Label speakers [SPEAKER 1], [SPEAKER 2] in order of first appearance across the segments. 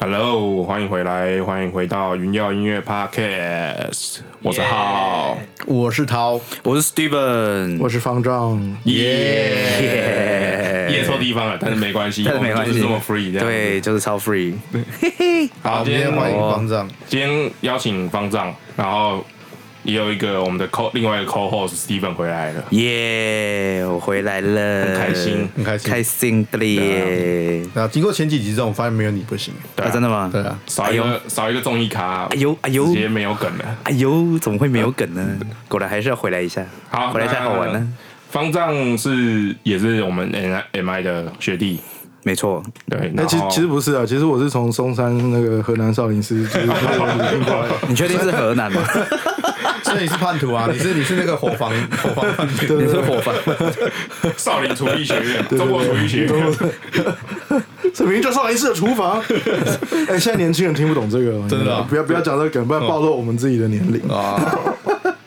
[SPEAKER 1] Hello，欢迎回来，欢迎回到云耀音乐 Podcast，我是浩，
[SPEAKER 2] 我是涛，
[SPEAKER 3] 我是 Steven，
[SPEAKER 2] 我是方丈。
[SPEAKER 1] 耶，耶错地方了，但是没关系，
[SPEAKER 3] 但是没关
[SPEAKER 1] 我们就
[SPEAKER 3] 系，
[SPEAKER 1] 这么 free，这样
[SPEAKER 3] 对，就是超 free。
[SPEAKER 1] 好，今
[SPEAKER 2] 今天
[SPEAKER 1] 天
[SPEAKER 2] 欢迎
[SPEAKER 1] 我
[SPEAKER 2] 方丈，
[SPEAKER 1] 今天邀请方丈，然后也有一个我们的 co 另外一个 co host Steven 回来了，
[SPEAKER 3] 耶、我回来了，
[SPEAKER 1] 很开心
[SPEAKER 2] 很开心
[SPEAKER 3] 开心的耶！
[SPEAKER 2] 那经过前几集之后，我发现没有你不行。
[SPEAKER 1] 对啊
[SPEAKER 3] 啊真的吗？
[SPEAKER 2] 对啊，
[SPEAKER 1] 少一个少一个综艺咖，
[SPEAKER 3] 哎呦哎呦
[SPEAKER 1] 直接没有梗了。
[SPEAKER 3] 哎呦，怎么会没有梗呢？果然还是要回来一下，
[SPEAKER 1] 好，
[SPEAKER 3] 回来一下好玩
[SPEAKER 1] 那
[SPEAKER 3] 呢。。
[SPEAKER 1] 方丈是也是我们 N M I 的学弟，
[SPEAKER 3] 没错，
[SPEAKER 1] 对，
[SPEAKER 3] 哎
[SPEAKER 4] 那
[SPEAKER 1] 然
[SPEAKER 4] 其实
[SPEAKER 1] 后
[SPEAKER 4] 其实不是啊，其实我是从松山那个河南少林寺就是
[SPEAKER 3] 你确定是河南吗？
[SPEAKER 2] 所以你是叛徒 啊？你是你是那个伙房伙房叛徒？
[SPEAKER 3] 你是伙房？
[SPEAKER 1] 少林厨艺学 院，中国厨艺学院，
[SPEAKER 4] 这明明就少林寺的厨房。哎，现在年轻人听不懂这个，
[SPEAKER 2] 真的啊啊
[SPEAKER 4] 不要不要讲这个梗，不然暴露我们自己的年龄。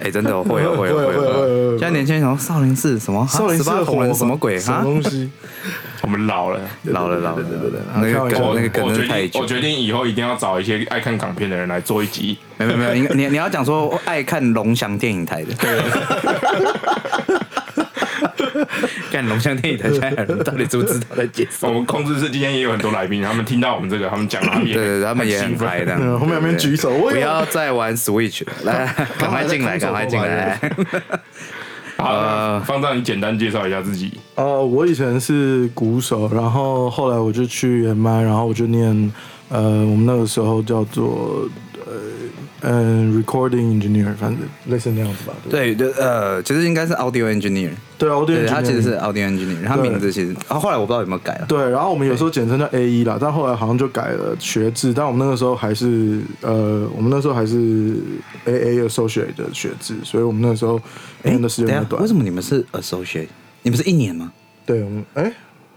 [SPEAKER 3] 哎、真的、哦、会哦会哦会
[SPEAKER 4] 会会
[SPEAKER 3] 哦
[SPEAKER 4] 会会会
[SPEAKER 3] 现在年轻人想说少林寺什么？
[SPEAKER 4] 少林寺
[SPEAKER 3] 十八
[SPEAKER 4] 的
[SPEAKER 3] 铜
[SPEAKER 4] 火
[SPEAKER 3] 人什么鬼
[SPEAKER 4] 什么
[SPEAKER 3] 啊？
[SPEAKER 4] 东西？
[SPEAKER 1] 我们老了。
[SPEAKER 3] 老了老了，
[SPEAKER 4] 对对对对
[SPEAKER 3] 那个
[SPEAKER 4] 开玩笑
[SPEAKER 3] 梗那个
[SPEAKER 1] 我
[SPEAKER 3] 梗
[SPEAKER 1] 决
[SPEAKER 3] 真的太
[SPEAKER 1] 定，
[SPEAKER 3] 久
[SPEAKER 1] 我。决定以后一定要找一些爱看港片的人来做一集。
[SPEAKER 3] 没有没有没有，你你你要讲说我爱看龙翔电影台的， 看龙翔电影台现在人到底知不知道在介绍？
[SPEAKER 1] 我们控制室今天也有很多来宾，他们听到我们这个，他们讲了，他们也
[SPEAKER 3] 对 对，对他们也
[SPEAKER 1] 兴
[SPEAKER 3] 很
[SPEAKER 1] 奋
[SPEAKER 3] 嗨的。
[SPEAKER 4] 嗯后面有没有举手我有
[SPEAKER 3] 不要再玩 Switch，了来， 赶快进来，赶快进来。
[SPEAKER 1] 好，那方丈，你简单介绍一下自己。
[SPEAKER 4] 哦，我以前是鼓手，然后后来我就去 M I，然后我就念呃，我们那个时候叫做呃嗯、recording engineer，反正类似那样子吧。对
[SPEAKER 3] 对，就呃，其实应该是 audio engineer，
[SPEAKER 4] 对啊，我
[SPEAKER 3] 对，
[SPEAKER 4] 对
[SPEAKER 3] 他其实是 audio engineer，他名字其实，啊，后来我不知道有没有改了。
[SPEAKER 4] 对，然后我们有时候简称叫 A 一啦，但后来好像就改了学制，但我们那个时候还是呃，我们那时候还是 A A associate 的学制，所以我们那个时候念的时
[SPEAKER 3] 等一
[SPEAKER 4] 间
[SPEAKER 3] 下
[SPEAKER 4] 很，短。
[SPEAKER 3] 为什么你们是 associate？你们是一年吗？
[SPEAKER 4] 对，我们哎，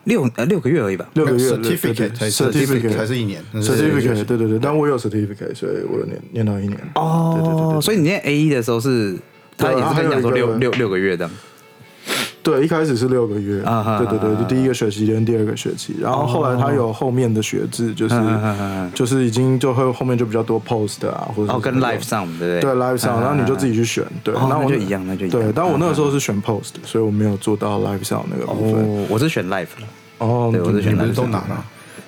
[SPEAKER 3] 六呃六个月而已吧。
[SPEAKER 4] 六个月对对对
[SPEAKER 2] certificate 才
[SPEAKER 4] certificate
[SPEAKER 2] 才是一年
[SPEAKER 4] ，certificate，对对对，但我有 certificate，所以我有念念到一年。对对对
[SPEAKER 3] 哦，
[SPEAKER 4] 对
[SPEAKER 3] 所以你念 A 一的时候是，他
[SPEAKER 4] 对
[SPEAKER 3] 也是跟你讲说
[SPEAKER 4] 还
[SPEAKER 3] 六
[SPEAKER 4] 有一个哦
[SPEAKER 3] 六六个月这样。
[SPEAKER 4] 对，一开始是六个月，
[SPEAKER 3] 啊哈
[SPEAKER 4] 对对对，就第一个学期连第二个学期，然后后来他有后面的学制，就是、
[SPEAKER 3] 啊啊啊啊
[SPEAKER 4] 就是已经就会后面就比较多 post 啊，或者
[SPEAKER 3] 哦
[SPEAKER 4] 是
[SPEAKER 3] 跟
[SPEAKER 4] 什么
[SPEAKER 3] live 上对不对
[SPEAKER 4] 对 live 上，
[SPEAKER 3] 啊啊啊
[SPEAKER 4] 然后你就自己去选，对，
[SPEAKER 3] 哦
[SPEAKER 4] 我
[SPEAKER 3] 那就一样那就一样
[SPEAKER 4] 对，但我那个时候是选 post，所以我没有做到 live 上那个部分。
[SPEAKER 3] 哦，我是选 live 了，
[SPEAKER 4] 哦，
[SPEAKER 3] 对我是选
[SPEAKER 4] 你
[SPEAKER 2] 不
[SPEAKER 3] live
[SPEAKER 2] 是都
[SPEAKER 3] 上
[SPEAKER 2] 拿了？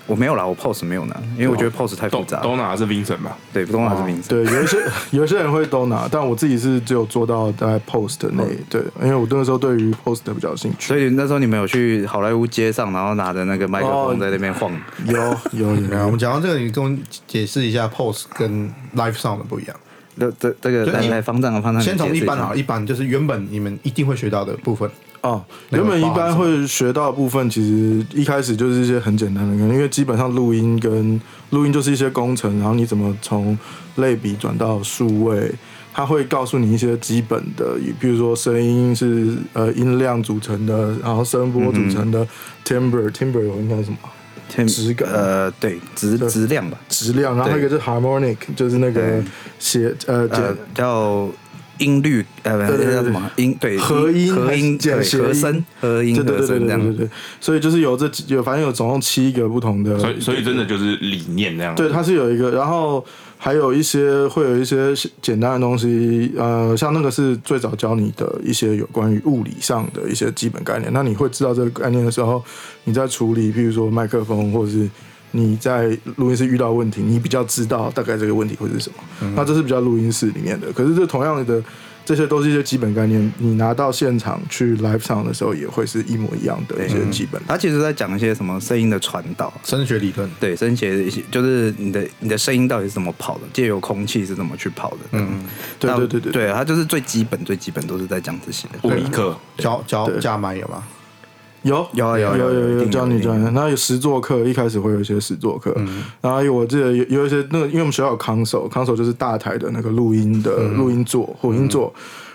[SPEAKER 3] 我没有啦，我 pose 没有拿，因为我觉
[SPEAKER 4] 哦
[SPEAKER 3] 得 pose 太复
[SPEAKER 1] 都
[SPEAKER 3] 杂。
[SPEAKER 1] 都拿的是 Vincent 吧？
[SPEAKER 3] 对，不懂还是名字。
[SPEAKER 4] 对，有一些有一些人会都拿，但我自己是只有做到大概 post 那对，因为我那个时候对于 post 比较有兴趣。
[SPEAKER 3] 所以那时候你们有去好莱坞街上，然后拿着那个麦克风
[SPEAKER 4] 哦
[SPEAKER 3] 在那边晃。
[SPEAKER 4] 有有有
[SPEAKER 2] 对啊，我
[SPEAKER 4] 有，
[SPEAKER 2] 们讲到这个，你跟我解释一下 pose 跟 live sound 的不一样。
[SPEAKER 3] 这这这个
[SPEAKER 2] 就
[SPEAKER 3] 来
[SPEAKER 2] 你
[SPEAKER 3] 来方丈方丈，
[SPEAKER 2] 先从一般
[SPEAKER 3] 好
[SPEAKER 2] 好，
[SPEAKER 3] 了，
[SPEAKER 2] 一般就是原本你们一定会学到的部分。
[SPEAKER 4] 哦，
[SPEAKER 2] 那个
[SPEAKER 4] 原本一
[SPEAKER 2] 包含
[SPEAKER 4] 般
[SPEAKER 2] 什么
[SPEAKER 4] 会学到的部分，其实一开始就是一些很简单的，因为基本上录音跟录音就是一些工程，然后你怎么从类比转到数位，它会告诉你一些基本的，比如说声音是呃音量组成的，然后声波组
[SPEAKER 2] 嗯
[SPEAKER 4] 成的、timbre timbre 有应该是什么？质感
[SPEAKER 3] 呃，对，质
[SPEAKER 4] 对
[SPEAKER 3] 质量吧，
[SPEAKER 4] 质量，然后还有一个是 harmonic，就是那个
[SPEAKER 3] 对
[SPEAKER 4] 写呃简
[SPEAKER 3] 呃，叫音律，呃，
[SPEAKER 4] 对对对
[SPEAKER 3] 叫什么音？对，
[SPEAKER 4] 合音
[SPEAKER 3] 合
[SPEAKER 4] 还是
[SPEAKER 3] 音，
[SPEAKER 4] 简
[SPEAKER 3] 对，
[SPEAKER 4] 谐
[SPEAKER 3] 和
[SPEAKER 4] 音
[SPEAKER 3] 声，和音，
[SPEAKER 4] 对对
[SPEAKER 3] 和
[SPEAKER 4] 对对
[SPEAKER 3] 声这
[SPEAKER 4] 对对
[SPEAKER 3] 样。
[SPEAKER 4] 对，所以就是有这几有反正有总共七个不同的，
[SPEAKER 1] 所以所以真的就是理念那样。
[SPEAKER 4] 嗯对，它是有一个，然后还有一些会有一些简单的东西，呃，像那个是最早教你的一些有关于物理上的一些基本概念。那你会知道这个概念的时候，你在处理，比如说麦克风，或者是你在录音室遇到问题，你比较知道大概这个问题会是什么。那这是比较录音室里面的，可是这同样的。这些都是一些基本概念，你拿到现场去 live 上的时候，也会是一模一样的一些基本。
[SPEAKER 3] 他其实在讲一些什么声音的传导，
[SPEAKER 2] 声学理论，
[SPEAKER 3] 对，声学的一些就是你的你的声音到底是怎么跑的，借由空气是怎么去跑的。嗯，
[SPEAKER 4] 对
[SPEAKER 3] 那
[SPEAKER 4] 对对对
[SPEAKER 3] 对，它就是最基本最基本都是在讲这些。嗯
[SPEAKER 1] 物理课，
[SPEAKER 2] 教教加麦有吗？
[SPEAKER 4] 有
[SPEAKER 3] 有啊有啊
[SPEAKER 4] 有
[SPEAKER 3] 有啊
[SPEAKER 4] 有
[SPEAKER 3] 一定有
[SPEAKER 4] 教
[SPEAKER 3] 一
[SPEAKER 4] 你
[SPEAKER 3] 定
[SPEAKER 4] 教
[SPEAKER 3] 有嗯
[SPEAKER 4] 你，然后有实作课，一开始会有一些实作课，然后我记得有有一些那个，因为我们学校有 console，console 就是大台的那个录音的
[SPEAKER 3] 嗯
[SPEAKER 4] 录音座、混音座，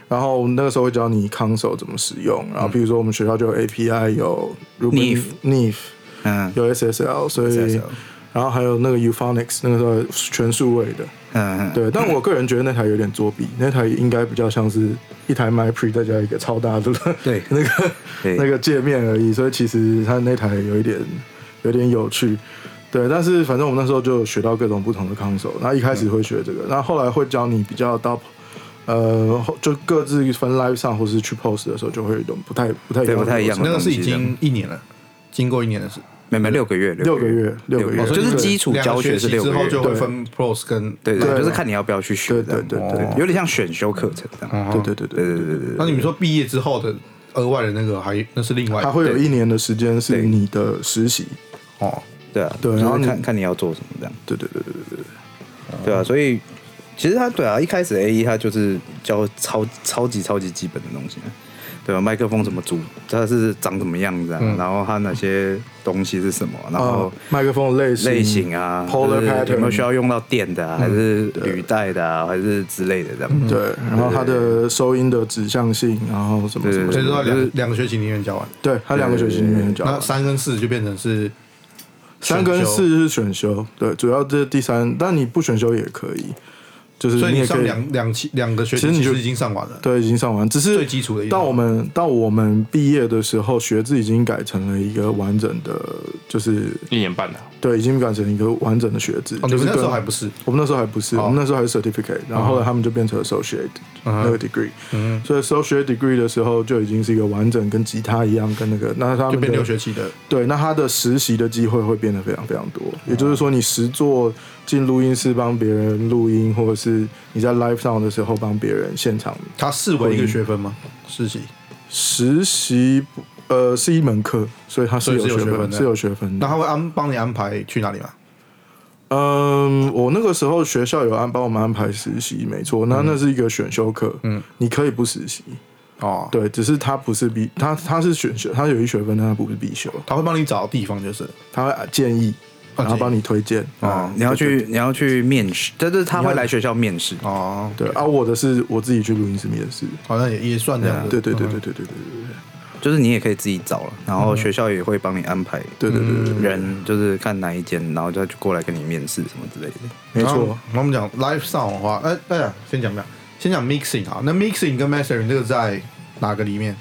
[SPEAKER 4] 然后那个时候会教你 console 怎么使用，
[SPEAKER 3] 嗯
[SPEAKER 4] 然后比如说我们学校就有 API 有 Ruby
[SPEAKER 3] Nif
[SPEAKER 4] Nif
[SPEAKER 3] 嗯
[SPEAKER 4] 有 SSL，所以
[SPEAKER 3] SSL
[SPEAKER 4] 然后还有那个 Euphonics 那个时候全数位的，
[SPEAKER 3] 嗯，嗯，
[SPEAKER 4] 对，但我个人觉得那台有点作弊，那台应该比较像是一台 My Pre 再加一个超大的
[SPEAKER 3] 对
[SPEAKER 4] 那个
[SPEAKER 3] 对
[SPEAKER 4] 那个界面而已，所以其实它那台有一点有点有趣。对，但是反正我们那时候就有学到各种不同的 console，然后一开始会学这个，然后后来会教你比较到。呃，后就各自分 live 上或是去 post 的时候，就会有一种不太不太一样
[SPEAKER 3] 对
[SPEAKER 4] 的
[SPEAKER 3] 不太一样
[SPEAKER 4] 过程
[SPEAKER 2] 那个是已经一年了，经过一年的事。
[SPEAKER 3] 没没六个月，
[SPEAKER 4] 六个月
[SPEAKER 3] 六
[SPEAKER 4] 六个月
[SPEAKER 2] 哦所以
[SPEAKER 3] 就是基础
[SPEAKER 2] 两
[SPEAKER 3] 教
[SPEAKER 2] 个
[SPEAKER 3] 学
[SPEAKER 2] 学
[SPEAKER 3] 是
[SPEAKER 2] 期
[SPEAKER 3] 六
[SPEAKER 2] 之
[SPEAKER 3] 个
[SPEAKER 2] 后
[SPEAKER 3] 月，
[SPEAKER 2] 就会
[SPEAKER 4] 对
[SPEAKER 2] 分 pros 跟
[SPEAKER 3] 对对，
[SPEAKER 4] 对
[SPEAKER 3] 就是看你要不要去学
[SPEAKER 4] 对
[SPEAKER 3] 这样，
[SPEAKER 4] 对对对
[SPEAKER 3] 哦有点像选修课程这样。
[SPEAKER 4] 对对对对对对对，
[SPEAKER 2] 那你们说毕业之后的额外的那个还那是另外的
[SPEAKER 4] 它会有一年的时间是
[SPEAKER 3] 对
[SPEAKER 4] 你的实习，
[SPEAKER 2] 哦，
[SPEAKER 3] 对啊，
[SPEAKER 4] 对
[SPEAKER 3] 就是
[SPEAKER 4] 然后你
[SPEAKER 3] 看看你要做什么这样，
[SPEAKER 4] 对对对对对对
[SPEAKER 3] 对
[SPEAKER 4] 嗯
[SPEAKER 3] 啊，所以其实他对啊，一开始 A 一他就是教超超级超级基本的东西，啊对吧、麦克风怎么组，它是长什么样子啊，
[SPEAKER 4] 嗯
[SPEAKER 3] 然后它哪些东西是什么，然后
[SPEAKER 4] 啊，麦克风类型
[SPEAKER 3] 类型啊，
[SPEAKER 4] ，polar
[SPEAKER 3] 就是有没有
[SPEAKER 4] pattern 嗯
[SPEAKER 3] 需要用到电的啊，还是履带的啊，还是之类的这样。
[SPEAKER 4] 对，然后它的收音的指向性，然后什么什么
[SPEAKER 2] 所
[SPEAKER 4] 什
[SPEAKER 2] 以
[SPEAKER 4] 么，
[SPEAKER 2] 说
[SPEAKER 3] 就
[SPEAKER 2] 两
[SPEAKER 3] 是
[SPEAKER 2] 两个学期里面教完，
[SPEAKER 4] 对，它两个学期里面教
[SPEAKER 2] 那
[SPEAKER 4] 完，
[SPEAKER 2] 三跟四就变成是
[SPEAKER 4] 三跟
[SPEAKER 2] 选修
[SPEAKER 4] 四，是选修，对，主要这是第三，但你不选修也可以，就是
[SPEAKER 2] 所以
[SPEAKER 4] 你
[SPEAKER 2] 你
[SPEAKER 4] 也可
[SPEAKER 2] 上
[SPEAKER 4] 以，
[SPEAKER 2] 两两期两个学
[SPEAKER 4] 其
[SPEAKER 2] 期
[SPEAKER 4] 实
[SPEAKER 2] 其
[SPEAKER 4] 你就
[SPEAKER 2] 实已经上完了，
[SPEAKER 4] 对，已经上完，只是
[SPEAKER 2] 最基础的一
[SPEAKER 4] 到
[SPEAKER 2] 堂
[SPEAKER 4] 我们到我们毕业的时候，学制已经改成了一个完整的，就是
[SPEAKER 1] 一年半了，
[SPEAKER 4] 对，已经改成一个完整的学制，
[SPEAKER 2] 哦，你
[SPEAKER 4] 就
[SPEAKER 2] 们
[SPEAKER 4] 是
[SPEAKER 2] 那时候
[SPEAKER 4] 跟
[SPEAKER 2] 还不是，
[SPEAKER 4] 我们那时候还不是，
[SPEAKER 2] 哦
[SPEAKER 4] 我们那时候还是 certificate，然后后来他们就变成 associate
[SPEAKER 2] 嗯哼
[SPEAKER 4] 那个 degree，、
[SPEAKER 2] 嗯，
[SPEAKER 4] 所以 associate degree 的时候就已经是一个完整跟吉他一样，跟那个那他
[SPEAKER 2] 就
[SPEAKER 4] 们
[SPEAKER 2] 变
[SPEAKER 4] 的
[SPEAKER 2] 六学期的，
[SPEAKER 4] 对，那他的实习的机会会变得非常非常多。也就是说，你实做进录音室帮别人录音，或者是你在 live 上的时候帮别人现场
[SPEAKER 2] 它视为一个学分吗？实习，
[SPEAKER 4] 实习，呃，是一门课，所以它是
[SPEAKER 2] 所以
[SPEAKER 4] 有
[SPEAKER 2] 是有学
[SPEAKER 4] 学
[SPEAKER 2] 分
[SPEAKER 4] 分，
[SPEAKER 2] 的
[SPEAKER 4] 是有学分
[SPEAKER 2] 那
[SPEAKER 4] 的。
[SPEAKER 2] 他会安帮你安排去哪里吗？
[SPEAKER 4] 嗯，我那个时候学校有安帮我们安排实习，没错，
[SPEAKER 3] 嗯
[SPEAKER 4] 那那是一个选修课，
[SPEAKER 2] 嗯
[SPEAKER 4] 嗯，你可以不实习，
[SPEAKER 2] 哦，，
[SPEAKER 4] 对，只是它不是必，它它是选修，它有一学分，但它不是必修，
[SPEAKER 2] 他会帮你找地方，就是
[SPEAKER 4] 它会建议，然后帮你推荐，啊
[SPEAKER 2] 哦
[SPEAKER 3] 你要去你要去面试，但是他会来学校面试。
[SPEAKER 2] 哦，
[SPEAKER 4] 对，啊，我的是我自己去录音室面试，
[SPEAKER 2] 好像也也算这样子，
[SPEAKER 4] 对对对
[SPEAKER 2] 嗯
[SPEAKER 4] 对对对对
[SPEAKER 3] 就是你也可以自己找了，然后学校也会帮你安排
[SPEAKER 4] 嗯对对对对对对，
[SPEAKER 3] 人，就是看哪一间，然后就就过来跟你面试什么之类的。
[SPEAKER 4] 没
[SPEAKER 2] 然后
[SPEAKER 3] 哦
[SPEAKER 4] 错。
[SPEAKER 2] 然后我们讲 live sound 的话，哎哎呀，先讲讲，先讲 mixing 啊。那 mixing 跟 mastering 这个在哪个里面？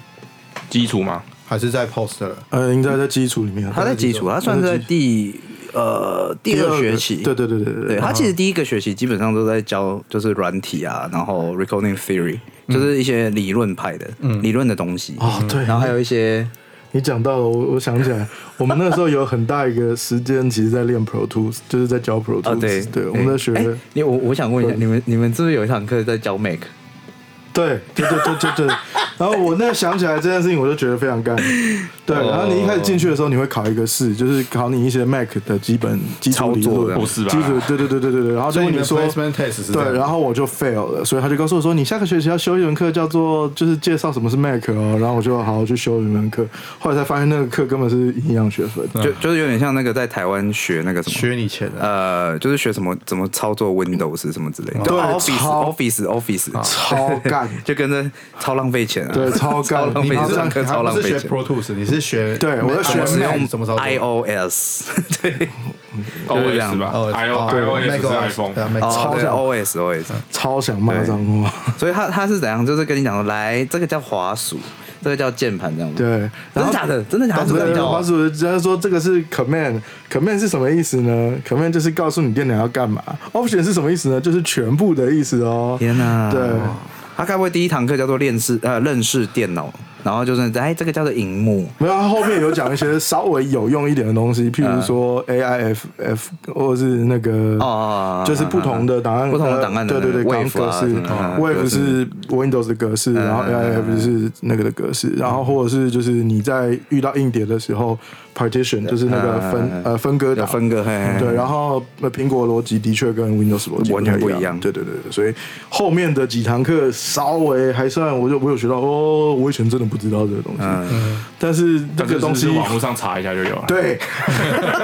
[SPEAKER 1] 基础嘛，
[SPEAKER 2] 还是在 post 了？
[SPEAKER 4] 呃，应该在基础里面，
[SPEAKER 3] 他在基础，他啊算是在第呃第二
[SPEAKER 4] 个
[SPEAKER 3] 学期，
[SPEAKER 4] 对对对对啊
[SPEAKER 3] 对他其实第一个学期基本上都在教就是软体啊，然后 recording theory，就是一些理论派的理论的东西
[SPEAKER 4] 嗯哦对
[SPEAKER 3] 然后还有一些
[SPEAKER 4] 你讲到了，我我想起来， 我们那时候有很大一个时间，其实在练 Pro Tools，就是在教 Pro
[SPEAKER 3] 啊
[SPEAKER 4] Tools，
[SPEAKER 3] 对
[SPEAKER 4] 我们在学，
[SPEAKER 3] 哎你我我想问一下，
[SPEAKER 4] 对
[SPEAKER 3] 你们你们是不是有一堂课在教 make？
[SPEAKER 4] 对对对对对对。 然后我那想起来这件事情，我就觉得非常干。对，
[SPEAKER 2] 哦
[SPEAKER 4] 然后你一开始进去的时候，你会考一个试，就是考你一些 Mac 的基本基础理
[SPEAKER 3] 操作
[SPEAKER 4] 论
[SPEAKER 3] 的，
[SPEAKER 1] 不是吧
[SPEAKER 4] 基础对对对对对对。然后就
[SPEAKER 2] 所以
[SPEAKER 4] 问
[SPEAKER 2] 你
[SPEAKER 4] 你
[SPEAKER 2] 们
[SPEAKER 4] 说
[SPEAKER 2] placement test 是这样
[SPEAKER 4] 对，然后我就 fail 了，所以他就告诉我说，你下个学期要修一门课，叫做就是介绍什么是 Mac 哦。然后我就好好去修一门课，后来才发现那个课根本是营养学 分。
[SPEAKER 3] 就就是有点像那个在台湾学那个什么
[SPEAKER 2] 学你钱的，
[SPEAKER 3] 呃，就是学什么怎么操作 Windows 什么之类的。
[SPEAKER 4] 对超
[SPEAKER 3] Office Office Office，
[SPEAKER 4] 超干，
[SPEAKER 3] 就跟着超浪费钱啊。
[SPEAKER 4] 对，超干
[SPEAKER 3] 超，浪
[SPEAKER 2] 你
[SPEAKER 3] 费
[SPEAKER 2] 不
[SPEAKER 3] 钱，
[SPEAKER 2] 是
[SPEAKER 3] 上课
[SPEAKER 2] 你还
[SPEAKER 3] 超浪
[SPEAKER 2] 不是
[SPEAKER 3] 费
[SPEAKER 2] 学
[SPEAKER 3] 钱。
[SPEAKER 2] Pro Tools，你是学
[SPEAKER 4] 对我 是学
[SPEAKER 3] 我
[SPEAKER 2] 是
[SPEAKER 3] 是用
[SPEAKER 2] 怎么操作
[SPEAKER 3] iOS，对， 就是这
[SPEAKER 1] OS
[SPEAKER 3] 样
[SPEAKER 1] 吧
[SPEAKER 2] 哦
[SPEAKER 1] ，iOS 是
[SPEAKER 2] macOS，对啊
[SPEAKER 1] iPhone，
[SPEAKER 2] ，Mac
[SPEAKER 3] 哦，
[SPEAKER 4] 超
[SPEAKER 3] 对
[SPEAKER 4] 像
[SPEAKER 3] OS OS，
[SPEAKER 4] 超想骂脏话。
[SPEAKER 3] 所以他他是怎样？就是跟你讲说，来，这个叫滑鼠，这个叫键盘，这样子。
[SPEAKER 4] 对，
[SPEAKER 3] 真的假的？真的假的？
[SPEAKER 4] 当时
[SPEAKER 3] 这个
[SPEAKER 4] 的
[SPEAKER 3] 叫
[SPEAKER 4] 滑鼠直接说这个是 command，command 是什么意思呢？command 就是告诉你电脑要干嘛。option 是什么意思呢？就是全部的意思哦。
[SPEAKER 3] 天哪！
[SPEAKER 4] 对，
[SPEAKER 3] 他该不会第一堂课叫做练识呃认识电脑，然后就是哎这个叫做荧幕，
[SPEAKER 4] 没有，它后面有讲一些稍微有用一点的东西，譬如说 AIFF 或者是那个
[SPEAKER 3] 呃哦
[SPEAKER 4] 就是不同的档案，
[SPEAKER 3] 不同的档案的
[SPEAKER 4] 呃对对对，
[SPEAKER 3] 那个
[SPEAKER 4] 档
[SPEAKER 3] wave
[SPEAKER 4] 格
[SPEAKER 3] 啊
[SPEAKER 4] 式
[SPEAKER 3] 什么的格
[SPEAKER 4] ，Wave
[SPEAKER 3] 式
[SPEAKER 4] 是 Windows 的格
[SPEAKER 3] 嗯
[SPEAKER 4] 式，然后 AIFF 是那个的格式，然后或者是就是你在遇到硬碟的时候，Partition 就是那
[SPEAKER 3] 嗯
[SPEAKER 4] 个分呃分割
[SPEAKER 3] 有
[SPEAKER 4] 档，
[SPEAKER 3] 分割，嘿嘿嘿
[SPEAKER 4] 对，然后呃苹果逻辑的确跟 Windows 逻辑
[SPEAKER 3] 完全
[SPEAKER 4] 不
[SPEAKER 3] 不
[SPEAKER 4] 太
[SPEAKER 3] 一
[SPEAKER 4] 一
[SPEAKER 3] 样
[SPEAKER 4] 对对对，对所以后面的几堂课稍微还算，我就我有学到哦，我以前真的不知道这个东西，
[SPEAKER 3] 嗯
[SPEAKER 4] 但是这
[SPEAKER 1] 但
[SPEAKER 4] 个
[SPEAKER 1] 是
[SPEAKER 4] 东
[SPEAKER 1] 东
[SPEAKER 4] 西
[SPEAKER 1] 西网络上查一下就有了。
[SPEAKER 4] 对，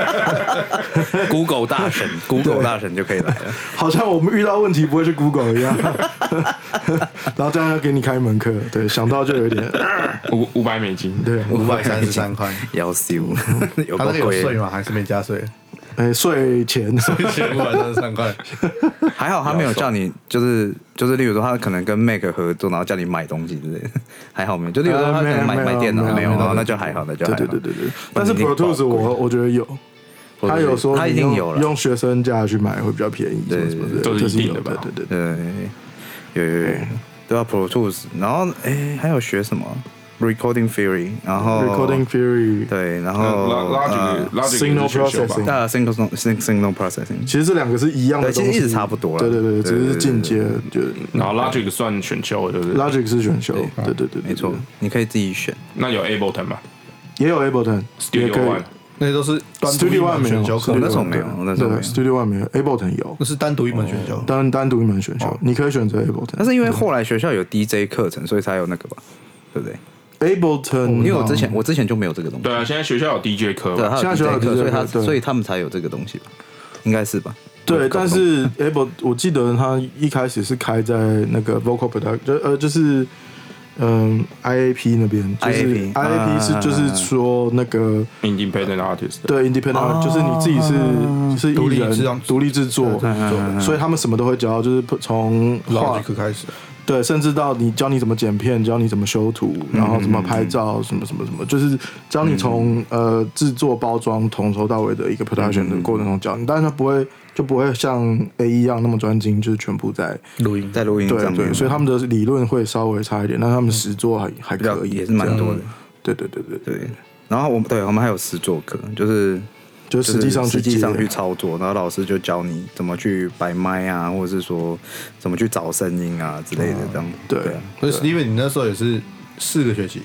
[SPEAKER 3] Google 大神，Google 大神就可以 来了。
[SPEAKER 4] 好像我们遇到问题不会去 Google 一样， 然后这样要给你开一门课，对，想到就有一点，
[SPEAKER 1] 五五百美金，
[SPEAKER 4] 对，
[SPEAKER 2] 五百三十三块，
[SPEAKER 3] 要 修，有
[SPEAKER 2] 他
[SPEAKER 3] 够
[SPEAKER 2] 那个有税
[SPEAKER 3] 贵，
[SPEAKER 2] 吗？还是没加税？
[SPEAKER 4] 哎，睡前
[SPEAKER 2] 五百三十三块，
[SPEAKER 3] 还好他没有叫你，就是就是，例如说他可能跟 Mac 合作，然后叫你买东西之类的，还好没有。就例如说他可能买
[SPEAKER 4] 啊没有
[SPEAKER 3] 买电脑，没
[SPEAKER 4] 没有
[SPEAKER 3] 有，
[SPEAKER 4] 没有
[SPEAKER 3] 哦那就还好，那就还
[SPEAKER 4] 对
[SPEAKER 3] 好。
[SPEAKER 4] 对对对对，但是
[SPEAKER 3] 不然
[SPEAKER 4] Pro
[SPEAKER 3] 一定爆
[SPEAKER 4] Tools 我我觉得有，
[SPEAKER 3] 或者
[SPEAKER 4] 他
[SPEAKER 3] 是
[SPEAKER 4] 有说
[SPEAKER 3] 他一
[SPEAKER 4] 你
[SPEAKER 3] 定
[SPEAKER 4] 用
[SPEAKER 3] 有了，
[SPEAKER 4] 用学生价去买会比较便宜，什么什么之类
[SPEAKER 1] 对对对
[SPEAKER 4] 的，这
[SPEAKER 1] 这
[SPEAKER 4] 是
[SPEAKER 1] 是一定
[SPEAKER 4] 有
[SPEAKER 1] 的吧
[SPEAKER 4] 对对对。
[SPEAKER 3] 对，有有有有，对啊，Pro Tools，然后哎还有学什么 Recording Theory，然后
[SPEAKER 4] Recording Theory，
[SPEAKER 3] 哦对，
[SPEAKER 1] 呃
[SPEAKER 3] 然后
[SPEAKER 1] Logic
[SPEAKER 4] Signal
[SPEAKER 1] Logic 是学修吧
[SPEAKER 4] processing
[SPEAKER 3] 大 single sing- signal processing，
[SPEAKER 4] 其实这两个是一样的
[SPEAKER 3] 对其
[SPEAKER 4] 东
[SPEAKER 3] 实
[SPEAKER 4] 西，
[SPEAKER 3] 一直差不多啦
[SPEAKER 4] 对对对，
[SPEAKER 3] 对对
[SPEAKER 4] 只是
[SPEAKER 3] 对
[SPEAKER 4] 进阶，就
[SPEAKER 1] 然后 Logic 算选修的，对不对
[SPEAKER 4] Logic 是选修，对对对，对
[SPEAKER 3] 没错，，你可以自己选。
[SPEAKER 1] 那有 Ableton 吗
[SPEAKER 4] 对也有 Ableton，也
[SPEAKER 1] ？Studio
[SPEAKER 4] 可以
[SPEAKER 1] One。
[SPEAKER 2] 那都是单独一
[SPEAKER 4] Studio One
[SPEAKER 2] 门
[SPEAKER 4] 没有
[SPEAKER 2] 选修课，
[SPEAKER 3] 哦那时候没有那时候没有
[SPEAKER 4] 对 Studio One 没有，Ableton 有，
[SPEAKER 2] 那是单独一门选
[SPEAKER 3] 哦
[SPEAKER 2] 修。
[SPEAKER 4] 单单独一门选修，你可以选择
[SPEAKER 3] 但
[SPEAKER 4] Ableton。
[SPEAKER 3] 是因为后来学校有 DJ 课程，所以才有那个吧，对不对？
[SPEAKER 4] Ableton，
[SPEAKER 3] 因为我之
[SPEAKER 4] 哦
[SPEAKER 3] 前我之前就没有这个东西，
[SPEAKER 1] 对啊，现在学校有 DJ 科
[SPEAKER 3] 对，啊
[SPEAKER 1] 吧，
[SPEAKER 3] 他有
[SPEAKER 4] 现在学校
[SPEAKER 3] DJ 课，所以
[SPEAKER 4] 有 DJ
[SPEAKER 3] 他
[SPEAKER 4] 课对
[SPEAKER 3] 所以他们才有这个东西吧，应该是吧？
[SPEAKER 4] 对，但是 Able 我记得他一开始是开在那个 Vocal Product，就呃就是嗯 IAP 那边，就是
[SPEAKER 3] IAP 啊
[SPEAKER 4] IAP 是就是说那个
[SPEAKER 1] Independent Artist。
[SPEAKER 4] 对 independent，就是你自己
[SPEAKER 3] 哦
[SPEAKER 4] 是就是
[SPEAKER 2] 独立
[SPEAKER 4] 艺人
[SPEAKER 2] 制作
[SPEAKER 4] 独立制作
[SPEAKER 3] 嗯
[SPEAKER 2] 对独立制作，
[SPEAKER 4] 所以他们什么都会教，就是从画
[SPEAKER 2] Logic 开始，
[SPEAKER 4] 对，甚至到你教你怎么剪片，教你怎么修图，
[SPEAKER 3] 嗯
[SPEAKER 4] 然后怎么拍照，什么什么什么，就是教你从、
[SPEAKER 3] 嗯
[SPEAKER 4] 呃制作、包装从头到尾的一个 production 的过程中教
[SPEAKER 3] 嗯
[SPEAKER 4] 你，但是它不会就不会像 A 一样那么专精，就是全部在
[SPEAKER 3] 录音在录音
[SPEAKER 4] 对
[SPEAKER 3] 上
[SPEAKER 4] 对，
[SPEAKER 3] 面，
[SPEAKER 4] 所以他们的理论会稍微差一点，但他们实作还还
[SPEAKER 3] 嗯比较
[SPEAKER 4] 可以，
[SPEAKER 3] 也是蛮多的
[SPEAKER 4] 这样。对对对对对，
[SPEAKER 3] 对。然后我们对我们还有实作课，就是
[SPEAKER 4] 就是实际上去
[SPEAKER 3] 实际上
[SPEAKER 4] 接
[SPEAKER 3] 去操作，然后老师就教你怎么去摆麦啊，或者是说怎么去找声音啊之类的这样。
[SPEAKER 4] 嗯对
[SPEAKER 3] 啊
[SPEAKER 2] 所以 Steven 你那时候也是四个学期，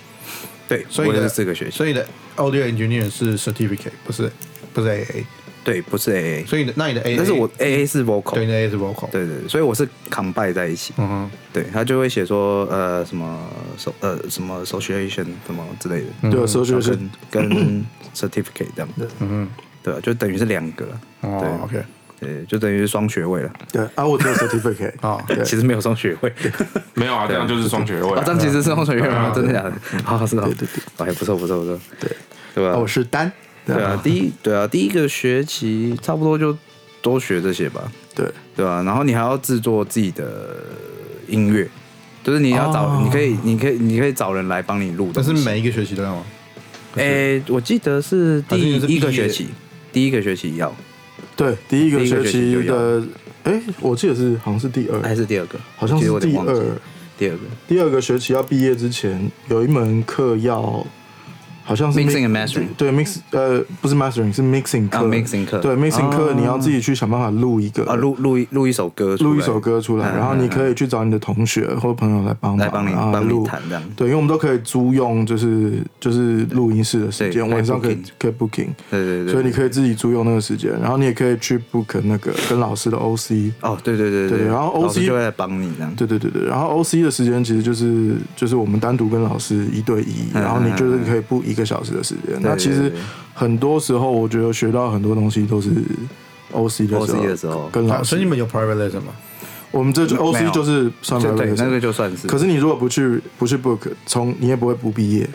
[SPEAKER 3] 对，
[SPEAKER 2] 所以
[SPEAKER 3] 我
[SPEAKER 2] 你
[SPEAKER 3] 也
[SPEAKER 2] 的
[SPEAKER 4] 呃
[SPEAKER 3] 是这个学期，
[SPEAKER 2] 所以你的 Audio Engineer 是 Certificate，不是不是 AA，
[SPEAKER 3] 对，不是 AA，
[SPEAKER 2] 所以你的那你的 AA，
[SPEAKER 3] 但是我 AA 是 vocal，
[SPEAKER 2] 对你的 AA 是 Vocal，
[SPEAKER 3] 对对，对所以我是 combine 在一起。
[SPEAKER 2] 嗯哼，
[SPEAKER 3] 对他就会写说呃什么手呃什么 association 什么之类的，
[SPEAKER 4] 对啊，所以就是
[SPEAKER 3] 跟跟 certificate 这样子，
[SPEAKER 2] 嗯
[SPEAKER 3] 对啊，就等于是两个了。
[SPEAKER 2] 哼，哦
[SPEAKER 3] 对
[SPEAKER 2] ，OK，
[SPEAKER 3] 对，就等于是双学位了。
[SPEAKER 4] 对啊，我只有 certificate
[SPEAKER 2] 哦
[SPEAKER 4] 对嗯
[SPEAKER 3] 其实没有双学位，
[SPEAKER 1] 没有啊，这样就是双学位
[SPEAKER 3] 啊
[SPEAKER 1] 啊。，
[SPEAKER 3] 这样其实是双学位吗？真的假的？啊，是啊，
[SPEAKER 4] 对对对，
[SPEAKER 3] 哎，不错不错不错，
[SPEAKER 4] 对，
[SPEAKER 3] 对
[SPEAKER 4] 啊
[SPEAKER 3] 吧
[SPEAKER 4] 我？是单
[SPEAKER 3] 对啊，第一对啊，第一个学期差不多就都学这些吧，
[SPEAKER 4] 对
[SPEAKER 3] 对吧、然后你还要制作自己的音乐，就是你要
[SPEAKER 4] 哦
[SPEAKER 3] 找，你可以，你可以，你可以找人来帮你录东
[SPEAKER 2] 但
[SPEAKER 3] 西。
[SPEAKER 2] 是每一个学期都要吗？
[SPEAKER 3] 诶、我记得是
[SPEAKER 2] 还是
[SPEAKER 3] 第
[SPEAKER 2] 你是毕
[SPEAKER 3] 一
[SPEAKER 2] 业
[SPEAKER 3] 个学期，第一个学期要
[SPEAKER 4] 对，第一个
[SPEAKER 3] 第一个
[SPEAKER 4] 学
[SPEAKER 3] 学期
[SPEAKER 4] 期
[SPEAKER 3] 就要
[SPEAKER 4] 的，哎，我记得是好像是第二
[SPEAKER 3] 还是第二个？
[SPEAKER 4] 好像
[SPEAKER 3] 其
[SPEAKER 4] 是
[SPEAKER 3] 实我有
[SPEAKER 4] 第
[SPEAKER 3] 点忘记
[SPEAKER 4] 二，
[SPEAKER 3] 第二个
[SPEAKER 4] 第二个学期要毕业之前，有一门课要，好像是
[SPEAKER 3] Mixing and mastering
[SPEAKER 4] 对 mix 呃不是 mastering 是 mixing 课、
[SPEAKER 3] 啊，mixing 课哦
[SPEAKER 4] 对 mixing 课、你要自己去想办法录一个
[SPEAKER 3] 啊，录录一录一首歌出来，嗯
[SPEAKER 4] 录一首歌出来，然后你可以去找你的同学或朋友来帮忙，
[SPEAKER 3] 来帮你
[SPEAKER 4] 然后
[SPEAKER 3] 帮你
[SPEAKER 4] 录
[SPEAKER 3] 弹这样
[SPEAKER 4] 对，因为我们都可以租用，就是就是录音室的时间，
[SPEAKER 3] 对
[SPEAKER 4] 晚上可以
[SPEAKER 3] booking
[SPEAKER 4] 可以 booking，
[SPEAKER 3] 对对对
[SPEAKER 4] 所以你可以自己租用那个时间，然后你也可以去 book 那个跟老师的 OC。
[SPEAKER 3] 哦，对对对
[SPEAKER 4] 对对然后 OC
[SPEAKER 3] 老师就会来帮你这样。
[SPEAKER 4] 对对对对，然后 O C 的时间其实就是就是我们单独跟老师一对一，然后你就是可以布一个小时的时间。那
[SPEAKER 3] 嗯
[SPEAKER 4] 其
[SPEAKER 3] 对
[SPEAKER 4] 实
[SPEAKER 3] 对
[SPEAKER 4] 很多时候，我觉得学到很多东西都是 O C 的时候
[SPEAKER 3] OC 的时候
[SPEAKER 4] 跟老
[SPEAKER 2] 啊所以
[SPEAKER 4] 师
[SPEAKER 2] 你。们有 Private Lesson 吗？
[SPEAKER 4] 我们这就 O
[SPEAKER 3] 没
[SPEAKER 4] C
[SPEAKER 3] 有
[SPEAKER 4] 就是算
[SPEAKER 3] 就对，
[SPEAKER 4] private
[SPEAKER 3] 那个
[SPEAKER 4] lesson
[SPEAKER 3] 就算是。
[SPEAKER 4] 可是你如果不去不去 book，从你也不会不毕业。
[SPEAKER 3] 哦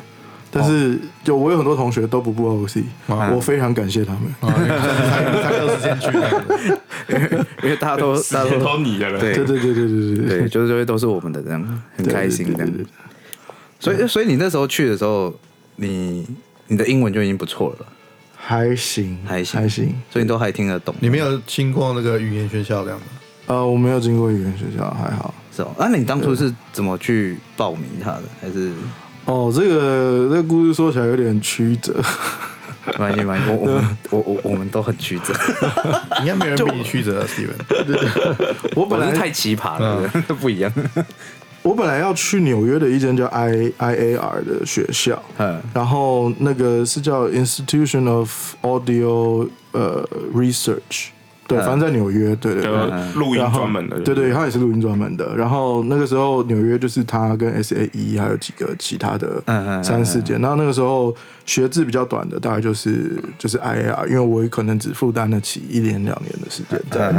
[SPEAKER 4] 但是就我有很多同学都不 book O C，我非常感谢他们。
[SPEAKER 2] 啊，才有时间去。
[SPEAKER 3] 因为大家都大家
[SPEAKER 1] 也
[SPEAKER 3] 都
[SPEAKER 1] 都你的了。
[SPEAKER 3] 对
[SPEAKER 4] 对对对对对对
[SPEAKER 3] 对，就是都都是我们的这样，很
[SPEAKER 4] 对
[SPEAKER 3] 开心
[SPEAKER 4] 对
[SPEAKER 3] 这
[SPEAKER 4] 对
[SPEAKER 3] 样
[SPEAKER 4] 对。对
[SPEAKER 3] 所以所以你那时候去的时候，你你的英文就已经不错了，
[SPEAKER 4] 还行
[SPEAKER 3] 还行
[SPEAKER 4] 还行。
[SPEAKER 3] 所以你都还听得懂。
[SPEAKER 2] 你没有经过那个语言学校这样吗？
[SPEAKER 4] 呃，我没有经过语言学校，还好。
[SPEAKER 3] 是哦，那、你当初是怎么去报名他的？还是
[SPEAKER 4] 哦，这个这个故事说起来有点曲折，
[SPEAKER 3] 没关系，没关系，我我们我我我们都很曲 折，
[SPEAKER 2] 应该没人比你曲折啊，Steven。
[SPEAKER 4] 我本
[SPEAKER 3] 我哦是太
[SPEAKER 4] 来
[SPEAKER 3] 奇葩了，这不一样。
[SPEAKER 4] 我本来要去纽约的一间叫 I I A R 的学校，
[SPEAKER 3] 嗯
[SPEAKER 4] 然后那个是叫 Institution of Audio 呃 Research，对，
[SPEAKER 3] 嗯
[SPEAKER 4] 反正在纽约，对对
[SPEAKER 1] 就
[SPEAKER 4] 对。
[SPEAKER 1] 录音
[SPEAKER 4] 然后
[SPEAKER 1] 专门的。
[SPEAKER 4] 对对，他也是录音专门的。然后那个时候纽约就是他跟 S A E 还有几个其他的
[SPEAKER 3] 嗯嗯嗯
[SPEAKER 4] 三四间。然后那个时候学制比较短的，大概就是就是 I A R，因为我可能只负担得起一年两年的时间
[SPEAKER 3] 嗯
[SPEAKER 4] 在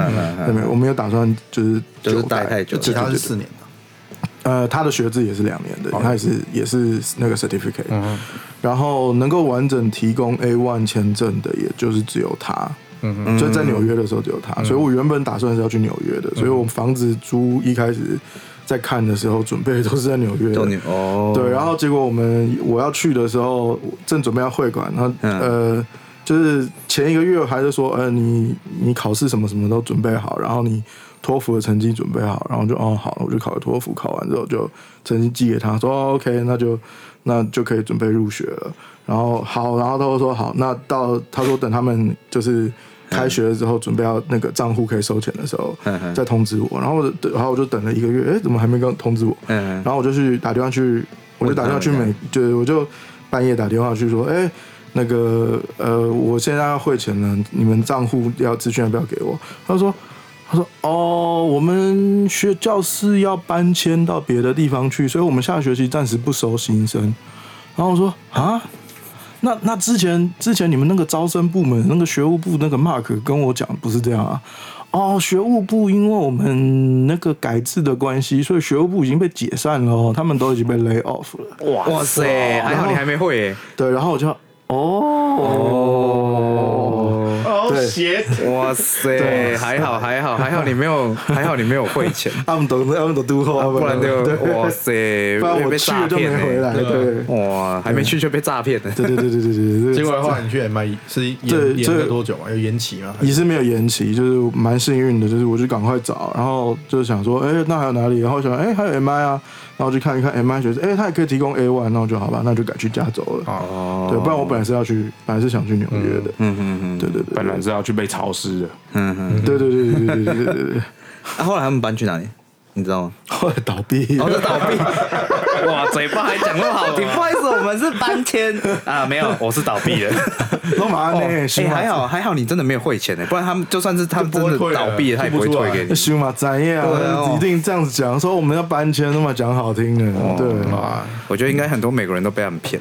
[SPEAKER 4] 那边。我没有打算就是
[SPEAKER 3] 就是
[SPEAKER 4] 久
[SPEAKER 3] 待太久
[SPEAKER 2] 其
[SPEAKER 4] 对对
[SPEAKER 2] 他
[SPEAKER 4] 对
[SPEAKER 2] 是四年的，
[SPEAKER 4] 呃，他的学制也是两年的，他也是也是那个 certificate，、然后能够完整提供 A one 签证的，也就是只有他。嗯所以在纽约的时候只有他，所以我原本打算是要去纽约的，所以我房子租一开始在看的时候，准备都是在纽约的
[SPEAKER 3] 就你哦，嗯
[SPEAKER 4] 对，然后结果我们我要去的时候，正准备要会馆，然后、呃，就是前一个月还在说，呃，你你考试什么什么都准备好，然后你托福的成绩准备好，然后就哦好了，我就考了托福，考完之后就成绩寄给他，说、哦、OK，那就那就可以准备入学了。然后好，然后他就说好，那到他说等他们
[SPEAKER 3] 嗯
[SPEAKER 4] 就是开学了之后，准备要那个账户可以收钱的时候
[SPEAKER 3] 嗯嗯
[SPEAKER 4] 再通知我。然后我就然后我就等了一个月，哎，怎么还没跟通知我？
[SPEAKER 3] 嗯
[SPEAKER 4] 然，后我就去打电话去，我就打电话去美，对，我就半夜打电话去说，哎、那个呃，我现在要汇钱了，你们账户要资讯要不要给我？他说，他说哦，我们学教室要搬迁到别的地方去，所以我们下学期暂时不收新生。然后我说啊。那那之前之前你们那个招生部门那个学务部那个 Mark 跟我讲不是这样啊，哦，学务部因为我们那个改制的关系，所以学务部已经被解散了哦，他们都已经被 lay off 了。
[SPEAKER 3] 哇哇塞，还好你还没会耶，
[SPEAKER 4] 对，然后我就哦，
[SPEAKER 1] 哦
[SPEAKER 4] 对啊
[SPEAKER 1] 鞋
[SPEAKER 3] 哇塞，还好还好还好你没 有还好你没有汇钱，
[SPEAKER 4] 他们都他们都都后，
[SPEAKER 3] 不然就
[SPEAKER 4] 对
[SPEAKER 3] 哇塞，
[SPEAKER 4] 不然我
[SPEAKER 3] 被
[SPEAKER 4] 去
[SPEAKER 3] 诈
[SPEAKER 4] 了就没
[SPEAKER 3] 骗
[SPEAKER 4] 回
[SPEAKER 3] 耶
[SPEAKER 4] 来。对，
[SPEAKER 3] 哇，还没去就被诈骗了。
[SPEAKER 4] 对对对对对对对，
[SPEAKER 2] 结果后来你去 MI 是
[SPEAKER 4] 对
[SPEAKER 2] 延延
[SPEAKER 4] 这
[SPEAKER 2] 了多久啊？有延期吗？还
[SPEAKER 4] 也
[SPEAKER 2] 是
[SPEAKER 4] 是没有延期，就是蛮幸运的，就是我就赶快找，然后就想说，哎、那还有哪里？然后想，哎、还有 MI 啊，然后就看一看 MI 学生，哎、他也可以提供 A one，那我就好吧，那就改去加州了。
[SPEAKER 3] 哦
[SPEAKER 4] 对，不然我本来是要去，本来是想去纽约的。
[SPEAKER 3] 嗯嗯嗯，
[SPEAKER 4] 对对对，
[SPEAKER 1] 本来是要去被潮湿的，
[SPEAKER 3] 嗯嗯。
[SPEAKER 4] 对对对对对对对对对对，
[SPEAKER 3] 那啊后来他们搬去哪里？你知道吗？
[SPEAKER 4] 后来倒闭。
[SPEAKER 3] 哦，是 倒闭。哇，嘴巴还讲那么好听，不好意思，我们是搬迁 啊，没有，我是倒闭了。
[SPEAKER 4] 罗马
[SPEAKER 3] 哦，
[SPEAKER 4] 内
[SPEAKER 3] 哎、
[SPEAKER 4] 修
[SPEAKER 3] 还好还好，你真的没有汇钱欸呢，不然他们就算是他们真的倒闭了，他也不会退给你。
[SPEAKER 4] 修马展业
[SPEAKER 3] 对啊
[SPEAKER 4] 啊，
[SPEAKER 3] 哦
[SPEAKER 4] 一定这样子讲，说我们要搬迁，那么讲好听的，对
[SPEAKER 2] 啊，
[SPEAKER 3] 我觉得应该很多美国人都被他们骗，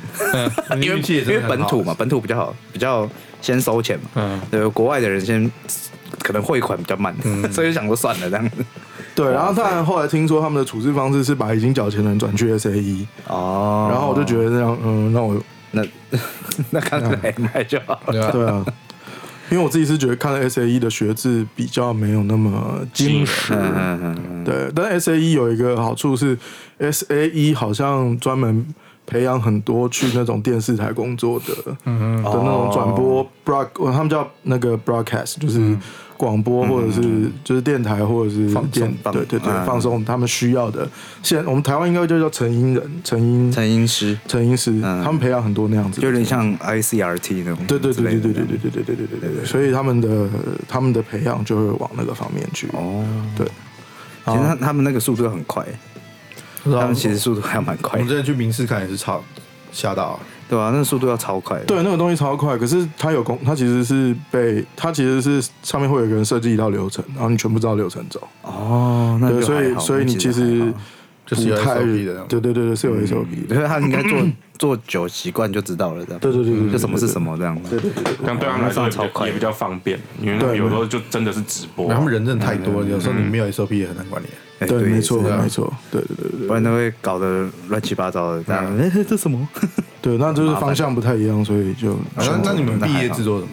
[SPEAKER 2] 你
[SPEAKER 3] 因为
[SPEAKER 2] 运气也
[SPEAKER 3] 因
[SPEAKER 2] 真
[SPEAKER 3] 为
[SPEAKER 2] 的很
[SPEAKER 3] 本
[SPEAKER 2] 好
[SPEAKER 3] 土嘛，本土比较好，比较先收钱嘛。
[SPEAKER 1] 嗯
[SPEAKER 3] 对，国外的人先可能汇款比较慢，所以就想说算了这样子。
[SPEAKER 4] 对。然后当然后来听说他们的处置方式是把已经缴钱的人转去 E SAE，
[SPEAKER 3] 哦
[SPEAKER 4] 然后我就觉得这样，嗯，那我
[SPEAKER 3] 那 那看来买就好了。
[SPEAKER 2] 对啊，
[SPEAKER 4] 对啊，因为我自己是觉得看了 SAE 的学制比较没有那么精实，
[SPEAKER 3] 嗯嗯嗯嗯，
[SPEAKER 4] 对，但 SAE E 有一个好处是，SAE 好像专门培养很多去那种电视台工作的，嗯的那种转
[SPEAKER 3] 哦
[SPEAKER 4] 播 broad，、他们叫那个 broadcast，就是
[SPEAKER 3] 嗯
[SPEAKER 4] 广播或者是、就是电台或者是电，
[SPEAKER 3] 放
[SPEAKER 4] 对对对，
[SPEAKER 3] 嗯
[SPEAKER 4] 放松他们需要的。现我们台湾应该就叫成音人，成音
[SPEAKER 3] 成因师
[SPEAKER 4] 成音师，
[SPEAKER 3] 嗯
[SPEAKER 4] 他们培养很多那样子的，
[SPEAKER 3] 就有点像 ICRT 那种之
[SPEAKER 4] 对
[SPEAKER 3] 类的。
[SPEAKER 4] 对对对对对对对对对对对对对，所以他们的他们的培养就会往那个方面去。
[SPEAKER 3] 哦，
[SPEAKER 4] 对，
[SPEAKER 3] 其
[SPEAKER 4] 哦
[SPEAKER 3] 实他他们那个速度很快，
[SPEAKER 2] 不知
[SPEAKER 4] 啊
[SPEAKER 2] 道
[SPEAKER 3] 他们其实速度还蛮
[SPEAKER 2] 我
[SPEAKER 3] 快
[SPEAKER 2] 们
[SPEAKER 3] 的，
[SPEAKER 2] 之前去明视看也是超吓到啊，
[SPEAKER 3] 对吧、啊？那速度要超快的。
[SPEAKER 4] 对，那个东西超快，可是它有公，它其实是被它其实是上面会有一个人设计一套流程，然后你全部照流程走。
[SPEAKER 3] 哦，那
[SPEAKER 4] 对，
[SPEAKER 3] 就
[SPEAKER 4] 所
[SPEAKER 3] 还
[SPEAKER 4] 以
[SPEAKER 3] 好
[SPEAKER 4] 所以你其实
[SPEAKER 2] 就是有
[SPEAKER 4] 不太
[SPEAKER 2] SOP 的那种
[SPEAKER 4] 对对对对是有 SOP 的。
[SPEAKER 3] 所以他应该 做做久习惯就知道了，这样。
[SPEAKER 4] 对对对对对
[SPEAKER 3] 就什么是什么这样子。
[SPEAKER 1] 但对他们来说也比
[SPEAKER 3] 那超
[SPEAKER 1] 较
[SPEAKER 3] 快
[SPEAKER 1] 也比较方便，因为
[SPEAKER 4] 对
[SPEAKER 1] 有时候就真的是直播啊，
[SPEAKER 2] 他们人真的太多了，有时候你没有 SOP 也很难管理。
[SPEAKER 3] 哎
[SPEAKER 4] 对，没错
[SPEAKER 3] 是的
[SPEAKER 4] 没错，对对对对
[SPEAKER 3] 不然都会搞得乱七八糟的。这
[SPEAKER 4] 啊
[SPEAKER 3] 样，哎，这 什么？
[SPEAKER 4] 对，那就是方向不太一样，所以就
[SPEAKER 2] 啊那那你们毕业制作什么？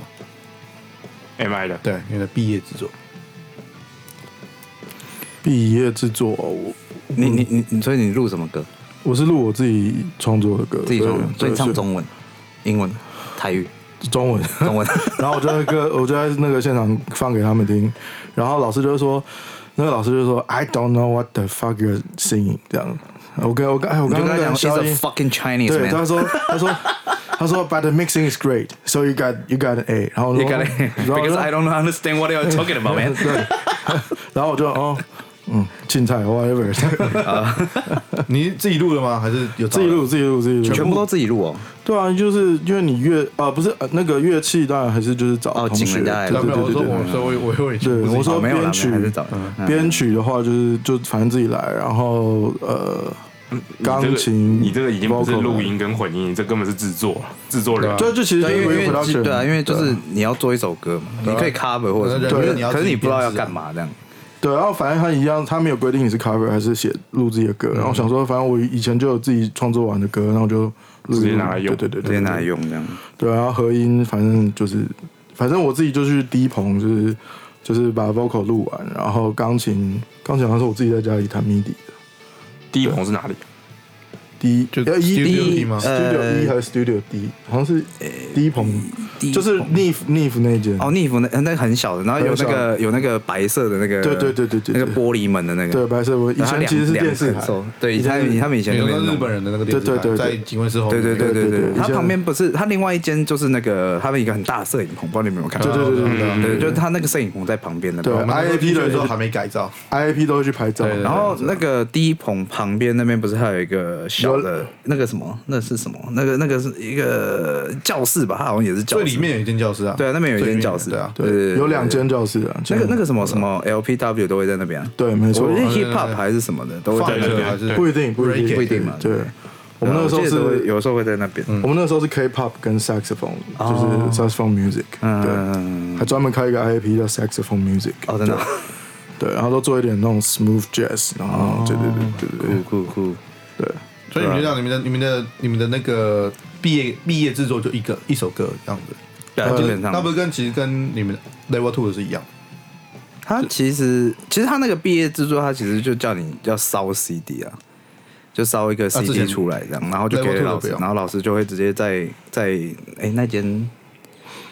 [SPEAKER 1] MI 的，
[SPEAKER 2] 对，你的毕业制作
[SPEAKER 4] 毕业制作，我
[SPEAKER 3] 你你你你，所以你录什么歌？
[SPEAKER 4] 我是录我自己创作的歌，
[SPEAKER 3] 自己
[SPEAKER 4] 对
[SPEAKER 3] 唱吗，所以
[SPEAKER 4] 对
[SPEAKER 3] 你唱中文、英文、台 语、
[SPEAKER 4] 中文。
[SPEAKER 3] 中文。
[SPEAKER 4] 然后我就在歌，我就在那个现场放给他们听，然后老师就会说，那个老师就说 I don't know what the fuck you're singing 这样。我跟我刚哎，我
[SPEAKER 3] 我就
[SPEAKER 4] 刚
[SPEAKER 3] 跟
[SPEAKER 4] 刚
[SPEAKER 3] 他
[SPEAKER 4] 那
[SPEAKER 3] 讲，It's
[SPEAKER 4] 个消
[SPEAKER 3] a
[SPEAKER 4] 音，
[SPEAKER 3] fucking Chinese
[SPEAKER 4] 对，他
[SPEAKER 3] man。
[SPEAKER 4] 说他说他说 But the mixing is great, so you got you got an A。然后我
[SPEAKER 3] You
[SPEAKER 4] 说
[SPEAKER 3] got
[SPEAKER 4] 然后我
[SPEAKER 3] because
[SPEAKER 4] 说
[SPEAKER 3] I don't understand what you're talking about, man.
[SPEAKER 4] 对，然后我就哦，嗯，青菜 whatever，
[SPEAKER 2] 你自己录的吗？还是有找
[SPEAKER 4] 自己
[SPEAKER 2] 人
[SPEAKER 4] 录？自己录自己录，
[SPEAKER 3] 全部都自己录哦。
[SPEAKER 4] 对啊，就是因为你乐啊、不是、呃那个乐器，当然还是就是找
[SPEAKER 3] 哦
[SPEAKER 4] 同
[SPEAKER 3] 请
[SPEAKER 4] 学，
[SPEAKER 3] 人家来
[SPEAKER 4] 对
[SPEAKER 2] 啊没
[SPEAKER 4] 对
[SPEAKER 2] 有，我
[SPEAKER 4] 对
[SPEAKER 2] 说
[SPEAKER 4] 对
[SPEAKER 2] 我
[SPEAKER 4] 对。
[SPEAKER 2] 说我我我也去
[SPEAKER 4] 对，我
[SPEAKER 1] 哦
[SPEAKER 4] 说
[SPEAKER 3] 没有啦
[SPEAKER 4] 编曲
[SPEAKER 3] 还是找嗯
[SPEAKER 4] 编曲的话就是就反正自己来，然后呃，
[SPEAKER 1] 嗯你这个
[SPEAKER 4] 钢琴
[SPEAKER 1] 你这个已经不是
[SPEAKER 4] vocal
[SPEAKER 1] 录音跟混音，你这根本是制作啊制作人。
[SPEAKER 4] 对，就其实
[SPEAKER 3] 对，因为因为
[SPEAKER 4] production，
[SPEAKER 3] 对啊，因为就是你要做一首歌嘛，你可以 cover 或者什么，
[SPEAKER 2] 啊对
[SPEAKER 3] 可
[SPEAKER 2] 啊
[SPEAKER 3] 是
[SPEAKER 2] 你要
[SPEAKER 3] 可是
[SPEAKER 2] 自己
[SPEAKER 3] 你不知道要
[SPEAKER 2] 编制啊
[SPEAKER 3] 干嘛这样。
[SPEAKER 4] 对，然后反正他一样，他没有规定你是 cover 还是写录自己的
[SPEAKER 1] 嗯
[SPEAKER 4] 歌，然后想说反正我以前就有自己创作完的歌，然后就录一录
[SPEAKER 1] 直接拿来用
[SPEAKER 4] 对对对
[SPEAKER 3] 直
[SPEAKER 4] 对
[SPEAKER 3] 接
[SPEAKER 4] 对
[SPEAKER 3] 拿来
[SPEAKER 4] 对，
[SPEAKER 3] 用这样。
[SPEAKER 4] 对，然后合音反正就是，反正我自己就去低棚，就是就是把 vocal 录完，然后钢琴钢琴好像是我自己在家里弹 MIDI 的。
[SPEAKER 1] 第一棚是哪里？
[SPEAKER 4] D
[SPEAKER 2] 就
[SPEAKER 4] 呃 E
[SPEAKER 2] Studio
[SPEAKER 4] D
[SPEAKER 2] D 吗
[SPEAKER 4] ？Studio
[SPEAKER 3] 呃
[SPEAKER 4] E 还是 Studio D？好像是 D 棚
[SPEAKER 3] 第一
[SPEAKER 4] 就是 n i f n i f 那一间
[SPEAKER 3] 哦，逆服那那个很小的，然后有那个有那个白色的那个，
[SPEAKER 4] 对对对对对对
[SPEAKER 3] 那个玻璃门的那个，
[SPEAKER 4] 对，白色我以
[SPEAKER 3] 然后它
[SPEAKER 4] 前
[SPEAKER 3] 两
[SPEAKER 4] 其实是电视
[SPEAKER 3] 两
[SPEAKER 4] 台，
[SPEAKER 3] 层对，他
[SPEAKER 4] 以前是
[SPEAKER 3] 他们以前
[SPEAKER 2] 你
[SPEAKER 3] 那
[SPEAKER 2] 说
[SPEAKER 3] 边弄
[SPEAKER 2] 日本人的那个电视
[SPEAKER 4] 对对
[SPEAKER 2] 台，
[SPEAKER 4] 对
[SPEAKER 2] 在
[SPEAKER 4] 对
[SPEAKER 2] 警卫室后
[SPEAKER 3] 对
[SPEAKER 2] 面那
[SPEAKER 3] 对
[SPEAKER 2] 个，
[SPEAKER 3] 对对
[SPEAKER 4] 对
[SPEAKER 3] 对
[SPEAKER 4] 对对，以
[SPEAKER 3] 它
[SPEAKER 4] 前
[SPEAKER 3] 旁边不是它另外一间就是那个他们一个很大的摄影棚，不知道你们有没有看到？
[SPEAKER 4] 对对对对对
[SPEAKER 3] 对，就是它那个摄影棚在旁边那边
[SPEAKER 4] 对。
[SPEAKER 2] 我们
[SPEAKER 4] IAP
[SPEAKER 2] 的
[SPEAKER 4] 的
[SPEAKER 2] 时候还没改造，
[SPEAKER 4] ，IAP 都会去拍照，
[SPEAKER 2] 对对
[SPEAKER 4] 然
[SPEAKER 3] 然
[SPEAKER 4] 后
[SPEAKER 3] 后那个第一棚旁边那边不是还有一个小的
[SPEAKER 4] 有
[SPEAKER 3] 那个什么？那是什么？那个那个是一个教室吧？它好像也是教
[SPEAKER 2] 最
[SPEAKER 3] 室。
[SPEAKER 2] 里面有一间教室啊，
[SPEAKER 3] 对啊，那边有一
[SPEAKER 2] 最里
[SPEAKER 3] 间教
[SPEAKER 2] 面
[SPEAKER 3] 室。
[SPEAKER 2] 对啊，
[SPEAKER 3] 对对，对
[SPEAKER 4] 有两。间教室啊，
[SPEAKER 3] 那个那
[SPEAKER 4] 个
[SPEAKER 3] 个什么什么 LPW 都会在那边啊。
[SPEAKER 4] 对，没错
[SPEAKER 3] 我，觉得
[SPEAKER 2] 对对
[SPEAKER 3] hip
[SPEAKER 2] 对
[SPEAKER 3] hop 还是什么的都会在
[SPEAKER 2] 放
[SPEAKER 3] 那边。
[SPEAKER 2] 着还是
[SPEAKER 4] 不一定不一定
[SPEAKER 2] Reggae
[SPEAKER 3] 不一定嘛
[SPEAKER 4] 对，我们那个时候
[SPEAKER 3] 记得都会
[SPEAKER 4] 是，
[SPEAKER 3] 有时候会在那边。
[SPEAKER 2] 嗯
[SPEAKER 4] 我们那个时候是 K-pop 跟 saxophone，就是 saxophone music，对，
[SPEAKER 3] 哦嗯，
[SPEAKER 4] 还专门开一个 IAP 叫 saxophone music，
[SPEAKER 3] 哦，真的啊，
[SPEAKER 4] 对，然后都做一点那种 smooth jazz，然后
[SPEAKER 3] 哦
[SPEAKER 4] 对对对对对
[SPEAKER 3] 酷酷酷。
[SPEAKER 4] 对，
[SPEAKER 2] 所以你们就讲你们的、你们的、你们的那个毕业毕业制作就一个一首歌这样子，
[SPEAKER 3] 对啊，
[SPEAKER 2] 那
[SPEAKER 3] 基
[SPEAKER 2] 不是
[SPEAKER 3] 本上
[SPEAKER 2] 那不是跟其实跟你们 Level Two 的是一样，
[SPEAKER 3] 他其实其实他那个毕业制作，他其实就叫你要烧 CD 啊，就烧一个
[SPEAKER 2] 啊之前
[SPEAKER 3] CD 出来这样，然后就
[SPEAKER 2] Level
[SPEAKER 3] 给
[SPEAKER 2] two 的
[SPEAKER 3] 老
[SPEAKER 2] 不
[SPEAKER 3] 师，
[SPEAKER 2] 用
[SPEAKER 3] 然后老师就会直接在在哎、那间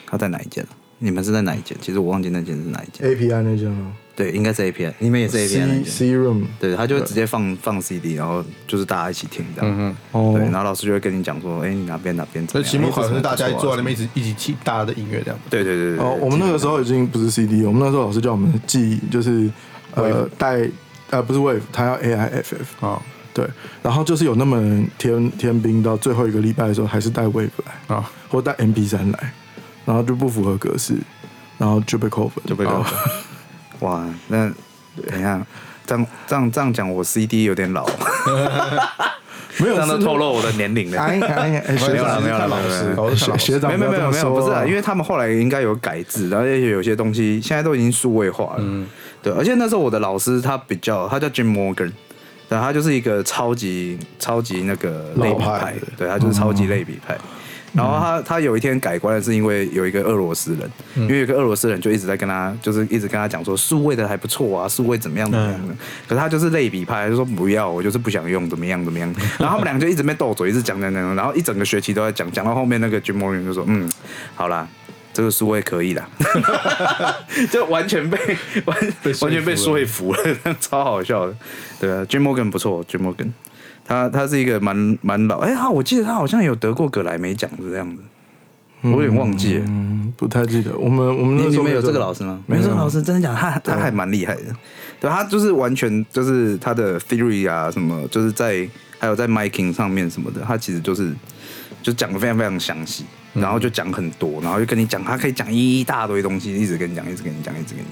[SPEAKER 3] 他在哪一间啊？你们是在哪一间？其实我忘记那间是哪一间。
[SPEAKER 4] API 那间吗
[SPEAKER 3] 对，应该是 A P I，你们也是 A P I 那
[SPEAKER 4] ？C
[SPEAKER 3] 间。
[SPEAKER 4] C room，
[SPEAKER 3] 对，他就会直接放放 CD，然后就是大家一起听这样。嗯
[SPEAKER 4] 哦
[SPEAKER 3] 对，然后老师就会跟你讲说，哎、你哪边哪边怎
[SPEAKER 2] 所
[SPEAKER 3] 么
[SPEAKER 2] 以
[SPEAKER 3] 样。
[SPEAKER 2] 期末
[SPEAKER 3] 哎这
[SPEAKER 2] 考
[SPEAKER 3] 什么
[SPEAKER 2] 试大家
[SPEAKER 3] 不错
[SPEAKER 2] 坐
[SPEAKER 3] 啊
[SPEAKER 2] 在那边一直一起听大家的音乐这样子，
[SPEAKER 3] 对对对对对
[SPEAKER 4] 哦，我们那个时候已经不是 CD，我们那时候老师叫我们记，就是呃带呃不是 Wave，他要 AIFF，
[SPEAKER 3] 哦
[SPEAKER 2] 啊
[SPEAKER 4] 对，然后就是有那么天天兵到最后一个礼拜的时候，还是带 Wave
[SPEAKER 3] 哦
[SPEAKER 4] 来
[SPEAKER 2] 啊，
[SPEAKER 4] 或带 MP 三来，然后就不符合格式，然后就被扣分，哦
[SPEAKER 3] 就被告
[SPEAKER 4] 然后
[SPEAKER 3] 分。哇，那等一下，这样这样这样讲，我 CD 有点老，
[SPEAKER 4] 没有
[SPEAKER 3] 这样都
[SPEAKER 4] 是那
[SPEAKER 3] 透露我的年龄了。
[SPEAKER 4] 哎哎哎，学
[SPEAKER 3] 没有啦
[SPEAKER 4] 长
[SPEAKER 3] 没有啦
[SPEAKER 2] 看老
[SPEAKER 3] 没
[SPEAKER 2] 师，
[SPEAKER 3] 有
[SPEAKER 2] 老师看
[SPEAKER 4] 学
[SPEAKER 2] 老师
[SPEAKER 4] 学长
[SPEAKER 3] 没有没有没有没
[SPEAKER 4] 要这么
[SPEAKER 3] 有，
[SPEAKER 4] 说
[SPEAKER 3] 不是啊，
[SPEAKER 4] 啊
[SPEAKER 3] 因为他们后来应该有改制，然后也有些东西现在都已经数位化了。
[SPEAKER 4] 嗯
[SPEAKER 3] 对，而且那时候我的老师他比较，他叫 Jim Morgan，然后他就是一个超级超级那个类比
[SPEAKER 4] 老
[SPEAKER 3] 派
[SPEAKER 4] 派
[SPEAKER 3] 的
[SPEAKER 4] 的，
[SPEAKER 3] 对他就是超级类比派。然后他他有一天改观了，是因为有一个俄罗斯人，因为有一个俄罗斯人就一直在跟他，就是一直跟他讲说数位的还不错啊，数位怎么样怎么样的。可是他就是类比派，就说不要，我就是不想用，怎么样怎么 样。然后他们两个就一直被斗嘴，一直讲讲讲，讲然后一整个学期都在讲，讲到后面那个 Jim Morgan 就说，嗯，好啦。这个数位可以啦， 就完全被完完全被说服 了，超好笑的。对啊，Jim Morgan 不错，Jim Morgan，他他是一个蛮蛮老，哎、他我记得他好像有得过格莱美奖是这样子，我有点忘记了。
[SPEAKER 4] 嗯，不太记得我们我们
[SPEAKER 3] 你
[SPEAKER 4] 那
[SPEAKER 3] 你
[SPEAKER 4] 时候
[SPEAKER 3] 们有
[SPEAKER 4] 没
[SPEAKER 3] 这个老师吗？
[SPEAKER 4] 没
[SPEAKER 3] 没有
[SPEAKER 4] 有
[SPEAKER 3] 这个老师，真的讲他他还蛮厉害的，对他就是完全就是他的 theory 啊什么，就是在还有在 miking 上面什么的，他其实就是就讲的非常非常详细，
[SPEAKER 4] 嗯
[SPEAKER 3] 然后就讲很多，然后就跟你讲，他可以讲一大堆东西，一直跟你讲，一直跟你讲，一直跟你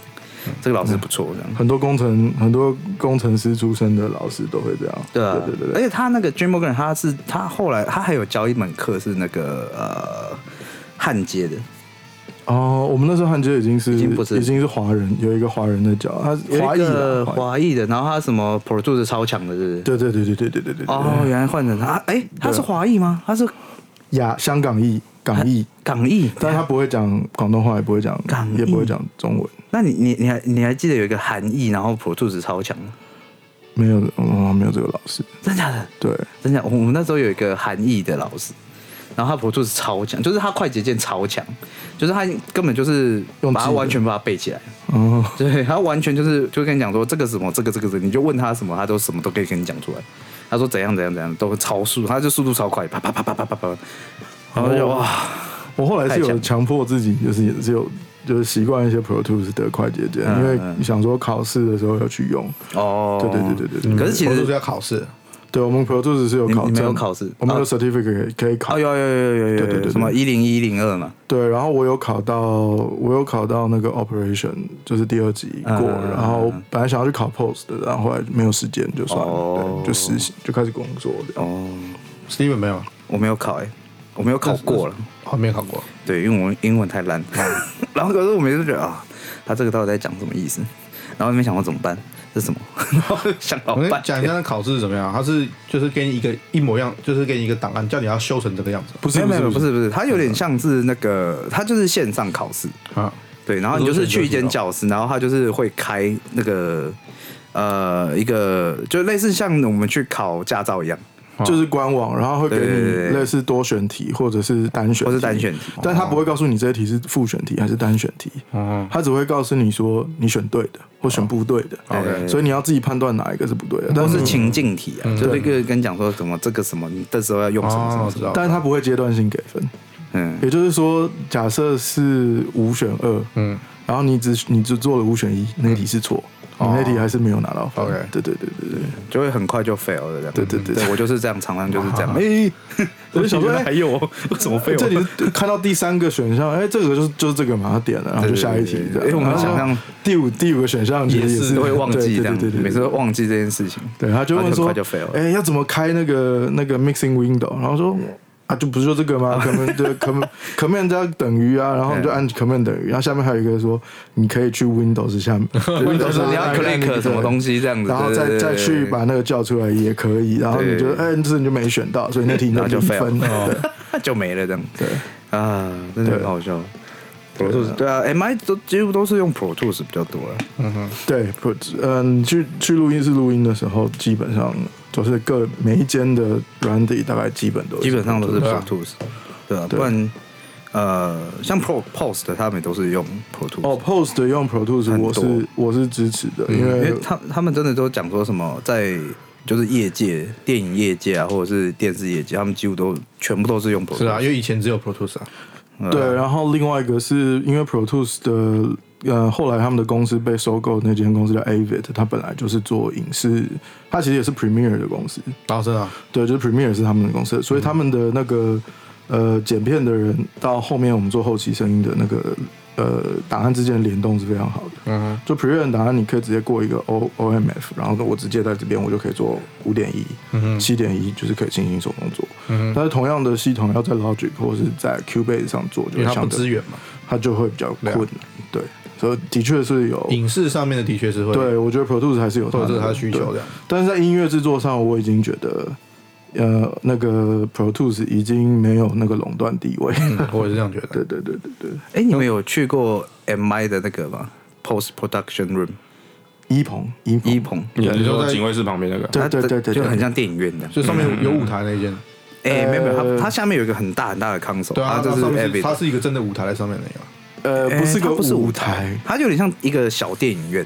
[SPEAKER 3] 讲，这个老师不错，这样。
[SPEAKER 4] 很多工程很多工程师出身的老师都会这样，
[SPEAKER 3] 对啊，
[SPEAKER 4] 对对对
[SPEAKER 3] 而
[SPEAKER 4] 对，
[SPEAKER 3] 且他那个 Jim Morgan，他是他后来他还有教一门课是那个呃焊接的，
[SPEAKER 4] 哦，我们那时候汉街已经是
[SPEAKER 3] 已经不是
[SPEAKER 4] 已经是华人，有一个华人在教，他是华裔
[SPEAKER 3] 有一个
[SPEAKER 4] 的，华裔
[SPEAKER 3] 华裔的，然后他什么 produce 超强的，是不是？
[SPEAKER 4] 对对啊对对对对对对对
[SPEAKER 3] 哦，原来换成他，哎、他是华裔吗？他是
[SPEAKER 4] 亚香港裔港裔，啊
[SPEAKER 3] 港裔。
[SPEAKER 4] 但是他不会讲广东话，也不会讲
[SPEAKER 3] 哎港裔，
[SPEAKER 4] 也不会讲中文，
[SPEAKER 3] 那你你你还你还记得有一个韩裔，然后 Pro 兔子超强吗，
[SPEAKER 4] 没有我们好像没有这个老师，
[SPEAKER 3] 真假的？
[SPEAKER 4] 对，
[SPEAKER 3] 真假的？我们那时候有一个韩裔的老师，然后他 Pro 兔子超强，就是他快捷键超强，就是他根本就是
[SPEAKER 4] 用记
[SPEAKER 3] 把
[SPEAKER 4] 的
[SPEAKER 3] 它完全把它背起来。
[SPEAKER 4] 哦，
[SPEAKER 3] 对他完全就是就跟你讲说这个什么这个这个这个，你就问他什么，他都什么都可以跟你讲出来。他说怎样怎样怎样，都超速，他就速度超快，啪啪啪啪啪啪啪，然后就
[SPEAKER 4] 哦
[SPEAKER 3] 哇，
[SPEAKER 4] 我后来是
[SPEAKER 3] 太强
[SPEAKER 4] 有强迫自己，就是也是有就是习惯一些 Pro Tools 的快捷键，因为想说考试的时候要去用。
[SPEAKER 3] 嗯哦，
[SPEAKER 4] 对对对对对对
[SPEAKER 3] 可是其
[SPEAKER 2] 我都是
[SPEAKER 3] 实
[SPEAKER 2] 要考试，
[SPEAKER 4] 对，我们 Pro Tools 是有
[SPEAKER 3] 你
[SPEAKER 4] 考
[SPEAKER 3] 你
[SPEAKER 4] 证，
[SPEAKER 3] 们有考试
[SPEAKER 4] 我们
[SPEAKER 3] 啊
[SPEAKER 4] 有 certificate 可以可以考
[SPEAKER 3] 哦，。有有有有有
[SPEAKER 4] 对对
[SPEAKER 3] 有
[SPEAKER 4] 对
[SPEAKER 3] 什么一零一零二嘛，
[SPEAKER 4] 对，然后我有考到，我有考到那个 operation，就是第二级过，
[SPEAKER 3] 嗯
[SPEAKER 4] 然后本来想要去考 post 的，然后后来没有时间就算了，
[SPEAKER 3] 哦
[SPEAKER 4] 对就实习就开始工作这样。
[SPEAKER 3] 哦，
[SPEAKER 2] Steven 没有吗，
[SPEAKER 3] 我没有考哎、我没有考过了。
[SPEAKER 2] 哦，没有考过，
[SPEAKER 3] 对，因为我英文太烂，然后可是我每次觉得啊，他这个到底在讲什么意思？然后没想到怎么办，这是什么？ 然后想老
[SPEAKER 2] 我跟你
[SPEAKER 3] 半
[SPEAKER 2] 讲
[SPEAKER 3] 天
[SPEAKER 2] 一下，那考试是怎么样，它是就是给你一个一模一样，就是给你一个档案，叫你要修成这个样子
[SPEAKER 4] 不是
[SPEAKER 3] 没有没有
[SPEAKER 4] 不
[SPEAKER 3] 不
[SPEAKER 4] 是
[SPEAKER 3] 是不是，它有点像是那个，它就是线上考试，
[SPEAKER 2] 啊，
[SPEAKER 3] 对，然后你就是去一间教室，然后它就是会开那个呃一个，就类似像我们去考驾照一样，
[SPEAKER 4] 就是官网，然后会给
[SPEAKER 3] 对对
[SPEAKER 4] 你
[SPEAKER 3] 对对
[SPEAKER 4] 类似多选题或者是单选，
[SPEAKER 3] 或是单选题哦嗯
[SPEAKER 4] 但他不会告诉你这些题是复选题还是单选题，他只会告诉你说你选对的或选不对的
[SPEAKER 3] 对
[SPEAKER 4] 所以你要自己判断哪一个是不对的。但
[SPEAKER 3] 都
[SPEAKER 4] 是
[SPEAKER 3] 哦是情境题啊，就是跟跟你讲说什么这个什么，你这时候要用什么什么什
[SPEAKER 2] 哦
[SPEAKER 3] 么，
[SPEAKER 4] 但是他不会阶段性给分，
[SPEAKER 3] 嗯，
[SPEAKER 4] 也就是说，假设是五选二，嗯，然后你只你只做了五选一，那题是错，
[SPEAKER 3] 嗯
[SPEAKER 4] 你那题还是没有拿到
[SPEAKER 3] 哦
[SPEAKER 4] 分。
[SPEAKER 2] OK
[SPEAKER 4] 对对对对对。
[SPEAKER 3] 就会很快就 fail 了这样。对
[SPEAKER 4] 对啊对
[SPEAKER 3] 我就是这样，常常就是这样。哎，
[SPEAKER 4] 我就想 说
[SPEAKER 3] 原来
[SPEAKER 4] 哎
[SPEAKER 3] 还有哦为什么 fail？
[SPEAKER 4] 这里是看到第三个选项，哎，这个就是就是这个嘛，点了，然后就下一题
[SPEAKER 3] 对对对。哎
[SPEAKER 4] 这样
[SPEAKER 3] 因为我们想象
[SPEAKER 4] 然后第五第五个选项其实
[SPEAKER 3] 也是
[SPEAKER 4] 是
[SPEAKER 3] 会忘记这
[SPEAKER 4] 对对
[SPEAKER 3] 样，
[SPEAKER 4] 对对对，
[SPEAKER 3] 每次都忘记这件事情。
[SPEAKER 4] 对，他就
[SPEAKER 3] 然后很
[SPEAKER 4] 问说
[SPEAKER 3] 快就 fail：“ 了。
[SPEAKER 4] 哎，要怎么开那个那个 mixing window？” 然后说：“啊，就不是就这 个吗？可能对，可能可能加等于啊，然后你就按可能等于，然后下面还有一个说你可以去 Windows 下面
[SPEAKER 3] Windows
[SPEAKER 4] 上
[SPEAKER 3] 你要
[SPEAKER 4] 按那个
[SPEAKER 3] click 什么东西这样子
[SPEAKER 4] 然后
[SPEAKER 3] 对
[SPEAKER 4] 再
[SPEAKER 3] 对对
[SPEAKER 4] 再去把那个叫出来也可以，然后你就
[SPEAKER 3] 对
[SPEAKER 4] 哎，这你就没选到，所以那题你
[SPEAKER 3] 然后就
[SPEAKER 4] 零
[SPEAKER 3] fail 哦
[SPEAKER 4] 分。对
[SPEAKER 3] 就没了这样。
[SPEAKER 4] 对
[SPEAKER 3] 啊，真的很
[SPEAKER 4] 对
[SPEAKER 3] 好笑。Pro Tools 对啊，MI 都几乎都是用 Pro Tools 比较多啊了。
[SPEAKER 4] 对，不，嗯，去去录音室录音的时候，基本上就是各每一间的软体大概基本都是
[SPEAKER 3] 基本上都是
[SPEAKER 2] 对啊
[SPEAKER 3] Pro Tools，对啊，
[SPEAKER 4] 对
[SPEAKER 3] 不然呃，像 Pro Post 的他们也都是用 Pro Tools，
[SPEAKER 4] 哦，Post 用 Pro
[SPEAKER 3] 很
[SPEAKER 4] Tools
[SPEAKER 3] 多
[SPEAKER 4] 我是我是支持的，因
[SPEAKER 3] 因为
[SPEAKER 4] 为
[SPEAKER 3] 他他们真的都讲说什么在就是业界电影业界啊，或者是电视业界，他们几乎都全部都是用 Pro，
[SPEAKER 2] 是啊，
[SPEAKER 3] Tools
[SPEAKER 2] 因为以前只有 Pro Tools 啊，
[SPEAKER 4] 对，然后另外一个是因为 Pro Tools 的。呃，后来他们的公司被收购，那间公司叫 Avid，它本来就是做影视，它其实也是 Premiere 的公司，
[SPEAKER 2] 然后真的啊
[SPEAKER 4] 对，就是 Premiere 是他们的公司，所以他们的那个呃剪片的人到后面我们做后期声音的那个呃档案之间的联动是非常好的。嗯，就 Premiere 的档案你可以直接过一个 O O M F，然后我直接在这边我就可以做五点
[SPEAKER 2] 嗯
[SPEAKER 4] 一、七点一，就是可以轻轻松松做。嗯，但是同样的系统要在 Logic 或是在 Cubase 上做，就
[SPEAKER 2] 因为它
[SPEAKER 4] 相
[SPEAKER 2] 不
[SPEAKER 4] 对
[SPEAKER 2] 支援嘛。
[SPEAKER 4] 它就会比较困
[SPEAKER 2] 对啊
[SPEAKER 4] 难。对，所以的确是有
[SPEAKER 2] 影视上面的的确是会，
[SPEAKER 4] 对，我觉得 Pro Tools 还是有
[SPEAKER 2] 或
[SPEAKER 4] 的
[SPEAKER 2] 者是它的需求
[SPEAKER 4] 对
[SPEAKER 2] 这样。
[SPEAKER 4] 但是在音乐制作上，我已经觉得，呃，那个 Pro Tools 已经没有那个垄断地位。
[SPEAKER 2] 嗯，我也是这样觉得。
[SPEAKER 4] 对对对对对
[SPEAKER 3] 哎、你们有去过 MI 的那个吗？Post Production Room
[SPEAKER 4] 一棚一
[SPEAKER 3] 一
[SPEAKER 4] 棚，
[SPEAKER 3] 棚，
[SPEAKER 1] 你是
[SPEAKER 2] 就
[SPEAKER 1] 说
[SPEAKER 2] 在
[SPEAKER 1] 警卫室旁边那个？
[SPEAKER 4] 对对对对，
[SPEAKER 3] 就
[SPEAKER 4] 对
[SPEAKER 3] 很。像电影院的。
[SPEAKER 2] 就上面有舞台那一间，
[SPEAKER 3] 哎、没有没有，
[SPEAKER 4] 呃
[SPEAKER 3] 它它下面有一个很大很大的 console，
[SPEAKER 2] 对啊，
[SPEAKER 3] 这
[SPEAKER 2] 它
[SPEAKER 3] 是
[SPEAKER 2] 上面
[SPEAKER 3] Avid，
[SPEAKER 2] 它是一个真的舞台在上面那个。
[SPEAKER 4] 呃，
[SPEAKER 3] 哎
[SPEAKER 4] 不是个
[SPEAKER 3] 它不是
[SPEAKER 4] 舞
[SPEAKER 3] 舞
[SPEAKER 4] 台
[SPEAKER 3] 台，，它就有点像一个小电影院，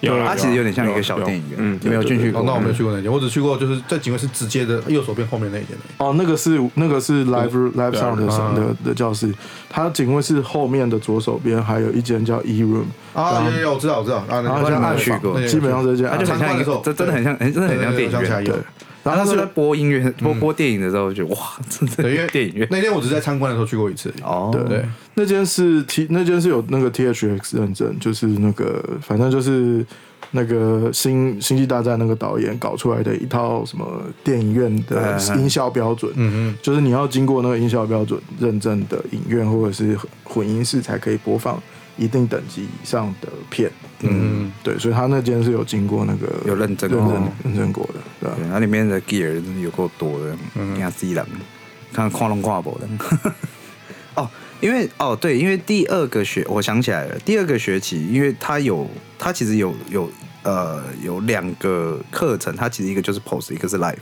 [SPEAKER 1] 有啦
[SPEAKER 3] 它
[SPEAKER 1] 有
[SPEAKER 3] 其实
[SPEAKER 1] 啦
[SPEAKER 3] 有点像一个小
[SPEAKER 1] 有
[SPEAKER 3] 电影院，
[SPEAKER 1] 嗯
[SPEAKER 3] 你没有进去过？
[SPEAKER 2] 哦，那我没有去过那间，我只去过就是在警卫室直接的右手边后面那一间而已。
[SPEAKER 4] 哦，那个是那个是 live live
[SPEAKER 1] 对啊
[SPEAKER 4] sound 的
[SPEAKER 2] 啊
[SPEAKER 4] 的的教室，它警卫室后面的左手边还有一间叫 E room，
[SPEAKER 2] 啊，有有有，我知道我知道啊，
[SPEAKER 4] 然
[SPEAKER 2] 那
[SPEAKER 4] 后
[SPEAKER 2] 个
[SPEAKER 4] 像
[SPEAKER 2] 暗
[SPEAKER 4] 暗
[SPEAKER 2] 访
[SPEAKER 3] 去过
[SPEAKER 2] 那个
[SPEAKER 4] 基本上是这样
[SPEAKER 3] 它就很像一个，这真的很像，很真的很像电影
[SPEAKER 2] 对对对我想起来
[SPEAKER 3] 院。
[SPEAKER 2] 有
[SPEAKER 4] 对。
[SPEAKER 3] 然
[SPEAKER 4] 然
[SPEAKER 3] 后那时
[SPEAKER 4] 后它
[SPEAKER 3] 候在
[SPEAKER 4] 是
[SPEAKER 3] 播音乐、播播电影的时候就，哇，真的
[SPEAKER 2] 对，因为
[SPEAKER 3] 电影院
[SPEAKER 2] 那天我只是在参观的时候去过一次。
[SPEAKER 3] 哦，
[SPEAKER 2] 对，
[SPEAKER 4] 那间是 T，那间是有那个 THX 认证，就是那个反正就是那个星星际大战那个导演搞出来的一套什么电影院的
[SPEAKER 3] 嗯嗯
[SPEAKER 4] 音效标准，
[SPEAKER 2] 嗯嗯，
[SPEAKER 4] 就是你要经过那个音效标准认证的影院或者是混音室才可以播放一定等级以上的片。嗯，对，所以他那间是有经过那个
[SPEAKER 3] 有认证
[SPEAKER 4] 认证、
[SPEAKER 3] 哦
[SPEAKER 4] 认证过的，对吧、啊
[SPEAKER 3] 对，它里面的 gear 真的有够多的，你看 C 人，看跨龙跨博的。 哦，因为哦对，因为第二个学我想起来了，第二个学期，因为它有它其实有有呃有两个课程，它其实一个就是 post，一个是 live，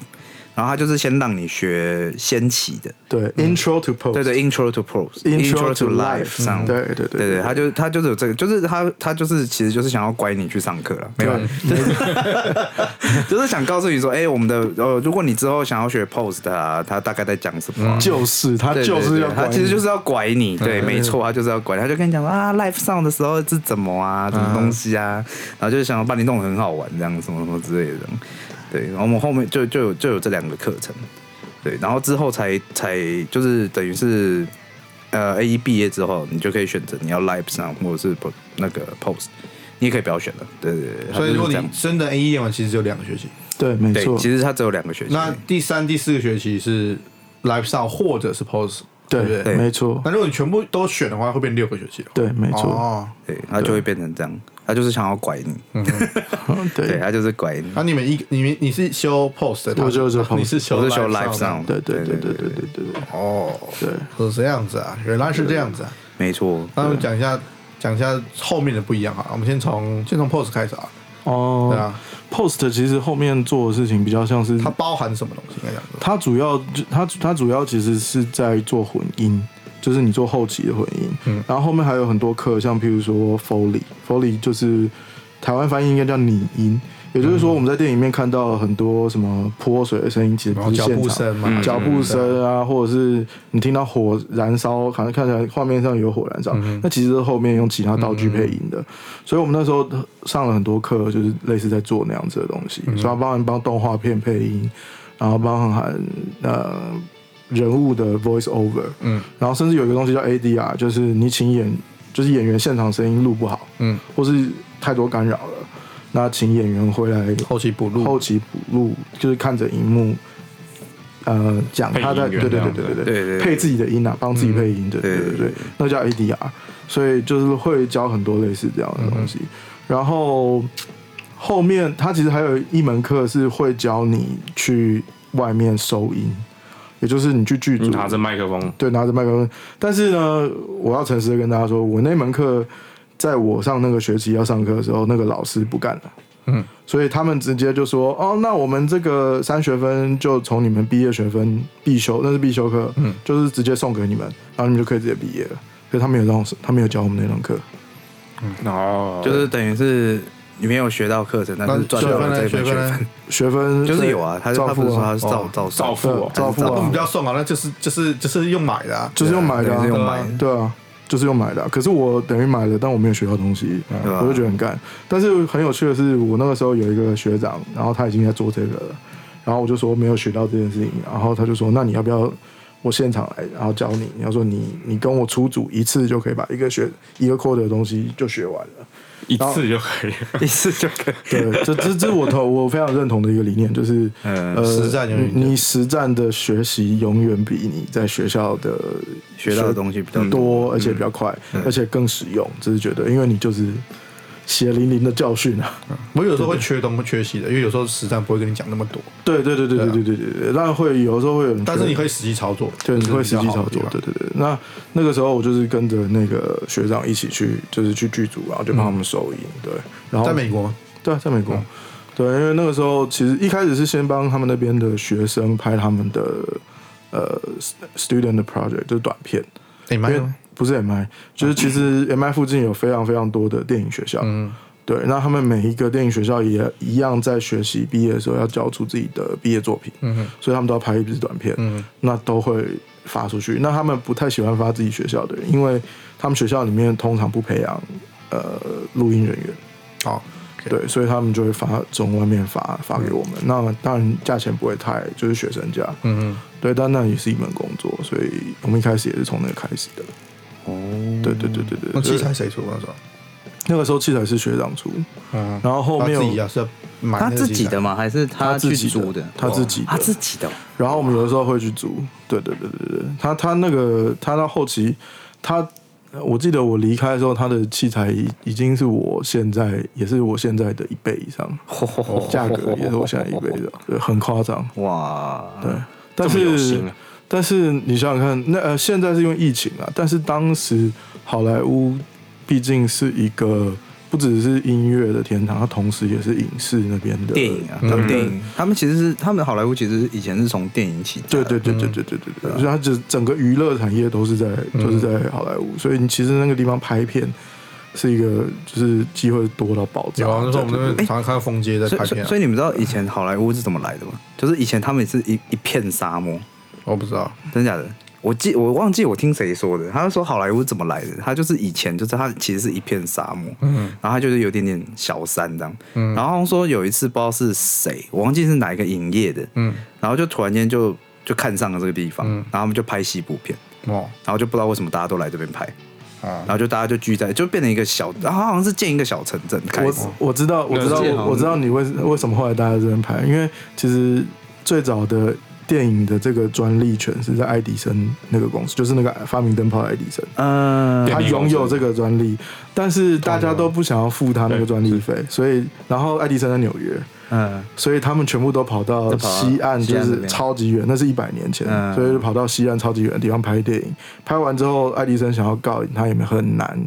[SPEAKER 3] 然后它就是先让你学先期的，
[SPEAKER 4] 对、i n t r o to Post，
[SPEAKER 3] 对对，Intro to Pros、
[SPEAKER 4] Intro
[SPEAKER 3] to
[SPEAKER 4] to
[SPEAKER 3] Life
[SPEAKER 4] Life
[SPEAKER 3] 上，
[SPEAKER 4] 嗯对对对
[SPEAKER 3] 对对，
[SPEAKER 4] 对
[SPEAKER 3] 他就他就是有这个，就是他他就是其实就是想要拐你去上课了，没有啊， 就是想告诉你说，哎，我们的呃，如果你之后想要学 Post 啊，他大概在讲什么。啊
[SPEAKER 4] 就是他
[SPEAKER 3] 对对
[SPEAKER 4] 就是
[SPEAKER 3] 对
[SPEAKER 4] 要
[SPEAKER 3] 他
[SPEAKER 4] 管
[SPEAKER 3] 其实
[SPEAKER 4] 你
[SPEAKER 3] 就是要拐你，对，没错，他就是要拐你，他就跟你讲说啊，live 上的时候是怎么啊，什么东西啊，然后就是想要把你弄得很好玩，这样什么什么之类的，对，然后我们后面就就有就有这两个课程，对，然后之后才才就是等于是呃 A 一毕业之后，你就可以选择你要 live 上或者是不那个 post，你也可以不要选了，对对对，
[SPEAKER 2] 所以如果
[SPEAKER 3] 它就是这
[SPEAKER 2] 你
[SPEAKER 3] 样
[SPEAKER 2] 真的 A 一念完，其实只有两个学期。
[SPEAKER 4] 对，没错
[SPEAKER 3] 对，，其实它只有两个学期，
[SPEAKER 2] 那第三、第四个学期是 lifestyle 或者是 pose，对不
[SPEAKER 4] 对，
[SPEAKER 2] 对？
[SPEAKER 4] 没错
[SPEAKER 2] 那，如果你全部都选的话，会变六个学期了。
[SPEAKER 4] 对，没错。
[SPEAKER 2] 哦，
[SPEAKER 3] 对，它就会变成这样，它就是想要拐你，对，啊
[SPEAKER 4] 对
[SPEAKER 3] 它就是拐你。
[SPEAKER 2] 那你们一你们你是修 pose 的，
[SPEAKER 4] 我就是
[SPEAKER 2] 你是修
[SPEAKER 3] 我是修
[SPEAKER 2] live
[SPEAKER 3] live 上，
[SPEAKER 4] 对对对对对对对
[SPEAKER 3] 啊
[SPEAKER 4] 对
[SPEAKER 2] 哦，
[SPEAKER 4] 对，
[SPEAKER 2] 是这样子啊，原来是这样子啊。
[SPEAKER 3] 没错。
[SPEAKER 2] 那我们讲一下讲一下后面的不一样啊。我们先从先从 pose 开始啊。
[SPEAKER 4] 哦，
[SPEAKER 2] 对啊。
[SPEAKER 4] Post 其实后面做的事情比较像是
[SPEAKER 2] 它包含什么东西？应该讲说，
[SPEAKER 4] 它主要它它主要其实是在做混音，就是你做后期的混音。嗯，然后后面还有很多课，像譬如说 Foley，Foley 就是台湾翻译应该叫拟音。也就是
[SPEAKER 2] 嗯
[SPEAKER 4] 说，我们在电影里面看到很多什么泼水的声音，其实
[SPEAKER 2] 然
[SPEAKER 4] 不
[SPEAKER 2] 后
[SPEAKER 4] 是
[SPEAKER 2] 脚
[SPEAKER 4] 现
[SPEAKER 2] 步
[SPEAKER 4] 场嗯
[SPEAKER 2] 声嘛，嗯
[SPEAKER 4] 脚步声啊，或者是你听到火燃烧，好像看起来画面上有火燃烧，那其实是后面用其他道具配音的。所以我们那时候上了很多课，就是类似在做那样子的东西，所以要帮人帮动画片配音，然后帮含呃人物的 voice over，
[SPEAKER 2] 嗯
[SPEAKER 4] 然后甚至有一个东西叫 ADR，就是你请演就是演员现场声音录不好，
[SPEAKER 2] 嗯，
[SPEAKER 4] 或是太多干扰了，那请演员回来
[SPEAKER 2] 后期补录，
[SPEAKER 4] 后期补录，就是看着荧幕，呃，讲他在
[SPEAKER 1] 配音员
[SPEAKER 4] 对对
[SPEAKER 1] 这
[SPEAKER 4] 对对
[SPEAKER 1] 样
[SPEAKER 4] 对
[SPEAKER 3] 对对对嗯
[SPEAKER 4] 配自己的音啊，帮自己配音，对对对
[SPEAKER 3] 对
[SPEAKER 4] 对，那叫 ADR，所以就是会教很多类似这样的东
[SPEAKER 3] 嗯
[SPEAKER 4] 西。然后后面他其实还有一门课是会教你去外面收音，也就是你去
[SPEAKER 3] 嗯
[SPEAKER 4] 剧组
[SPEAKER 1] 拿着麦克风，
[SPEAKER 4] 对，拿着麦克风。但是呢，我要诚实的跟大家说，我那门课在我上那个学期要上课的时候，那个老师不干了。
[SPEAKER 2] 嗯，
[SPEAKER 4] 所以他们直接就说：“哦，那我们这个三学分就从你们毕业学分必修，那是必修课，嗯，就是直接送给你们，然后你们就可以直接毕业了。”可是他没有让我，他没有教我们那堂课，
[SPEAKER 1] 然后
[SPEAKER 3] 就是等于是你没有学到课程，但
[SPEAKER 2] 那
[SPEAKER 3] 是赚
[SPEAKER 2] 学
[SPEAKER 3] 到
[SPEAKER 2] 分
[SPEAKER 3] 了这
[SPEAKER 2] 呢？
[SPEAKER 3] 一
[SPEAKER 2] 学
[SPEAKER 3] 门学
[SPEAKER 2] 分呢
[SPEAKER 3] 分，？
[SPEAKER 4] 学分
[SPEAKER 3] 就是有啊，他就
[SPEAKER 4] 照
[SPEAKER 3] 他不
[SPEAKER 4] 付
[SPEAKER 3] 是说他
[SPEAKER 4] 啊
[SPEAKER 3] 是，照照
[SPEAKER 1] 照付哦
[SPEAKER 4] 照付
[SPEAKER 2] 我
[SPEAKER 4] 啊
[SPEAKER 2] 们不，要送啊，那就是就是就是用买的啊，
[SPEAKER 4] 就是用买的、啊，
[SPEAKER 3] 对是用买的
[SPEAKER 4] 对啊，就是用买的啊、可是我等于买了，但我没有学到东西，
[SPEAKER 3] 对啊吧
[SPEAKER 4] 我就觉得很干。但是很有趣的是，我那个时候有一个学长，然后他已经在做这个了，然后我就说没有学到这件事情，然后他就说，那你要不要我现场来，然后教你？然后说你你跟我出组一次就可以把一个学一个 code 的东西就学完 了。
[SPEAKER 1] 一次就可以了。
[SPEAKER 3] 一次就可以。
[SPEAKER 4] 对，这这这是我头我非常认同的一个理念，就是、
[SPEAKER 3] 嗯
[SPEAKER 4] 呃，
[SPEAKER 2] 实战永远
[SPEAKER 4] 你你实战的学习永远比你在学校的
[SPEAKER 3] 学到的东西比较
[SPEAKER 2] 嗯
[SPEAKER 4] 多，而且比较快，而且更实用。这是觉得，因为你就是血淋淋的教训啊。
[SPEAKER 2] 我有时候会缺东缺西的，因为有时候实战不会跟你讲那么多，
[SPEAKER 4] 对对对对对对对对对，但会有时候会有人觉得，
[SPEAKER 2] 但是你可以实际操作，
[SPEAKER 4] 对，你
[SPEAKER 2] 这是
[SPEAKER 4] 会
[SPEAKER 2] 比
[SPEAKER 4] 实
[SPEAKER 2] 较
[SPEAKER 4] 际
[SPEAKER 2] 好
[SPEAKER 4] 操
[SPEAKER 2] 的地
[SPEAKER 4] 作，
[SPEAKER 2] 方
[SPEAKER 4] 对对对。那那个时候我就是跟着那个学长一起去，就是去剧组，然后就帮他们收银，对。
[SPEAKER 3] 哦
[SPEAKER 4] 然后
[SPEAKER 2] 嗯在美国嗯吗，
[SPEAKER 4] 对啊，在美国。对，因为那个时候其实一开始是先帮他们那边的学生拍他们的呃 student 的 project，就是短片，
[SPEAKER 2] 你
[SPEAKER 4] 因
[SPEAKER 2] 买
[SPEAKER 4] 为不是 MI，就是其实 MI 附近有非常非常多的电影学校，
[SPEAKER 2] 嗯
[SPEAKER 4] 对，那他们每一个电影学校也一样在学习毕业的时候要交出自己的毕业作品，
[SPEAKER 2] 嗯哼
[SPEAKER 4] 所以他们都要拍一支短片，
[SPEAKER 2] 嗯
[SPEAKER 4] 那都会发出去。那他们不太喜欢发自己学校的人，因为他们学校里面通常不培养呃录音人员，
[SPEAKER 2] 好，
[SPEAKER 4] 对，所以他们就会发从外面发发给我们。那当然价钱不会太，就是学生价，
[SPEAKER 2] 嗯嗯，
[SPEAKER 4] 对，但那也是一门工作，所以我们一开始也是从那个开始的。
[SPEAKER 3] 哦，
[SPEAKER 4] 对对对对对，
[SPEAKER 2] 那器
[SPEAKER 4] 对
[SPEAKER 2] 材谁出那时候？
[SPEAKER 4] 那个时候器材是学长出，
[SPEAKER 2] 嗯，
[SPEAKER 4] 然后后面
[SPEAKER 2] 他自
[SPEAKER 4] 有
[SPEAKER 2] 己啊是要买
[SPEAKER 3] 他
[SPEAKER 2] 那个
[SPEAKER 3] 自己
[SPEAKER 2] 器材
[SPEAKER 3] 的吗？还是
[SPEAKER 4] 他自
[SPEAKER 3] 去
[SPEAKER 4] 己
[SPEAKER 3] 租
[SPEAKER 4] 的，他自己
[SPEAKER 3] 他自
[SPEAKER 4] 的。
[SPEAKER 3] 己的哦，
[SPEAKER 4] 然后我们有的时候会去租，对对对对对，他他那个他到后期，他我记得我离开的时候，他的器材已已经是我现在也是我现在的一倍以上，
[SPEAKER 2] 哦
[SPEAKER 4] 哦价格也是我现在一倍的，对，很夸张。
[SPEAKER 3] 哇，
[SPEAKER 4] 对，但
[SPEAKER 1] 这么有
[SPEAKER 4] 是
[SPEAKER 1] 心啊
[SPEAKER 4] 但是你想想看，那呃现在是因为疫情啊，但是当时好莱坞毕竟是一个不只是音乐的天堂，它同时也是影视那边的
[SPEAKER 3] 电影啊，他们电影，他们其实是他们好莱坞其实以前是从电影起家
[SPEAKER 4] 对
[SPEAKER 3] 的，
[SPEAKER 4] 对对对对对对
[SPEAKER 1] 嗯
[SPEAKER 4] 对，所以它整整个娱乐产业都是在就是在好莱坞，所以你其实那个地方拍片是一个就是机会多到爆炸。
[SPEAKER 2] 有啊，那时候我们那
[SPEAKER 4] 对对
[SPEAKER 2] 边常常看到风街在
[SPEAKER 3] 所以
[SPEAKER 2] 拍
[SPEAKER 3] 所以
[SPEAKER 2] 片啊
[SPEAKER 3] 所，以你们知道以前好莱坞是怎么来的吗？就是以前他们是一一片沙漠，
[SPEAKER 2] 我不知道，
[SPEAKER 3] 真假的？我记我忘记我听谁说的，他就说好莱坞怎么来的？他就是以前就是他其实是一片沙漠，嗯，然后他就是有点点小山这样，嗯，然后好像说有一次不知道是谁，我忘记是哪一个影业的，
[SPEAKER 2] 嗯，
[SPEAKER 3] 然后就突然间就就看上了这个地
[SPEAKER 4] 嗯
[SPEAKER 3] 方，然后他们就拍西部片，
[SPEAKER 2] 哦
[SPEAKER 3] 然后就不知道为什么大家都来这边拍，
[SPEAKER 2] 啊
[SPEAKER 3] 然，后就大家就聚在，就变成一个小，然后好像是建一个小城镇开始，
[SPEAKER 4] 我我知道，我知道
[SPEAKER 3] 了解好，
[SPEAKER 4] 我知道你为为什么后来大家在这边拍，因为其实最早的电影的这个专利权是在爱迪生那个公司，就是那个发明灯泡的爱迪生，
[SPEAKER 3] 嗯，
[SPEAKER 4] 他
[SPEAKER 1] 电力公
[SPEAKER 4] 拥
[SPEAKER 1] 司
[SPEAKER 4] 有这个专利，但是大家都不想要付他那个专利费，所以然后爱迪生在纽约，
[SPEAKER 3] 嗯，
[SPEAKER 4] 所以他们全部都跑到
[SPEAKER 3] 都跑到
[SPEAKER 4] 西岸，就
[SPEAKER 3] 西岸那
[SPEAKER 4] 是
[SPEAKER 3] 边
[SPEAKER 4] 超级远，那是一百年前，
[SPEAKER 3] 嗯
[SPEAKER 4] 所以就跑到西岸超级远的地方拍电影。拍完之后，爱迪生想要告赢他也没很难，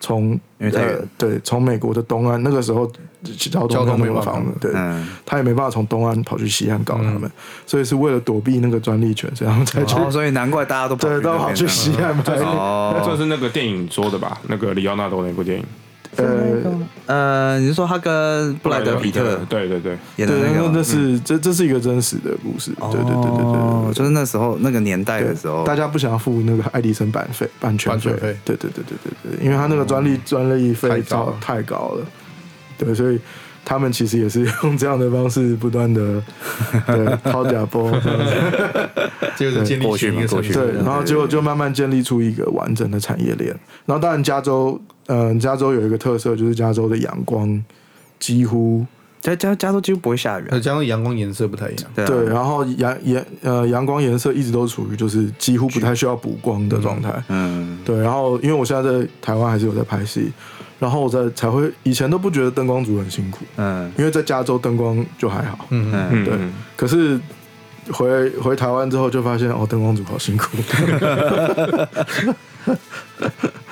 [SPEAKER 4] 从
[SPEAKER 3] 因为太远
[SPEAKER 4] 呃对，从美国的东岸那个时候交
[SPEAKER 2] 交
[SPEAKER 4] 通
[SPEAKER 2] 通
[SPEAKER 4] 没
[SPEAKER 2] 没有
[SPEAKER 4] 有办
[SPEAKER 2] 办
[SPEAKER 4] 法
[SPEAKER 2] 法
[SPEAKER 4] 防的，对，
[SPEAKER 3] 嗯
[SPEAKER 4] 他也没办法从东岸跑去西岸搞他们，所以是为了躲避那个专利权，所以他们才去、
[SPEAKER 3] 哦，所以难怪大家都跑
[SPEAKER 4] 对，
[SPEAKER 3] 去那
[SPEAKER 4] 都跑
[SPEAKER 3] 边哦
[SPEAKER 4] 去
[SPEAKER 3] 这样
[SPEAKER 4] 西岸买。
[SPEAKER 1] 这
[SPEAKER 3] 哦，
[SPEAKER 1] 是那个电影说的吧？那个里奥纳多那部电影，
[SPEAKER 4] 呃，
[SPEAKER 3] 呃，你是说他跟布莱德皮特
[SPEAKER 1] 对对对，
[SPEAKER 3] 演的
[SPEAKER 4] 对，
[SPEAKER 3] 那
[SPEAKER 4] 那
[SPEAKER 3] 个吗？
[SPEAKER 4] 那是这这是一个真实的故事，对对对对对
[SPEAKER 3] 哦
[SPEAKER 4] 对，
[SPEAKER 3] 就是那时候那个年代的时候，
[SPEAKER 4] 大家不想要付那个爱迪生版费、版权
[SPEAKER 2] 版
[SPEAKER 4] 费
[SPEAKER 2] 权费，
[SPEAKER 4] 对对对对对对，因为他那个专利专利费
[SPEAKER 2] 太高
[SPEAKER 4] 超
[SPEAKER 2] 了
[SPEAKER 4] 太高了，对，所以他们其实也是用这样的方式不断的对掏假包，
[SPEAKER 2] 这个是建立
[SPEAKER 3] 过去
[SPEAKER 2] 起
[SPEAKER 3] 嘛
[SPEAKER 2] 一个
[SPEAKER 3] 过去
[SPEAKER 2] 程序。
[SPEAKER 4] 对，然后结果就慢慢建立出一个完整的产业链。然后当然加州，嗯、加州有一个特色就是加州的阳光几乎
[SPEAKER 3] 加加加州几乎不会下雨啊
[SPEAKER 2] 呃，，加上阳光颜色不太一样，
[SPEAKER 3] 对啊
[SPEAKER 4] 对，然后阳颜呃阳光颜色一直都处于就是几乎不太需要补光的状态。
[SPEAKER 3] 嗯，
[SPEAKER 4] 对，然后因为我现在在台湾还是有在拍戏，然后我在才会以前都不觉得灯光组很辛苦，
[SPEAKER 3] 嗯
[SPEAKER 4] 因为在加州灯光就还好。
[SPEAKER 2] 嗯，
[SPEAKER 3] 嗯
[SPEAKER 1] 嗯，
[SPEAKER 4] 对
[SPEAKER 1] 嗯
[SPEAKER 4] 可是回回台湾之后就发现哦，灯光组好辛苦。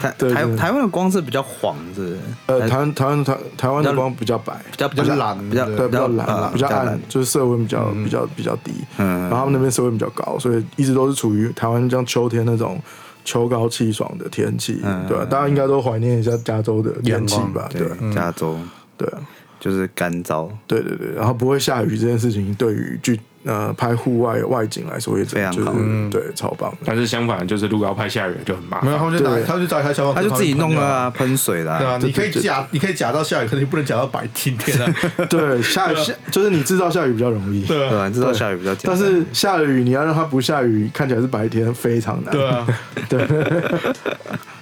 [SPEAKER 3] 台
[SPEAKER 4] 对
[SPEAKER 3] 台
[SPEAKER 4] 对
[SPEAKER 3] 台湾的光是比较黄，是不是
[SPEAKER 4] 呃，
[SPEAKER 3] 还
[SPEAKER 4] 台湾台湾台台湾的
[SPEAKER 3] 比较
[SPEAKER 4] 光比较白，
[SPEAKER 3] 比较
[SPEAKER 2] 比较蓝
[SPEAKER 3] 比较
[SPEAKER 2] 对
[SPEAKER 4] 对，比较蓝啊
[SPEAKER 3] 呃
[SPEAKER 4] 啦，比较暗，就是色温比较、比较比较低。
[SPEAKER 3] 嗯
[SPEAKER 4] 然后他们那边色温比较高，所以一直都是处于台湾像秋天那种秋高气爽的天气，
[SPEAKER 3] 嗯
[SPEAKER 4] 对吧、啊大家应该都怀念一下加州的天气吧？对
[SPEAKER 3] 对，加州
[SPEAKER 4] 对啊
[SPEAKER 3] 就是干燥，
[SPEAKER 4] 对对对，然后不会下雨这件事情，对于剧呃拍户外外景来说也
[SPEAKER 3] 非常
[SPEAKER 4] 就是
[SPEAKER 3] 好
[SPEAKER 2] 嗯
[SPEAKER 4] 对，超棒的。
[SPEAKER 1] 但是相反，就是如果要拍下雨就很麻
[SPEAKER 2] 没有，他
[SPEAKER 1] 烦。
[SPEAKER 2] 们就打，
[SPEAKER 4] 对
[SPEAKER 2] 他们就找一台消防
[SPEAKER 3] 他
[SPEAKER 2] 车，
[SPEAKER 3] 就自己弄了
[SPEAKER 2] 啊。
[SPEAKER 3] 啊，喷水啦，
[SPEAKER 2] 对啊，你可以
[SPEAKER 4] 对对
[SPEAKER 2] 假，你可以假到下雨，可是你不能假到白天 天啊。
[SPEAKER 4] 对，下雨下就是你制造下雨比较容易，
[SPEAKER 2] 对
[SPEAKER 3] 对
[SPEAKER 2] 啊，
[SPEAKER 3] 啊，知道下雨比较简
[SPEAKER 4] 但
[SPEAKER 3] 单，
[SPEAKER 4] 是下了雨你要让它不下雨，看起来是白天非常难。
[SPEAKER 2] 对啊，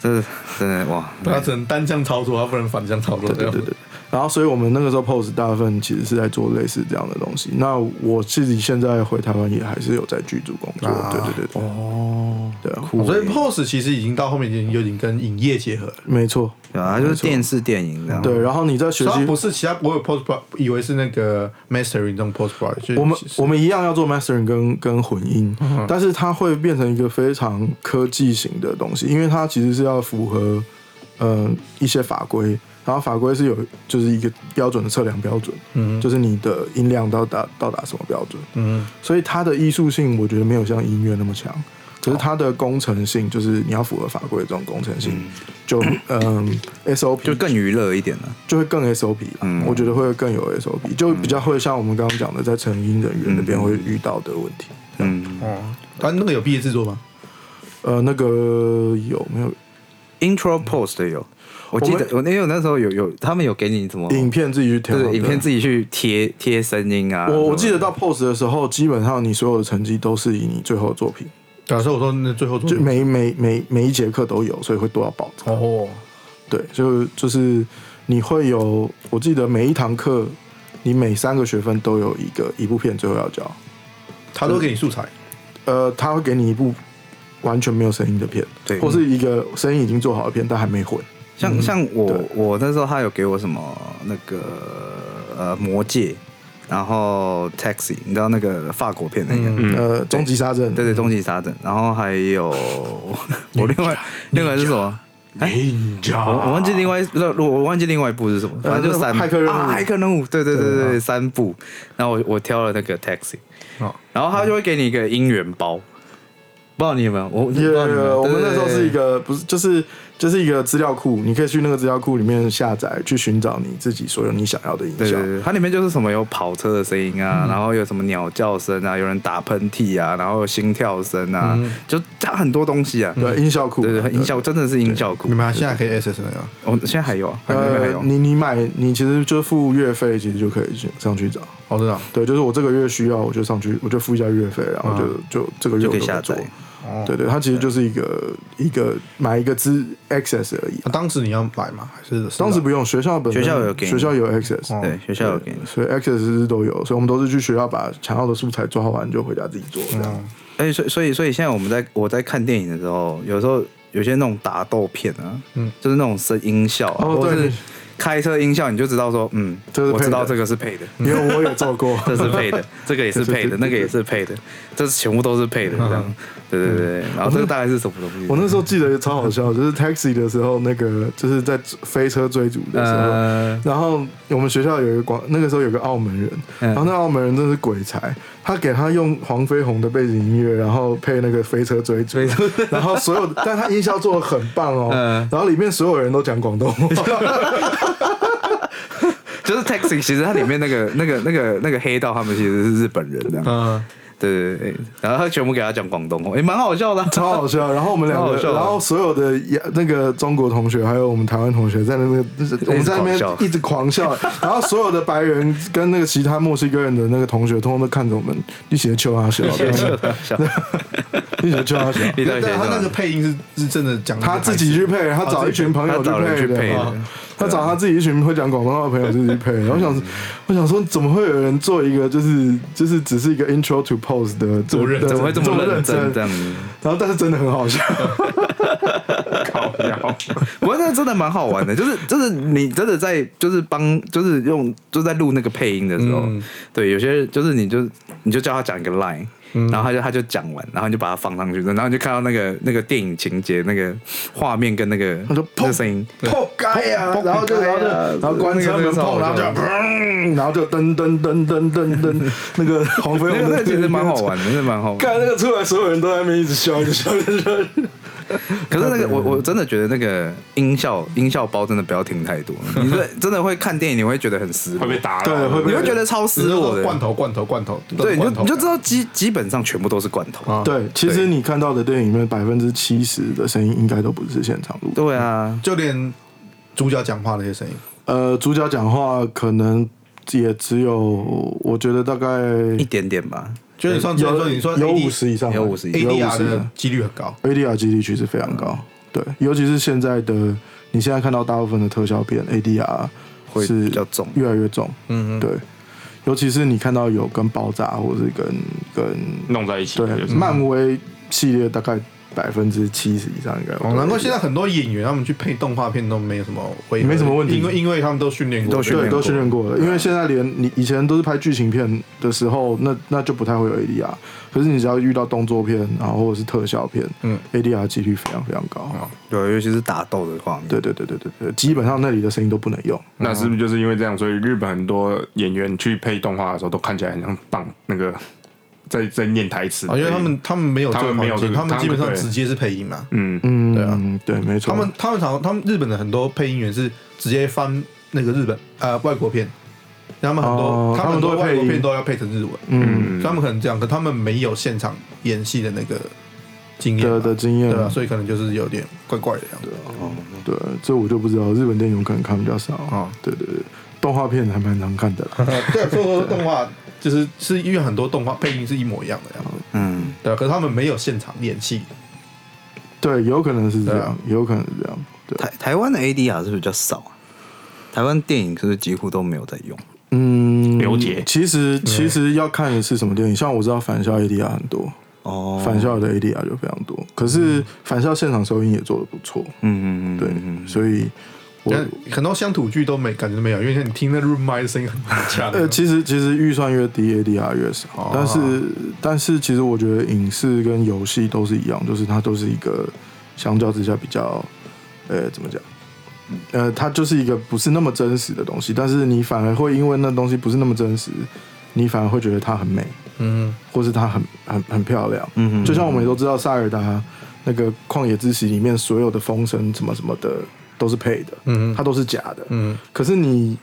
[SPEAKER 3] 这真的哇，
[SPEAKER 2] 他只能单向操作，他不能反向操作。对
[SPEAKER 4] 对对对。然后，所以我们那个时候 pose 大部分其实是在做类似这样的东西。那我自己现在回台湾也还是有在剧组工作，
[SPEAKER 2] 啊
[SPEAKER 4] 对对对对，哦，对啊，
[SPEAKER 2] 所以 POS 其实已经到后面已经有点跟影业结合了，
[SPEAKER 4] 没错，
[SPEAKER 3] 对啊，他就是电视电影这样，
[SPEAKER 4] 对。然后你在学
[SPEAKER 2] 所以它
[SPEAKER 4] 习
[SPEAKER 2] 不，是其他我有 POS pro，以为是那个 mastering 这种 POS pro，就是
[SPEAKER 4] 我们
[SPEAKER 2] 其实嗯
[SPEAKER 4] 我们一样要做 mastering 跟跟混音，但是它会变成一个非常科技型的东西，因为它其实是要符合呃一些法规，然后法规是有就是一个标准的测量标准，嗯，就是你的音量到达到达什么标准，
[SPEAKER 2] 嗯
[SPEAKER 4] 所以它的艺术性我觉得没有像音乐那么强，可是它的工程性，就是你要符合法规的这种工程性，就嗯 SOP
[SPEAKER 3] 就更娱乐一点了，
[SPEAKER 4] 就会更 SOP 啦，
[SPEAKER 3] 嗯
[SPEAKER 4] 我觉得会更有 SOP，就比较会像我们刚刚讲的，在成音人员那边会遇到的问题。
[SPEAKER 3] 嗯
[SPEAKER 2] 哦，但那个有毕业制作吗？
[SPEAKER 4] 呃，那个有没有
[SPEAKER 3] 哦，intro post 有，我记得我那因为我那时候有有他们有给你什么
[SPEAKER 4] 影片自己去调？
[SPEAKER 3] 就是影片自
[SPEAKER 4] 己。
[SPEAKER 3] 己去贴贴声音啊。
[SPEAKER 4] 我我记
[SPEAKER 3] 得
[SPEAKER 4] 得到 pose 的时候，基本上你所有的成绩都是以你最后的作品，
[SPEAKER 2] 对啊，所以我说那最
[SPEAKER 3] 嗯
[SPEAKER 2] 后做
[SPEAKER 4] 就每每每每一节课都有，所以会多到爆炸。
[SPEAKER 2] 哦，
[SPEAKER 4] 对，就就是你会有，我记得每一堂课，你每三个学分都有一个一部片最后要交，
[SPEAKER 2] 他都给你素材，
[SPEAKER 4] 呃，他会给你一部完全没有声音的片，
[SPEAKER 3] 对
[SPEAKER 4] 或是一个声音已经做好的片，但还没混，
[SPEAKER 3] 像像我
[SPEAKER 4] 嗯对
[SPEAKER 3] 我那时候他有给我什么那个呃魔戒，然后 taxi，你知道那个法国片那个。
[SPEAKER 1] 嗯
[SPEAKER 4] 呃，终极杀阵，
[SPEAKER 3] 对对，终极杀阵，然后还 有我另外另外是什么？哎我我忘记另外不是我我忘记另外一部是什么，
[SPEAKER 4] 呃
[SPEAKER 3] 反正就
[SPEAKER 4] 那个
[SPEAKER 3] 三部
[SPEAKER 4] 骇客任务
[SPEAKER 3] 啊骇客任务，对对对
[SPEAKER 4] 啊
[SPEAKER 3] 对，三部。然后我我挑了那个 taxi，
[SPEAKER 2] 哦
[SPEAKER 3] 然后他就会给你一个姻缘包，不知道你有没有？我不
[SPEAKER 4] 也
[SPEAKER 3] 知道你有没有
[SPEAKER 4] 我们那时候是
[SPEAKER 3] 对对
[SPEAKER 4] 一。
[SPEAKER 3] 对
[SPEAKER 4] 个不是就是就是一个资料库，你可以去那个资料库里面下载，去寻找你自己所有你想要的音
[SPEAKER 3] 对
[SPEAKER 4] 效
[SPEAKER 3] 对。对，它里面就是什么有跑车的声音啊，
[SPEAKER 4] 嗯
[SPEAKER 3] 然后有什么鸟叫声啊，有人打喷嚏啊，然后有心跳声啊，就加很多东西啊。
[SPEAKER 4] 嗯对音效库，
[SPEAKER 3] 对对，音效真的是音效库
[SPEAKER 2] 你。们现在可以 SS 那个吗，
[SPEAKER 3] 我现在还有啊，还有还
[SPEAKER 4] 呃
[SPEAKER 3] 有，。
[SPEAKER 4] 你你买你其实就付月费，其实就可以去上去找。
[SPEAKER 2] 我知道，
[SPEAKER 4] 对，就是我这个月需要，我就上去，我就付一下月费，然后就、就这个月
[SPEAKER 3] 啊就可以
[SPEAKER 4] 我
[SPEAKER 3] 下
[SPEAKER 4] 做
[SPEAKER 3] 载
[SPEAKER 2] 哦
[SPEAKER 4] 对对，它其实就是一个一个买一个资 access 而已。
[SPEAKER 2] 那当时你要买吗？还是
[SPEAKER 4] 当时不用，学校本身
[SPEAKER 3] 学校有给你
[SPEAKER 4] 学校有 access，、
[SPEAKER 2] 哦
[SPEAKER 3] 对，学校有给你。
[SPEAKER 4] 所以 access 是都有，所以我们都是去学校把想要的素材抓完就回家自己做这样。
[SPEAKER 3] 而哎且所以所以所以现在我们在我在看电影的时候，有时候有些那种打斗片啊，嗯，就是那种声音效啊，
[SPEAKER 4] 哦
[SPEAKER 3] 或
[SPEAKER 4] 对
[SPEAKER 3] 是开车音效，你就知道说，嗯，
[SPEAKER 4] 这是配的嗯
[SPEAKER 3] 我知道这个是配的，
[SPEAKER 4] 因为我也做过，
[SPEAKER 3] 这是配的，这个也是配的，那个也是配的，这全部都是配的，这
[SPEAKER 4] 嗯
[SPEAKER 3] 样，对对对。然后这个大概是什么东西？
[SPEAKER 4] 我那时候记得超好笑，就是 taxi 的时候，那个就是在飞车追逐的时候，
[SPEAKER 3] 呃，
[SPEAKER 4] 然后我们学校有一个广，那个时候有个澳门人，
[SPEAKER 3] 嗯
[SPEAKER 4] 然后那澳门人真是鬼才，他给他用黄飞鸿的背景音乐，然后配那个飞车追逐，然后所有，但他音效做的很棒哦，
[SPEAKER 3] 嗯
[SPEAKER 4] 然后里面所有人都讲广东话，
[SPEAKER 3] 就是 taxi，其实它里面那个那个那个那个黑道，他们其实是日本人这样，
[SPEAKER 2] 嗯，
[SPEAKER 3] 对对对。然后他全部给他讲广东话，也蛮好笑的啊。
[SPEAKER 4] 超好笑。然后我们两
[SPEAKER 3] 超
[SPEAKER 4] 个，
[SPEAKER 3] 好笑
[SPEAKER 4] 然后所有的亚那个中国同学，还有我们台湾同学，在 那个我们在那
[SPEAKER 3] 狂
[SPEAKER 4] 边
[SPEAKER 3] 笑
[SPEAKER 4] 一直 狂笑，然后所有的白人跟那个其他墨西哥人的那个同学，通通都看着我们一起在笑啊笑，
[SPEAKER 3] 笑笑，
[SPEAKER 4] 一起在笑啊 笑。
[SPEAKER 3] 遇到
[SPEAKER 2] 但
[SPEAKER 3] 一些
[SPEAKER 2] 他那个
[SPEAKER 3] 笑。
[SPEAKER 2] 配音是是真的讲
[SPEAKER 4] 他自己去配，他找一群朋友去
[SPEAKER 3] 他自己
[SPEAKER 4] 配
[SPEAKER 3] 去配
[SPEAKER 4] 的
[SPEAKER 3] 的
[SPEAKER 4] 哦，他找他自己一群会讲广东话的朋友自己去 配。然后我想，我想说，怎么会有人做一个就是就是只是一个 intro to pose 的
[SPEAKER 3] 怎
[SPEAKER 4] 主
[SPEAKER 3] 么认怎么会这么认真这样？
[SPEAKER 4] 然后但是真的很好笑，
[SPEAKER 1] 靠腰，
[SPEAKER 3] 不过那真的蛮好玩的，就是就是你真的在就是帮就是用就在录那个配音的时候，对，有些就是你就你就叫他讲一个 line。然后他就他就讲完，然后你就把它放上去，然后你就看到那个那个电影情节那个画面跟那个
[SPEAKER 4] 他就
[SPEAKER 3] 那
[SPEAKER 4] 砰
[SPEAKER 3] 个声音，
[SPEAKER 4] 破街啊！然后就然后就然后关车门碰，然后就砰，然后就噔噔噔噔噔 噔，那个黄飞
[SPEAKER 3] 那个
[SPEAKER 4] 鸿
[SPEAKER 3] 那
[SPEAKER 4] 的
[SPEAKER 3] 个其实蛮好。玩的，真的蛮好玩。
[SPEAKER 4] 看那个出来，所有人都在那边一直笑，一直笑，一直笑。
[SPEAKER 3] 可是那个我我真的觉得那个音效音效包真的不要听 太多，你这真的会看电影你会觉得很失
[SPEAKER 1] 会
[SPEAKER 3] 落，
[SPEAKER 1] 被打扰，
[SPEAKER 4] 对会被
[SPEAKER 3] 你会觉得超失落的。
[SPEAKER 2] 罐头罐头罐头，
[SPEAKER 3] 对，你就你就知
[SPEAKER 2] 道
[SPEAKER 3] 道基基本上全部都是罐头。
[SPEAKER 2] 啊，
[SPEAKER 4] 对，其实你看到的电影里面百分之七十的声音应该都不是现场录的。
[SPEAKER 3] 对啊，
[SPEAKER 2] 就连主角讲话那些声音，
[SPEAKER 4] 呃，主角讲话可能也只有，我觉得大概
[SPEAKER 3] 一点点吧，
[SPEAKER 2] 就是你上次说你说
[SPEAKER 4] 有
[SPEAKER 2] AD
[SPEAKER 4] 五十以上吧，嗯
[SPEAKER 3] 有50以
[SPEAKER 2] ADR 的几率很高，
[SPEAKER 4] ADR 几率其实非常高。对，尤其是现在的，你现在看到大部分的特效片 ADR
[SPEAKER 3] 会
[SPEAKER 4] 是
[SPEAKER 3] 比较重
[SPEAKER 4] 越来越重。
[SPEAKER 2] 嗯
[SPEAKER 4] 对，尤其是你看到有跟爆炸或是跟跟
[SPEAKER 1] 弄在一起，
[SPEAKER 4] 对嗯
[SPEAKER 1] 就是
[SPEAKER 4] 漫威系列大概百分之七十以上应该有。
[SPEAKER 2] 哦，难怪现在很多演员他们去配动画片都没有什么违和
[SPEAKER 4] 没什么问题
[SPEAKER 2] 因为因为他们都训练过，
[SPEAKER 3] 都训
[SPEAKER 4] 对，
[SPEAKER 3] 练
[SPEAKER 4] 都
[SPEAKER 3] 过
[SPEAKER 4] 训练过了。因为现在连你以前都是拍剧情片的时候，那那就不太会有 ADR。可是你只要遇到动作片，然后或者是特效片，
[SPEAKER 2] 嗯哦
[SPEAKER 4] ，ADR 几率非常非常高。
[SPEAKER 3] 对，尤其是打斗的画面。
[SPEAKER 4] 对对对对对对，基本上那里的声音都不能用。
[SPEAKER 1] 那是不是就是因为这样，所以日本很多演员去配动画的时候，都看起来很像棒那个在在念台词
[SPEAKER 2] 啊，因为他们他们没有这
[SPEAKER 1] 他
[SPEAKER 2] 个
[SPEAKER 1] 们没有
[SPEAKER 2] 环境，
[SPEAKER 1] 这个
[SPEAKER 2] 他们基本
[SPEAKER 1] 他
[SPEAKER 2] 上
[SPEAKER 1] 们对
[SPEAKER 2] 直接是配音嘛，
[SPEAKER 1] 嗯，
[SPEAKER 4] 嗯，
[SPEAKER 2] 对啊，
[SPEAKER 4] 对，没错。
[SPEAKER 2] 他们他们常他们日本的很多配音员是直接翻那个日本呃外国片，他们很多、
[SPEAKER 4] 哦
[SPEAKER 2] 他们很多
[SPEAKER 4] 他们都会
[SPEAKER 2] 外
[SPEAKER 4] 配
[SPEAKER 2] 国
[SPEAKER 4] 音
[SPEAKER 2] 片都要配成日文，
[SPEAKER 4] 嗯
[SPEAKER 2] 所以他们可能这样，可他们没有现场演戏的那个经验
[SPEAKER 4] 的
[SPEAKER 2] 嘛
[SPEAKER 4] 的经验
[SPEAKER 2] 对，啊，所以可能就是有点怪怪的样子。
[SPEAKER 3] 哦，
[SPEAKER 4] 对，这我就不知道。日本电影我可能看比较少
[SPEAKER 2] 哦
[SPEAKER 4] 对对对，动画片还蛮常看的啦。
[SPEAKER 2] 对啊，所以啊说动画 就是是因为很多动画配音是一模一样的样子，
[SPEAKER 3] 嗯，
[SPEAKER 2] 对啊，可是他们没有现场演戏，
[SPEAKER 4] 对，有可能是这
[SPEAKER 2] 对
[SPEAKER 4] 样
[SPEAKER 2] 啊，
[SPEAKER 4] 有可能是这样。对，
[SPEAKER 3] 台台湾的 ADR 是不是比较少啊？台湾电影是不是几乎都没有在用？
[SPEAKER 4] 嗯，
[SPEAKER 1] 了解
[SPEAKER 4] 其实其实要看是什么电影，像我知道返校 ADR 很多，
[SPEAKER 3] 哦，
[SPEAKER 4] 返校的 ADR 就非常多。可是返校现场收音也做的不错，
[SPEAKER 3] 嗯，嗯嗯嗯，
[SPEAKER 4] 对
[SPEAKER 3] 嗯，
[SPEAKER 4] 所以我
[SPEAKER 2] 但很多乡土剧都没感觉都没有，因为像你听那 room 麦的声音很强，啊
[SPEAKER 3] 嗯
[SPEAKER 4] 呃，其实其实预算越低，ADR 越少，
[SPEAKER 2] 哦
[SPEAKER 4] 但是但是其实我觉得影视跟游戏都是一样，就是它都是一个相较之下比较，呃，怎么讲？呃，它就是一个不是那么真实的东西，但是你反而会因为那东西不是那么真实，你反而会觉得它很美，
[SPEAKER 2] 嗯，
[SPEAKER 4] 或是它很很很漂亮。
[SPEAKER 3] 嗯哼
[SPEAKER 4] 就像我们也都知道塞尔达那个旷野之息里面所有的风声什么什么的都是配的，
[SPEAKER 2] 嗯
[SPEAKER 4] 它都是假的，
[SPEAKER 2] 嗯
[SPEAKER 4] 可是你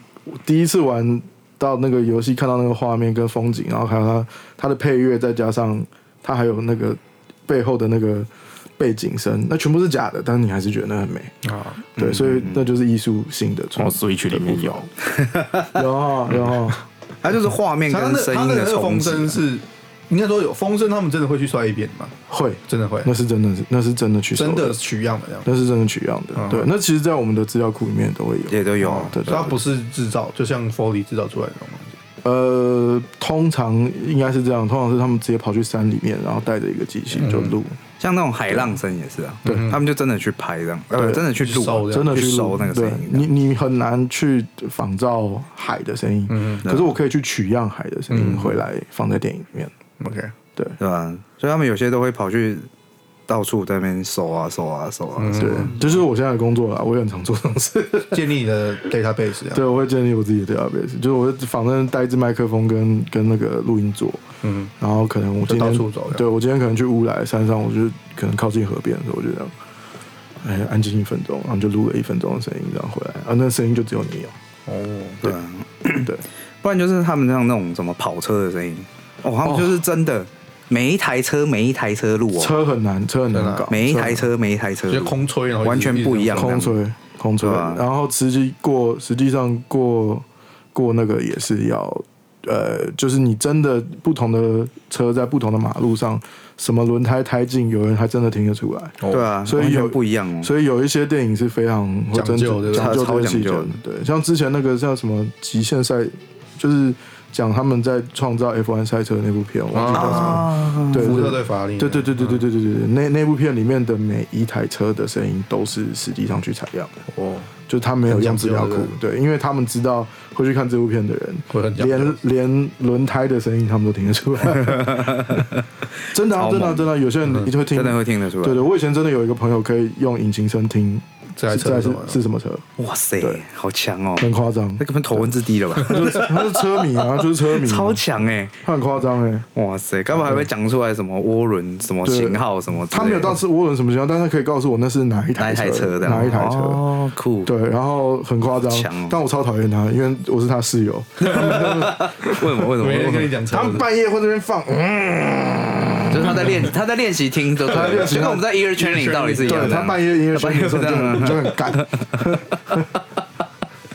[SPEAKER 4] 第一次玩到那个游戏，看到那个画面跟风景，然后还有它它的配乐，再加上它还有那个背后的那个背景声，那全部是假的，但是你还是觉得那很美。
[SPEAKER 2] 啊，
[SPEAKER 4] 对，所以那就是艺术性的
[SPEAKER 1] 我
[SPEAKER 4] 创作。
[SPEAKER 1] Switch 里面有，
[SPEAKER 2] 嗯
[SPEAKER 4] 有啊有啊，
[SPEAKER 3] 它就是画面
[SPEAKER 2] 他
[SPEAKER 3] 跟
[SPEAKER 2] 那
[SPEAKER 3] 声
[SPEAKER 2] 他
[SPEAKER 3] 音
[SPEAKER 2] 那个
[SPEAKER 3] 的
[SPEAKER 2] 那个
[SPEAKER 3] 冲
[SPEAKER 2] 风
[SPEAKER 3] 击
[SPEAKER 2] 声
[SPEAKER 3] 啊。
[SPEAKER 2] 是，应该说有风声，他们真的会去摔一遍嘛，
[SPEAKER 4] 会，
[SPEAKER 2] 真的会，
[SPEAKER 4] 那是真的，那是真的去搜
[SPEAKER 2] 真的，取样的这样，
[SPEAKER 4] 那是真的取样的。
[SPEAKER 2] 嗯
[SPEAKER 4] 对，那其实，在我们的资料库里面都会有，
[SPEAKER 3] 也都有
[SPEAKER 4] 哦对
[SPEAKER 2] 所以
[SPEAKER 4] 对
[SPEAKER 2] 它。不是制造，就像 Foley 制造出来的那种东西。嗯
[SPEAKER 4] 呃，通常应该是这样，通常是他们直接跑去山里面，然后带着一个机器就录。
[SPEAKER 3] 像那种海浪声也是啊，对，他们就真的去拍这样，呃，
[SPEAKER 4] 对
[SPEAKER 3] 真的去录
[SPEAKER 2] 收
[SPEAKER 3] 啊，
[SPEAKER 2] 这样
[SPEAKER 4] 真的
[SPEAKER 3] 去
[SPEAKER 4] 去
[SPEAKER 3] 收
[SPEAKER 4] 录
[SPEAKER 3] 那个声
[SPEAKER 4] 对
[SPEAKER 3] 音这啊
[SPEAKER 4] 你
[SPEAKER 3] 样。
[SPEAKER 4] 你很难去仿造海的声音，
[SPEAKER 3] 嗯
[SPEAKER 4] 可是我可以去取样海的声音回来放在电影里面。
[SPEAKER 1] OK，
[SPEAKER 4] 对
[SPEAKER 3] 对吧？所以他们有些都会跑去到处在那边搜啊搜啊搜啊，搜
[SPEAKER 4] 嗯对，这就是我现在的工作啦，我也很常做这种
[SPEAKER 3] 啊
[SPEAKER 4] 事。
[SPEAKER 2] 建立你的 database 这样。
[SPEAKER 4] 对，我会建立我自己的 database，就是我会反正带一支麦克风跟跟那个录音桌，
[SPEAKER 1] 嗯，
[SPEAKER 4] 然后可能我今天
[SPEAKER 2] 就到处走这样
[SPEAKER 4] 对我今天可能去乌来山上，我就可能靠近河边的时候，我就这样，哎，安静一分钟，然后就录了一分钟的声音，这样回来，啊，那声音就只有 你有，
[SPEAKER 1] 哦，
[SPEAKER 3] 对啊，
[SPEAKER 4] 对，
[SPEAKER 3] 不然就是他们像那种什么跑车的声音，哦，他们就是真的每一台车每一台车录哦，
[SPEAKER 4] 车很难，车很
[SPEAKER 2] 真
[SPEAKER 4] 难
[SPEAKER 2] 的
[SPEAKER 4] 搞，
[SPEAKER 3] 每一
[SPEAKER 4] 车很啊
[SPEAKER 3] 台车每一台车
[SPEAKER 2] 就
[SPEAKER 3] 录
[SPEAKER 2] 空吹，然后一直
[SPEAKER 3] 完全不一样，
[SPEAKER 4] 空
[SPEAKER 3] 这样
[SPEAKER 4] 吹，空吹。
[SPEAKER 3] 对啊
[SPEAKER 4] 然后实际过，实际上过过那个也是要，呃，就是你真的不同的车在不同的马路上，什么轮胎胎径，有人还真的听得出来。
[SPEAKER 3] 对啊，
[SPEAKER 4] 所以
[SPEAKER 3] 完
[SPEAKER 4] 有
[SPEAKER 3] 全不一样哦。
[SPEAKER 4] 所以有一些电影是非常会
[SPEAKER 2] 讲
[SPEAKER 4] 真
[SPEAKER 2] 究的
[SPEAKER 4] 讲究
[SPEAKER 3] 超
[SPEAKER 4] 这个
[SPEAKER 3] 讲
[SPEAKER 4] 细
[SPEAKER 3] 究
[SPEAKER 4] 节
[SPEAKER 3] 的
[SPEAKER 4] 的。对，像之前那个像什么极限赛，就是讲他们在创造 F1 赛车的那部片，我忘记叫什么。
[SPEAKER 3] 啊，
[SPEAKER 4] 对
[SPEAKER 2] 福
[SPEAKER 4] 对
[SPEAKER 2] 特对法拉利，
[SPEAKER 4] 对对对对对对对对，那那部片里面的每一台车的声音都是实际上去采样的。
[SPEAKER 2] 哦，
[SPEAKER 4] 就他没有用资料
[SPEAKER 2] 很
[SPEAKER 4] 库
[SPEAKER 2] 讲究，
[SPEAKER 4] 对，因为他们知道会去看这部片的人，
[SPEAKER 2] 会很讲究
[SPEAKER 4] 连连轮胎的声音他们都听得出来， 真的啊、
[SPEAKER 3] 超猛嗯
[SPEAKER 4] 真的啊、真的啊、有些人一定会听，
[SPEAKER 3] 真的会听得出来。
[SPEAKER 4] 对对，我以前真的有一个朋友可以用引擎声听
[SPEAKER 2] 这台
[SPEAKER 4] 是
[SPEAKER 2] 车
[SPEAKER 4] 是
[SPEAKER 2] 是
[SPEAKER 4] 是什么车，
[SPEAKER 3] 哇塞
[SPEAKER 4] 对，
[SPEAKER 3] 好强哦！
[SPEAKER 4] 很夸张，
[SPEAKER 3] 那根本头文字 D 了吧？
[SPEAKER 4] 就是他是车迷啊，就是车迷 啊，
[SPEAKER 3] 超强哎！
[SPEAKER 4] 他很夸张哎。
[SPEAKER 3] 哇塞，干嘛还会讲出来什么涡轮、什么
[SPEAKER 4] 对
[SPEAKER 3] 型号、什么之类的？
[SPEAKER 4] 他没有到是涡轮什么情况，但他可以告诉我那是哪一
[SPEAKER 3] 哪
[SPEAKER 4] 台
[SPEAKER 3] 一台车的，
[SPEAKER 4] 哪一台车，
[SPEAKER 3] 哦，酷，
[SPEAKER 4] 对，然后很夸张
[SPEAKER 3] 好强哦，
[SPEAKER 4] 但我超讨厌他，因为我是他室 友，
[SPEAKER 3] 为什么？为什么？
[SPEAKER 2] 每
[SPEAKER 3] 为
[SPEAKER 2] 天跟
[SPEAKER 3] 什
[SPEAKER 2] 你讲车
[SPEAKER 4] 他们，半夜会在那边放，
[SPEAKER 3] 么？就是他在练，他在练习听的，
[SPEAKER 4] 练习
[SPEAKER 3] 就跟我们在 ear training 道理是一样
[SPEAKER 4] 对
[SPEAKER 3] 的。
[SPEAKER 4] 他半夜音 乐
[SPEAKER 3] 他半
[SPEAKER 4] 宣
[SPEAKER 3] 夜
[SPEAKER 4] 传
[SPEAKER 3] 不
[SPEAKER 4] 就
[SPEAKER 3] 这样
[SPEAKER 4] 很就很干。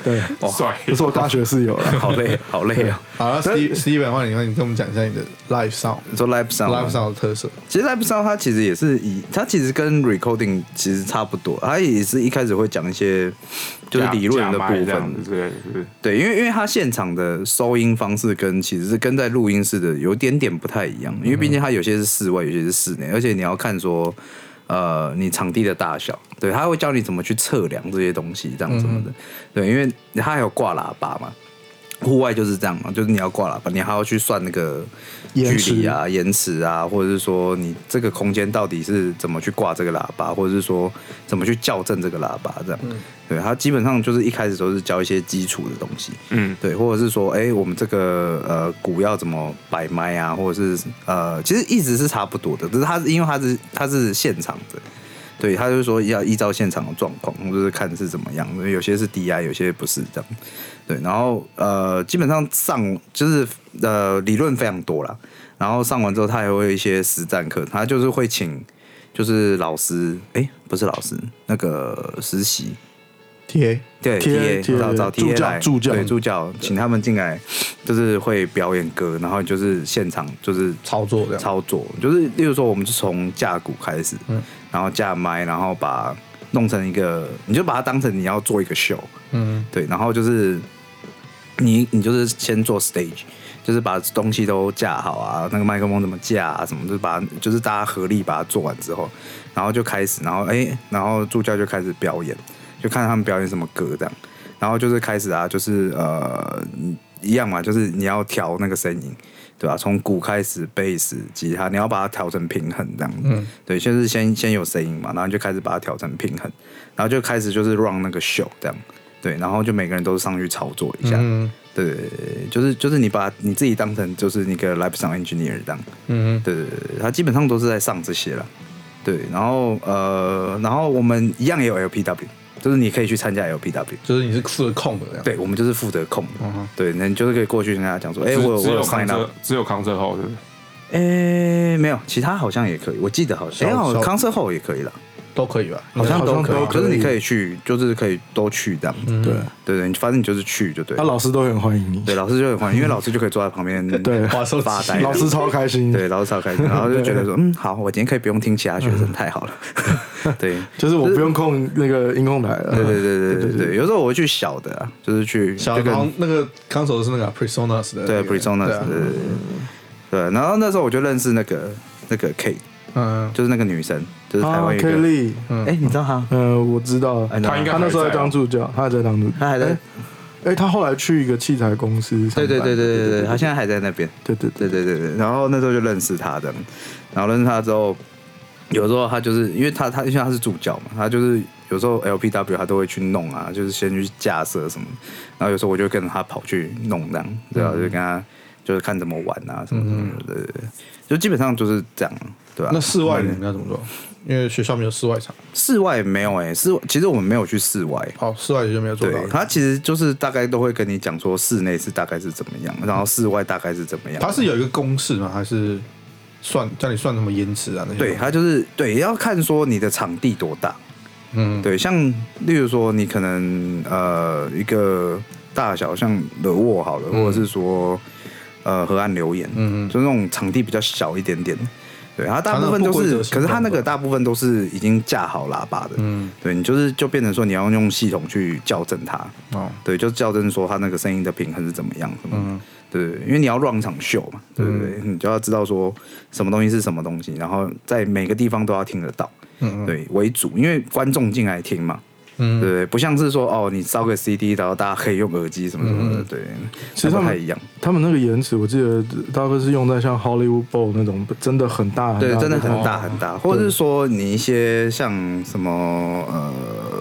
[SPEAKER 4] 对，
[SPEAKER 1] 帅，
[SPEAKER 4] 这是我大学室友了。
[SPEAKER 3] 好累，好累啊！
[SPEAKER 2] 好了，Steve Steven，换你，换你跟我们讲一下你的 live sound。
[SPEAKER 3] 你说 live sound，啊
[SPEAKER 2] live sound 的特色，
[SPEAKER 3] 其实 live sound 它其实也是以，它其实跟 recording 其实差不多，它也是一开始会讲一些就是理论的部
[SPEAKER 1] 这样
[SPEAKER 3] 分，
[SPEAKER 1] 子之类的，是不是？
[SPEAKER 3] 对，因为因为它现场的收音方式跟其实是跟在录音室的有点点不太一样，因为毕竟它有些是室外，有些是室内，而且你要看说，呃，你场地的大小，对，他会教你怎么去测量这些东西，这样什么的，对，因为它还有挂喇叭嘛，户外就是这样嘛，就是你要挂喇叭，你还要去算那个距
[SPEAKER 4] 延
[SPEAKER 3] 离啊、延迟啊，或者是说你这个空间到底是怎么去挂这个喇叭，或者是说怎么去校正这个喇叭这样。对，它基本上就是一开始都是教一些基础的东西，
[SPEAKER 1] 嗯，
[SPEAKER 3] 对，或者是说，哎、我们这个呃鼓要怎么摆麦啊，或者是呃，其实一直是差不多的，只是它是因为它是它是现场的，对，他就是说要依照现场的状况，就是看是怎么样的，有些是 DI，有些不是这样。对，然后呃，基本上上就是呃理论非常多啦，然后上完之后，他还会有一些实战课，他就是会请就是老师，哎，不是老师，那个实习，
[SPEAKER 2] 贴
[SPEAKER 3] 对
[SPEAKER 4] TA
[SPEAKER 3] TA 找找
[SPEAKER 4] 助
[SPEAKER 3] TA
[SPEAKER 4] 教
[SPEAKER 3] 来
[SPEAKER 4] 助教
[SPEAKER 3] 对助教，请他们进来，就是会表演歌，然后就是现场就是
[SPEAKER 2] 操作这样，
[SPEAKER 3] 操作，就是例如说，我们就从架鼓开始，
[SPEAKER 2] 嗯
[SPEAKER 3] 然后架麦，然后把弄成一个，你就把它当成你要做一个秀，
[SPEAKER 2] 嗯，
[SPEAKER 3] 对，然后就是你你就是先做 stage，就是把东西都架好啊，那个麦克风怎么架啊，什么就是把就是大家合力把它做完之后，然后就开始，然后哎、然后助教就开始表演，就看他们表演什么歌这样，然后就是开始啊，就是呃嗯一样嘛，就是你要调那个声音。对吧、从鼓开始，贝斯、吉他，你要把它调成平衡这样子。对，就是先先有声音嘛，然后你就开始把它调成平衡，然后就开始就是 run 那个 show 这样。对，然后就每个人都上去操作一下。
[SPEAKER 2] 嗯
[SPEAKER 3] 对对对对，就是就是你把你自己当成就是那个 live sound engineer 这样。
[SPEAKER 2] 嗯，
[SPEAKER 3] 对对对，对他基本上都是在上这些了。对，然后呃，然后我们一样也有 LPW，就是你可以去参加 LPW。
[SPEAKER 2] 就是你是负责控的这样，
[SPEAKER 3] 对，我们就是负责控的，对，那你嗯就是可以过去跟他讲说，哎、我有
[SPEAKER 1] 只
[SPEAKER 3] 我
[SPEAKER 1] 只有
[SPEAKER 3] 上
[SPEAKER 1] 康
[SPEAKER 3] i
[SPEAKER 1] 车，只有康车后，是不是？
[SPEAKER 3] 哎，没有，其他好像也可以，我记得好像，哎，
[SPEAKER 2] 小
[SPEAKER 3] 好
[SPEAKER 2] 小
[SPEAKER 3] 像康社后也可以了，
[SPEAKER 2] 都可以吧？
[SPEAKER 3] 好像都可
[SPEAKER 4] 好像都
[SPEAKER 3] 以，
[SPEAKER 4] 可
[SPEAKER 3] 就
[SPEAKER 4] 以
[SPEAKER 3] 是你可以去，就是可以都去这样子，
[SPEAKER 4] 对，
[SPEAKER 3] 对对，你反正你就是去就对
[SPEAKER 4] 他
[SPEAKER 3] 了，
[SPEAKER 4] 老师都很欢迎你。
[SPEAKER 3] 对，老师就很欢迎，因为老师就可以坐在旁边
[SPEAKER 4] 对
[SPEAKER 2] 划手机
[SPEAKER 3] 发呆，
[SPEAKER 4] 老师超开心。
[SPEAKER 3] 对，老师超开心，然后就觉得说，嗯，好，我今天可以不用听其他学生，太好了，对。
[SPEAKER 4] 就是我不用控那个音控台了。
[SPEAKER 3] 对对对对对对，有时候我会去小的啊，就是去
[SPEAKER 2] 小
[SPEAKER 3] 就跟
[SPEAKER 2] 刚那个 console 是那个嗯啊 Presonus 的那
[SPEAKER 3] 对
[SPEAKER 2] 个，啊
[SPEAKER 3] ，Prisoner，
[SPEAKER 2] 对
[SPEAKER 3] 对
[SPEAKER 2] 啊
[SPEAKER 3] 对对对。然后那时候我就认识那个那个 K，
[SPEAKER 2] 嗯，
[SPEAKER 3] 就是那个女生，就是台
[SPEAKER 4] 哦
[SPEAKER 3] 湾有一个，
[SPEAKER 4] 啊 Kelly，
[SPEAKER 3] 哎、你知道她？
[SPEAKER 4] 嗯，我知道，
[SPEAKER 3] 哎那
[SPEAKER 1] 他应该
[SPEAKER 4] 他那时候还
[SPEAKER 1] 还在哦
[SPEAKER 4] 当助教，他还在当助，
[SPEAKER 3] 她还在，
[SPEAKER 4] 哎，他后来去一个器材公司上
[SPEAKER 3] 对
[SPEAKER 4] 班，
[SPEAKER 3] 对对对对对对，她
[SPEAKER 4] 对
[SPEAKER 3] 现在还在那边。
[SPEAKER 4] 对对对，
[SPEAKER 3] 对对对对，然后那时候就认识他的，然后认识他之后，有时候他就是因为他他因为他是助教嘛，他就是有时候 LPW 他都会去弄啊，就是先去架设什么，然后有时候我就跟着他跑去弄这样，对啊，就跟他就是看怎么玩啊什么什么的，对对对，就基本上就是这样，对吧、
[SPEAKER 2] 那室外的你们要怎么做？因为学校没有室外场，
[SPEAKER 3] 室外没有哎、室其实我们没有去室外，
[SPEAKER 2] 好，室外的就没有做
[SPEAKER 3] 对
[SPEAKER 2] 到。
[SPEAKER 3] 他其实就是大概都会跟你讲说室内是大概是怎么样，然后室外大概是怎么样，
[SPEAKER 2] 它是有一个公式吗？还是算叫你算什么延迟啊那些？
[SPEAKER 3] 对，，它就是对，要看说你的场地多大。
[SPEAKER 2] 嗯，
[SPEAKER 3] 对，像例如说你可能呃一个大小像惹沃好了，或者是说呃河岸留言，
[SPEAKER 2] 嗯嗯嗯
[SPEAKER 3] 就那种场地比较小一点点的。对，它大部分
[SPEAKER 2] 它那个
[SPEAKER 3] 都
[SPEAKER 2] 不规
[SPEAKER 3] 是
[SPEAKER 2] 则，性
[SPEAKER 3] 可是它
[SPEAKER 2] 动
[SPEAKER 3] 那个
[SPEAKER 2] 作
[SPEAKER 3] 大部分都是已经架好喇叭的。
[SPEAKER 2] 嗯，
[SPEAKER 3] 对你就是就变成说你要用系统去校正它。
[SPEAKER 2] 哦，嗯
[SPEAKER 3] 对，就校正说它那个声音的平衡是怎么样，什么，对对，对因为你要 run 场秀嘛，对不对？你就要知道说什么东西是什么东西，然后在每个地方都要听得到，
[SPEAKER 2] 嗯
[SPEAKER 3] 对为主，因为观众进来听嘛，
[SPEAKER 2] 嗯
[SPEAKER 3] 对不对？不像是说哦，你烧个 CD，然后大家可以用耳机什么什么的，对，
[SPEAKER 4] 其实
[SPEAKER 3] 那
[SPEAKER 4] 他
[SPEAKER 3] 不太
[SPEAKER 4] 们
[SPEAKER 3] 一样，
[SPEAKER 4] 他们那个延迟，我记得大部分是用在像 Hollywood Bowl 那种真的很大，
[SPEAKER 3] 对，真的
[SPEAKER 4] 那种
[SPEAKER 3] 很大很大，或者是说你一些像什么呃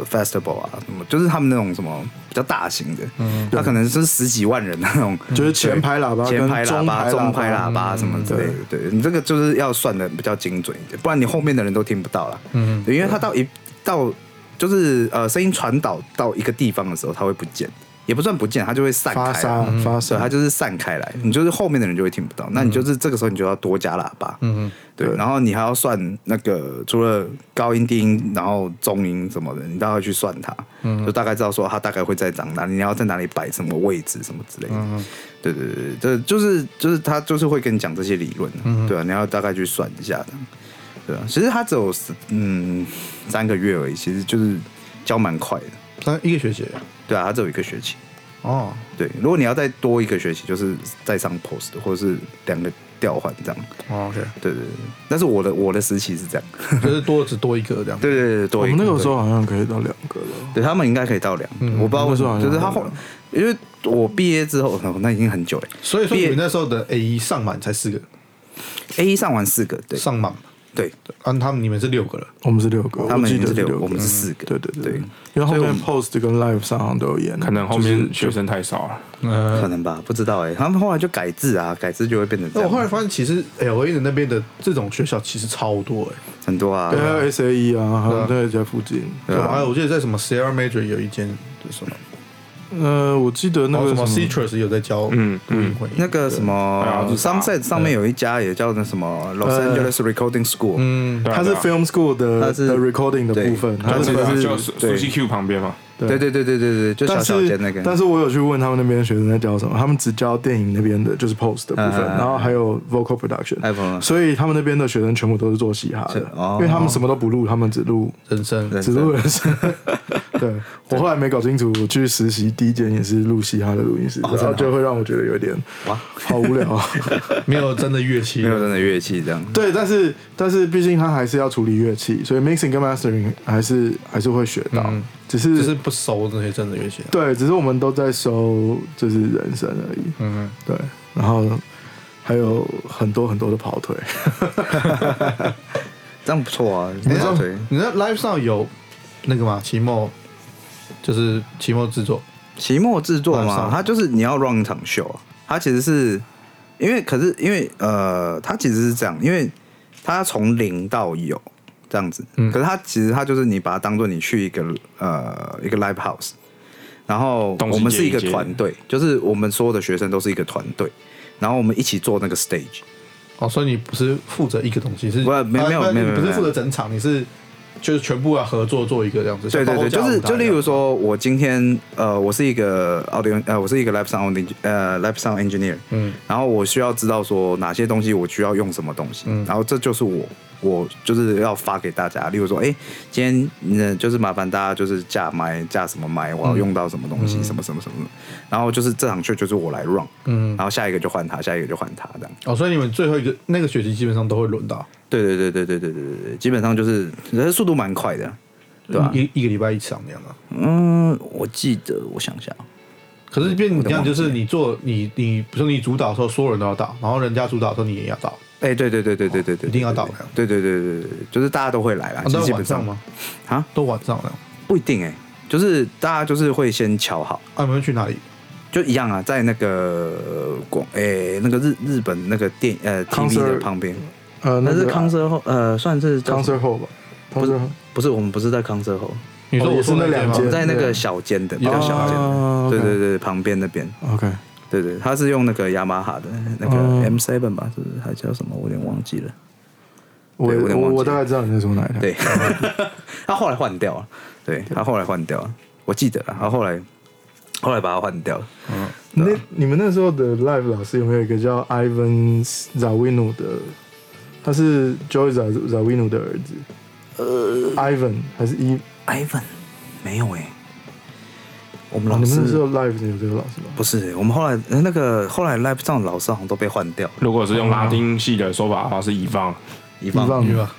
[SPEAKER 3] festival 啊，什么，就是他们那种什么比较大型的，嗯，它可能是十几万人的那种，
[SPEAKER 4] 嗯就是前排喇叭跟
[SPEAKER 3] 前排喇叭、中
[SPEAKER 4] 中
[SPEAKER 3] 排
[SPEAKER 4] 排
[SPEAKER 3] 喇
[SPEAKER 4] 喇
[SPEAKER 3] 叭什么之类的。对你这个就是要算的比较精准一点，不然你后面的人都听不到啦。嗯，因为它到一到就是呃声音传导到一个地方的时候，它会不见，也不算不见，它就会散开
[SPEAKER 4] 发
[SPEAKER 3] 来。
[SPEAKER 4] 沙发
[SPEAKER 3] 对，
[SPEAKER 4] 沙，
[SPEAKER 3] 它就是散开来，你就是后面的人就会听不到。那你就是这个时候你就要多加喇叭，嗯，对，然后你还要算那个除了高音、低音，然后中音什么的，你都要去算它，嗯，就大概知道说它大概会在长哪里，你要在哪里摆什么位置什么之类的。对对对，这就是就是他就是会跟你讲这些理论、对啊，你要大概去算一下的，对啊。其实他只有嗯三个月而已，其实就是教蛮快的，
[SPEAKER 2] 三一个学期，
[SPEAKER 3] 对啊，他只有一个学期。
[SPEAKER 2] 哦，
[SPEAKER 3] 对，如果你要再多一个学期，就是再上 post 或者是两个调换这样。
[SPEAKER 2] 哦，OK，
[SPEAKER 3] 对对对，但是我的我的时期是这样。
[SPEAKER 2] 就是多只多一个这样。
[SPEAKER 3] 对对对，
[SPEAKER 4] 我
[SPEAKER 3] 多一
[SPEAKER 4] 们
[SPEAKER 3] 个。
[SPEAKER 4] 哦那个时候好像可以到两个了，
[SPEAKER 3] 对他们应该可以到两个，我不知道为什么，
[SPEAKER 4] 那
[SPEAKER 3] 就是
[SPEAKER 4] 时候好像
[SPEAKER 3] 他后
[SPEAKER 4] 有，
[SPEAKER 3] 因为我毕业之后，哦那已经很久了。
[SPEAKER 2] 所以说
[SPEAKER 3] 毕
[SPEAKER 2] 你
[SPEAKER 3] 业
[SPEAKER 2] 们那时候的 A 一上满才四个，
[SPEAKER 3] A 一上完四个，对
[SPEAKER 2] 上满，
[SPEAKER 3] 对，
[SPEAKER 2] 按啊他们你们是六个了，
[SPEAKER 4] 我们是六个，
[SPEAKER 3] 他们
[SPEAKER 4] 我
[SPEAKER 3] 已
[SPEAKER 4] 记
[SPEAKER 3] 经
[SPEAKER 4] 得
[SPEAKER 3] 是六个，
[SPEAKER 4] 六
[SPEAKER 3] 我们是四个，
[SPEAKER 4] 对对
[SPEAKER 3] 对
[SPEAKER 4] 对，，因为后面 post 跟 live 上好像都有演，
[SPEAKER 1] 可能后
[SPEAKER 4] 就是
[SPEAKER 1] 面学生太少了，
[SPEAKER 2] 嗯。
[SPEAKER 3] 可
[SPEAKER 4] 呃
[SPEAKER 3] 能吧，不知道哎，他们后来就改制啊，改制就会变成这
[SPEAKER 4] 哦
[SPEAKER 2] 那我后来
[SPEAKER 3] 样，
[SPEAKER 2] 发现，其实哎 L A 的那边的这种学校其实超多哎、
[SPEAKER 3] 很多啊
[SPEAKER 4] 对，还有 SAE 啊，还有对在附近。
[SPEAKER 3] 对
[SPEAKER 2] 欸，还
[SPEAKER 3] 啊，
[SPEAKER 2] 有我记得在什么 Sierra Major 有一间就是什么，
[SPEAKER 4] 呃，我记得那
[SPEAKER 3] 哦
[SPEAKER 2] 然后
[SPEAKER 4] 个
[SPEAKER 2] 什么
[SPEAKER 4] 什
[SPEAKER 2] Citrus 有在教
[SPEAKER 1] 嗯
[SPEAKER 2] 录音混音
[SPEAKER 3] 那个什
[SPEAKER 1] 哎呀
[SPEAKER 3] 么
[SPEAKER 1] 我知道
[SPEAKER 3] Sunset 上面有一家也叫那什么 Los Angeles Recording School，
[SPEAKER 2] 嗯，
[SPEAKER 1] 对啊
[SPEAKER 4] 它是
[SPEAKER 1] 对啊
[SPEAKER 4] film school
[SPEAKER 3] 它
[SPEAKER 4] 的
[SPEAKER 3] 是
[SPEAKER 4] 的 recording 的
[SPEAKER 3] 对
[SPEAKER 4] 部分，
[SPEAKER 1] 它
[SPEAKER 4] 它
[SPEAKER 1] 是
[SPEAKER 4] 是
[SPEAKER 1] 啊
[SPEAKER 4] 是
[SPEAKER 1] 就熟熟
[SPEAKER 3] 对
[SPEAKER 1] 悉 Q 旁边嘛，
[SPEAKER 3] 对对对对对对，就小
[SPEAKER 4] 但
[SPEAKER 3] 小
[SPEAKER 4] 是
[SPEAKER 3] 间那个。
[SPEAKER 4] 但是我有去问他们那边学生在教什么，他们只教电影那边的，就是 post 的部分，
[SPEAKER 3] 嗯嗯嗯
[SPEAKER 4] 然后还有 vocal production，
[SPEAKER 3] iPhone
[SPEAKER 4] 所以他们那边的学生全部都是做嘻哈
[SPEAKER 3] 是
[SPEAKER 4] 的，
[SPEAKER 3] 哦
[SPEAKER 4] 因为他们什么都不录，他们只录
[SPEAKER 2] 人生
[SPEAKER 3] 对
[SPEAKER 4] 只录人 声。对我后来没搞清楚，我去实习第一件也是录嘻哈的录音
[SPEAKER 3] 哦
[SPEAKER 4] 师，然后就会让我觉得有点
[SPEAKER 3] 哇
[SPEAKER 4] 好无聊 啊。
[SPEAKER 2] 没有真的乐器
[SPEAKER 3] 没，有真的乐器这样。
[SPEAKER 4] 对，但是但是毕竟他还是要处理乐器，所以 mixing 跟 mastering 还是还是会学到，
[SPEAKER 3] 嗯
[SPEAKER 4] 只是
[SPEAKER 2] 就是不熟那些真的乐器。啊
[SPEAKER 4] 对，只是我们都在收就是人声而已。
[SPEAKER 2] 嗯，
[SPEAKER 4] 对，然后还有很多很多的跑腿，
[SPEAKER 3] 这样不错啊，
[SPEAKER 2] 你知道
[SPEAKER 3] 对，
[SPEAKER 2] 你知道 Live 上有那个吗？期末就是期末制作，
[SPEAKER 3] 期末制作
[SPEAKER 2] 晚
[SPEAKER 3] 嘛，
[SPEAKER 2] 上
[SPEAKER 3] 它就是你要 run 一场秀啊，它其实是因为可是因为呃，它其实是这样，因为它从零到有这样子，可是它其实它就是你把它当做你去一个呃一个 live house，然后
[SPEAKER 1] 东西
[SPEAKER 3] 我们是一个
[SPEAKER 1] 接一接
[SPEAKER 3] 团队，就是我们所有的学生都是一个团队，然后我们一起做那个 stage，
[SPEAKER 2] 哦，所以你不是负责一个东西，是
[SPEAKER 3] 不没没有
[SPEAKER 2] 啊
[SPEAKER 3] 没有
[SPEAKER 2] 你不
[SPEAKER 3] 没有
[SPEAKER 2] 是负责整场，你是就是全部要啊合作做一个这样子。
[SPEAKER 3] 对对
[SPEAKER 2] 像包
[SPEAKER 3] 对，
[SPEAKER 2] 括
[SPEAKER 3] 就是
[SPEAKER 2] 架舞台
[SPEAKER 3] 就例
[SPEAKER 2] 一
[SPEAKER 3] 如
[SPEAKER 2] 样，
[SPEAKER 3] 说，我今天呃，我是一个 audio 呃，我是一个 lab sound eng- 呃 lab sound engineer，
[SPEAKER 2] 嗯
[SPEAKER 3] 然后我需要知道说哪些东西我需要用什么东西，
[SPEAKER 2] 嗯
[SPEAKER 3] 然后这就是我我就是要发给大家。例如说，哎，今天嗯就是麻烦大家就是架麦架什么麦，我要用到什么东西，什么什么什么什么，然后就是这场秀就是我来 run，
[SPEAKER 2] 嗯，
[SPEAKER 3] 然后下一个就换他，下一个就换他这样。
[SPEAKER 2] 哦，所以你们最后一个那个学期基本上都会轮到，
[SPEAKER 3] 对对对对对对对对对，基本上就是，它速度蛮快的，对吧、啊
[SPEAKER 2] 一一个礼拜一场那样啊嘛。
[SPEAKER 3] 嗯，我记得，我想一下，
[SPEAKER 2] 可是变你这样，
[SPEAKER 3] 我都忘记
[SPEAKER 2] 就
[SPEAKER 3] 了
[SPEAKER 2] 是你做你你，比如说你主导的时候，所有人都要到，然后人家主导的时候你也要到，
[SPEAKER 3] 哎、对对对对对对
[SPEAKER 4] 哦
[SPEAKER 3] 对，
[SPEAKER 2] 一定要到的。
[SPEAKER 3] 对对对对对，就是大家都会来啦，
[SPEAKER 2] 啊
[SPEAKER 3] 其
[SPEAKER 2] 都
[SPEAKER 3] 实基
[SPEAKER 2] 是
[SPEAKER 3] 本
[SPEAKER 2] 晚上
[SPEAKER 3] 上
[SPEAKER 2] 吗？
[SPEAKER 3] 啊，
[SPEAKER 2] 都晚上了。
[SPEAKER 3] 不一定哎、就是大家就是会先瞧好，
[SPEAKER 2] 啊，你们会去哪里？
[SPEAKER 3] 就一样啊，在那个广哎、那个日日本那个电呃 TV
[SPEAKER 4] Concert
[SPEAKER 3] 的旁边，
[SPEAKER 4] 呃，
[SPEAKER 3] 那
[SPEAKER 4] 那
[SPEAKER 3] 是
[SPEAKER 4] 个
[SPEAKER 3] 康社后呃算是叫
[SPEAKER 4] 康
[SPEAKER 3] 什么
[SPEAKER 4] 社后吧，
[SPEAKER 3] 不
[SPEAKER 4] 康
[SPEAKER 3] 是
[SPEAKER 4] 社后
[SPEAKER 3] 不是我们不是在康社后，
[SPEAKER 2] 你说
[SPEAKER 4] 哦
[SPEAKER 2] 我
[SPEAKER 4] 也是
[SPEAKER 2] 说
[SPEAKER 4] 那
[SPEAKER 2] 间
[SPEAKER 4] 两
[SPEAKER 2] 吗
[SPEAKER 3] 我们
[SPEAKER 4] 间
[SPEAKER 3] 在那
[SPEAKER 4] 对
[SPEAKER 3] 个小间的比较
[SPEAKER 2] 哦
[SPEAKER 3] 小间的，
[SPEAKER 4] 哦
[SPEAKER 3] 对
[SPEAKER 4] OK
[SPEAKER 3] 对对，旁边那边，
[SPEAKER 4] ，OK，
[SPEAKER 3] 对对，他是用那个雅马哈的那
[SPEAKER 4] 哦
[SPEAKER 3] 个 M Seven 吧，是不是还叫什么？我有点忘记了。
[SPEAKER 4] 我
[SPEAKER 3] 对我有点
[SPEAKER 4] 我
[SPEAKER 3] 忘记
[SPEAKER 4] 我
[SPEAKER 3] 了
[SPEAKER 4] 大概知道你在说哪一台，
[SPEAKER 3] 对， 他后来换掉了，对他后来换掉了，我记得了，他后来后来把他换掉了。
[SPEAKER 4] 那你们那时候的 live 老师有没有一个叫 Ivan Zawinu 的？他是 Joy Zaw- Zawinu 的儿子，呃，Ivan 还是 E？
[SPEAKER 3] Ivan 没有哎、我们
[SPEAKER 4] 哦
[SPEAKER 3] 老
[SPEAKER 4] 你们
[SPEAKER 3] 师、
[SPEAKER 4] 那时候 live 有这个老师吗？
[SPEAKER 3] 不是、我们后来那个后来 Live 上的老师好像都被换掉了，
[SPEAKER 1] 如果是用拉丁系的说法的话，是乙方。
[SPEAKER 3] 一方
[SPEAKER 4] 一
[SPEAKER 2] 对
[SPEAKER 4] 方
[SPEAKER 2] 吧？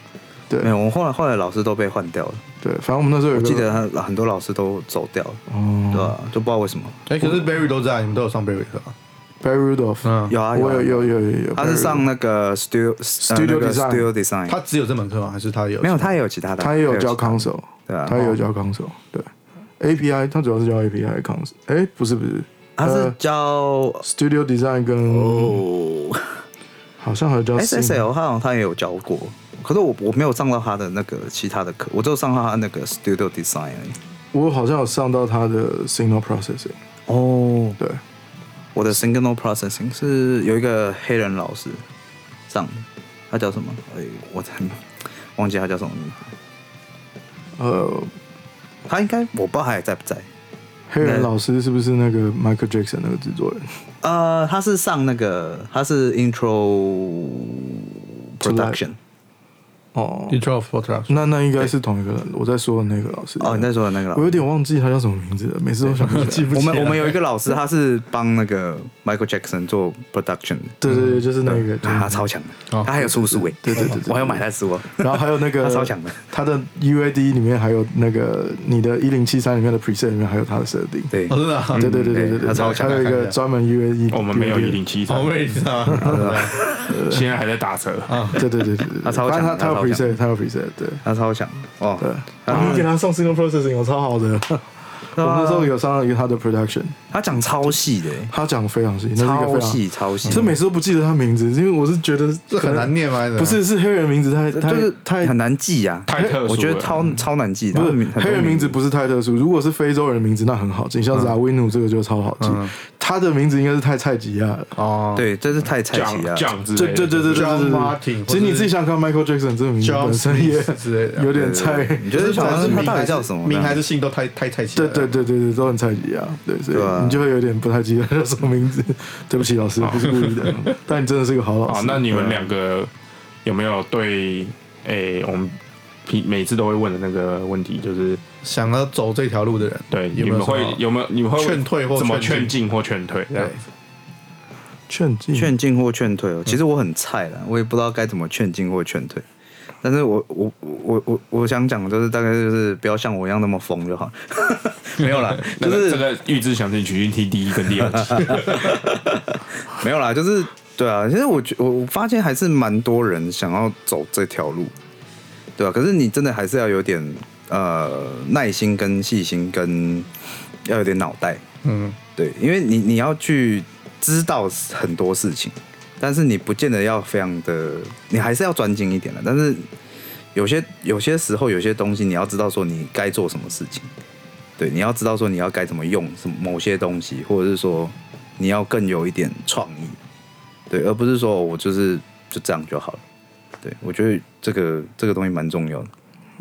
[SPEAKER 4] 对
[SPEAKER 3] 没有，我们后来后来老师都被换掉了，
[SPEAKER 4] 对，反正我们那时候有
[SPEAKER 3] 我
[SPEAKER 4] 一个
[SPEAKER 3] 记得他很多老师都走掉了，对
[SPEAKER 4] 哦
[SPEAKER 3] 吧、就不知道为什么。
[SPEAKER 2] 哎，可是 Barry 都在，你们都有上 Barry 课啊。
[SPEAKER 4] ，Barry Rudolph，
[SPEAKER 2] 嗯，
[SPEAKER 3] 有啊有
[SPEAKER 4] 我
[SPEAKER 3] 啊
[SPEAKER 4] 有有有有有，
[SPEAKER 3] 他是
[SPEAKER 4] Barry
[SPEAKER 3] 上
[SPEAKER 4] Rudolph
[SPEAKER 3] 那个 studio 呃
[SPEAKER 4] Studio Design
[SPEAKER 3] studio design，
[SPEAKER 2] 他只有这门课吗？还是他也有？
[SPEAKER 3] 没有，他也有其他的，
[SPEAKER 4] 他也有教
[SPEAKER 3] 其他的
[SPEAKER 4] console，
[SPEAKER 3] 对啊
[SPEAKER 4] 他也有教 console，对，API 他主要是教 API console，哎，不是不是，
[SPEAKER 3] 他是
[SPEAKER 4] 呃
[SPEAKER 3] 教
[SPEAKER 4] Studio Design 跟
[SPEAKER 3] 哦
[SPEAKER 4] 好像还有教
[SPEAKER 3] S
[SPEAKER 4] Sim
[SPEAKER 3] S L 他好像他也有教过，可是我我没有上到他的那个其他的课，我就上到他那个 Studio Design 而已。
[SPEAKER 4] 我好像有上到他的 signal processing，
[SPEAKER 3] 哦，
[SPEAKER 4] 对，
[SPEAKER 3] 我的 Signal Processing 是有一个黑人老师上的，他叫什么？哎，我真的忘记他叫什么名字。
[SPEAKER 4] 呃，
[SPEAKER 3] 他应该我不知道他还在不在。
[SPEAKER 4] 黑人
[SPEAKER 3] 那
[SPEAKER 4] 老师是不是那个 Michael Jackson 那个制作人？
[SPEAKER 3] 呃，他是上那个他是 Intro
[SPEAKER 4] 出来
[SPEAKER 3] Production。
[SPEAKER 4] 哦
[SPEAKER 2] d e，t r o i t Photographs。
[SPEAKER 4] 那那应该是同一个人，我在说的那个老师。
[SPEAKER 3] 哦，你在说的那个老
[SPEAKER 4] 我有
[SPEAKER 3] 师。
[SPEAKER 4] 点忘记他叫什么名字了，每次都想不 起来。
[SPEAKER 3] 我们我们有一个老师，他是帮那个 Michael Jackson 做 production 的。
[SPEAKER 4] 对对对，就是那个，就是
[SPEAKER 3] 他嗯啊超强的，
[SPEAKER 2] 哦
[SPEAKER 3] 他还有出书诶，
[SPEAKER 4] 对对对对对
[SPEAKER 3] 我还有买他的书哦。
[SPEAKER 4] 然后还有那个
[SPEAKER 3] 他超强的，
[SPEAKER 4] 他的 UAD 里面还有那个你的一零七三里面的 preset 里面还有他的设定。
[SPEAKER 3] 对
[SPEAKER 2] 哦，，真的啊。
[SPEAKER 4] 对对对对对
[SPEAKER 3] 嗯他
[SPEAKER 4] 对，
[SPEAKER 3] 超
[SPEAKER 4] 还
[SPEAKER 3] 强
[SPEAKER 4] 有一个专门 UAD，
[SPEAKER 1] 哦我们没有一零七
[SPEAKER 2] 哦
[SPEAKER 1] 三，
[SPEAKER 2] ，Barry 是啊。
[SPEAKER 1] 现在还在打折。
[SPEAKER 4] 啊对对对对对，
[SPEAKER 3] 他超强
[SPEAKER 4] 反正他他
[SPEAKER 3] 他超强
[SPEAKER 4] 有 preset，他有 preset，对
[SPEAKER 3] 他超强哦。
[SPEAKER 4] 对。
[SPEAKER 3] 然
[SPEAKER 4] 我
[SPEAKER 3] 后啊
[SPEAKER 4] 们给他上 signal processing，我超 好的。我们那时候有上了一个他的 production，
[SPEAKER 3] 他讲超细的诶，
[SPEAKER 4] 他讲得非常细，那是一
[SPEAKER 3] 超
[SPEAKER 4] 个非常嗯
[SPEAKER 3] 细超细，
[SPEAKER 4] 这每次都不记得他名字，因为我是觉得
[SPEAKER 2] 这很难，念吗？
[SPEAKER 4] 不是是黑人名字太
[SPEAKER 3] 就
[SPEAKER 4] 太
[SPEAKER 3] 是
[SPEAKER 4] 太
[SPEAKER 3] 很难记啊，
[SPEAKER 1] 太特殊了
[SPEAKER 3] 我觉得超
[SPEAKER 4] 嗯
[SPEAKER 3] 超难记的，
[SPEAKER 4] 不
[SPEAKER 3] 他
[SPEAKER 4] 是
[SPEAKER 3] 名很多
[SPEAKER 4] 黑人名字不是太特殊，如果是非洲人的名字那很好记，像 Zawinu 这个就超好记
[SPEAKER 2] 嗯，
[SPEAKER 4] 他的名字应该是太菜吉亚了。
[SPEAKER 2] 哦，
[SPEAKER 3] 对，这是太菜啊奇
[SPEAKER 1] 酱
[SPEAKER 3] 了。
[SPEAKER 1] 酱之
[SPEAKER 4] 对
[SPEAKER 1] 类的
[SPEAKER 4] 对对对对对
[SPEAKER 2] John
[SPEAKER 4] 对
[SPEAKER 2] Martin，
[SPEAKER 4] 其实你自己想看 Michael Jackson 这个名字
[SPEAKER 2] ，John
[SPEAKER 4] 本身也
[SPEAKER 2] Smith 之类的
[SPEAKER 4] 有点
[SPEAKER 3] 对
[SPEAKER 4] 菜，
[SPEAKER 3] 对你就是想
[SPEAKER 2] 反
[SPEAKER 3] 说
[SPEAKER 2] 正
[SPEAKER 3] 他到底叫什么？
[SPEAKER 2] 名还是姓都太太太奇。
[SPEAKER 4] 对对。对对对，都很菜鸡啊，对，所
[SPEAKER 3] 对啊
[SPEAKER 4] 以你就会有点不太记得叫什么名字。对不起，老师，不是故意的，但你真的是个好老
[SPEAKER 1] 好
[SPEAKER 4] 师，。
[SPEAKER 1] 哦那你们两个有没有对诶、我们平每次都会问的那个问题，就是
[SPEAKER 2] 想要走这条路的人，
[SPEAKER 1] 对
[SPEAKER 2] 有
[SPEAKER 1] 你
[SPEAKER 2] 没
[SPEAKER 1] 们
[SPEAKER 2] 有
[SPEAKER 1] 会
[SPEAKER 2] 什么
[SPEAKER 1] 有没有你们会
[SPEAKER 2] 劝退或
[SPEAKER 1] 怎么
[SPEAKER 2] 劝
[SPEAKER 1] 劝进或劝退？这样
[SPEAKER 2] 对
[SPEAKER 4] 劝进
[SPEAKER 3] 劝进或劝退
[SPEAKER 4] 嗯
[SPEAKER 3] 哦。其实我很菜了，我也不知道该怎么劝进或劝退。但是我我我我我想讲的就是大概就是不要像我一样那么疯就好， 没有 啦，
[SPEAKER 1] 那
[SPEAKER 3] 就
[SPEAKER 1] 个
[SPEAKER 3] 是
[SPEAKER 1] 这个预知详情曲听第一跟第二集，
[SPEAKER 3] 没有啦，就是对啊。其实我觉我我发现还是蛮多人想要走这条路，对啊。可是你真的还是要有点呃耐心跟细心跟要有点脑袋，
[SPEAKER 2] 嗯，
[SPEAKER 3] 对，因为你你要去知道很多事情，但是你不见得要非常的，你还是要专精一点的。但是有些有些时候有些东西你要知道说你该做什么事情，对，你要知道说你要该怎么用什么某些东西，或者是说你要更有一点创意，对，而不是说我就是就这样就好了。对，我觉得这个这个东西蛮重要的。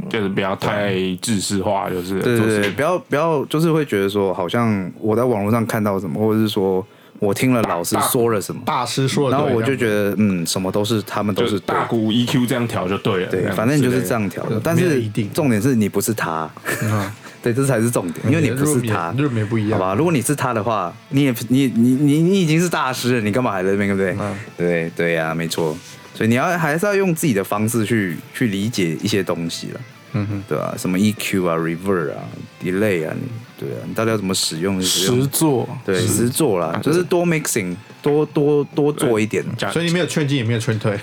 [SPEAKER 1] 就是不要太制式化，就是
[SPEAKER 3] 对
[SPEAKER 1] 做
[SPEAKER 3] 对
[SPEAKER 1] 事
[SPEAKER 3] 对，不要不要，就是会觉得说，好像我在网络上看到什么，或者是说我听了老师说了什么，
[SPEAKER 2] 大师说的，
[SPEAKER 3] 然后我就觉得，嗯，什么都是他们都
[SPEAKER 1] 就是是
[SPEAKER 3] 对
[SPEAKER 1] 大鼓 EQ 这样调就对了。
[SPEAKER 3] 对
[SPEAKER 1] 这，样
[SPEAKER 3] 反正你就
[SPEAKER 1] 之
[SPEAKER 3] 是
[SPEAKER 1] 类的
[SPEAKER 3] 这样调的
[SPEAKER 2] 对。
[SPEAKER 3] 但
[SPEAKER 2] 没有
[SPEAKER 3] 是
[SPEAKER 2] 一定
[SPEAKER 3] 重点是你不是他，
[SPEAKER 2] 得，
[SPEAKER 3] 对，这才是重点，因为你不是他，
[SPEAKER 2] 日美不一
[SPEAKER 3] 好
[SPEAKER 2] 样
[SPEAKER 3] 吧？如果你是他的话，你也你你你你已经是大师了，你干嘛还在那边，对不对？对对呀，没错。所以你要还是要用自己的方式去去理解一些东西了。嗯哼，对吧、什么 EQ 啊、Reverb 啊、Delay 啊，你对啊，你到底要怎么使用？使
[SPEAKER 4] 实
[SPEAKER 3] 用
[SPEAKER 4] 作，
[SPEAKER 3] 对实做啦，就是多 mixing，多多多做一点，
[SPEAKER 1] 讲
[SPEAKER 2] 所以你没有劝进，也没有劝退，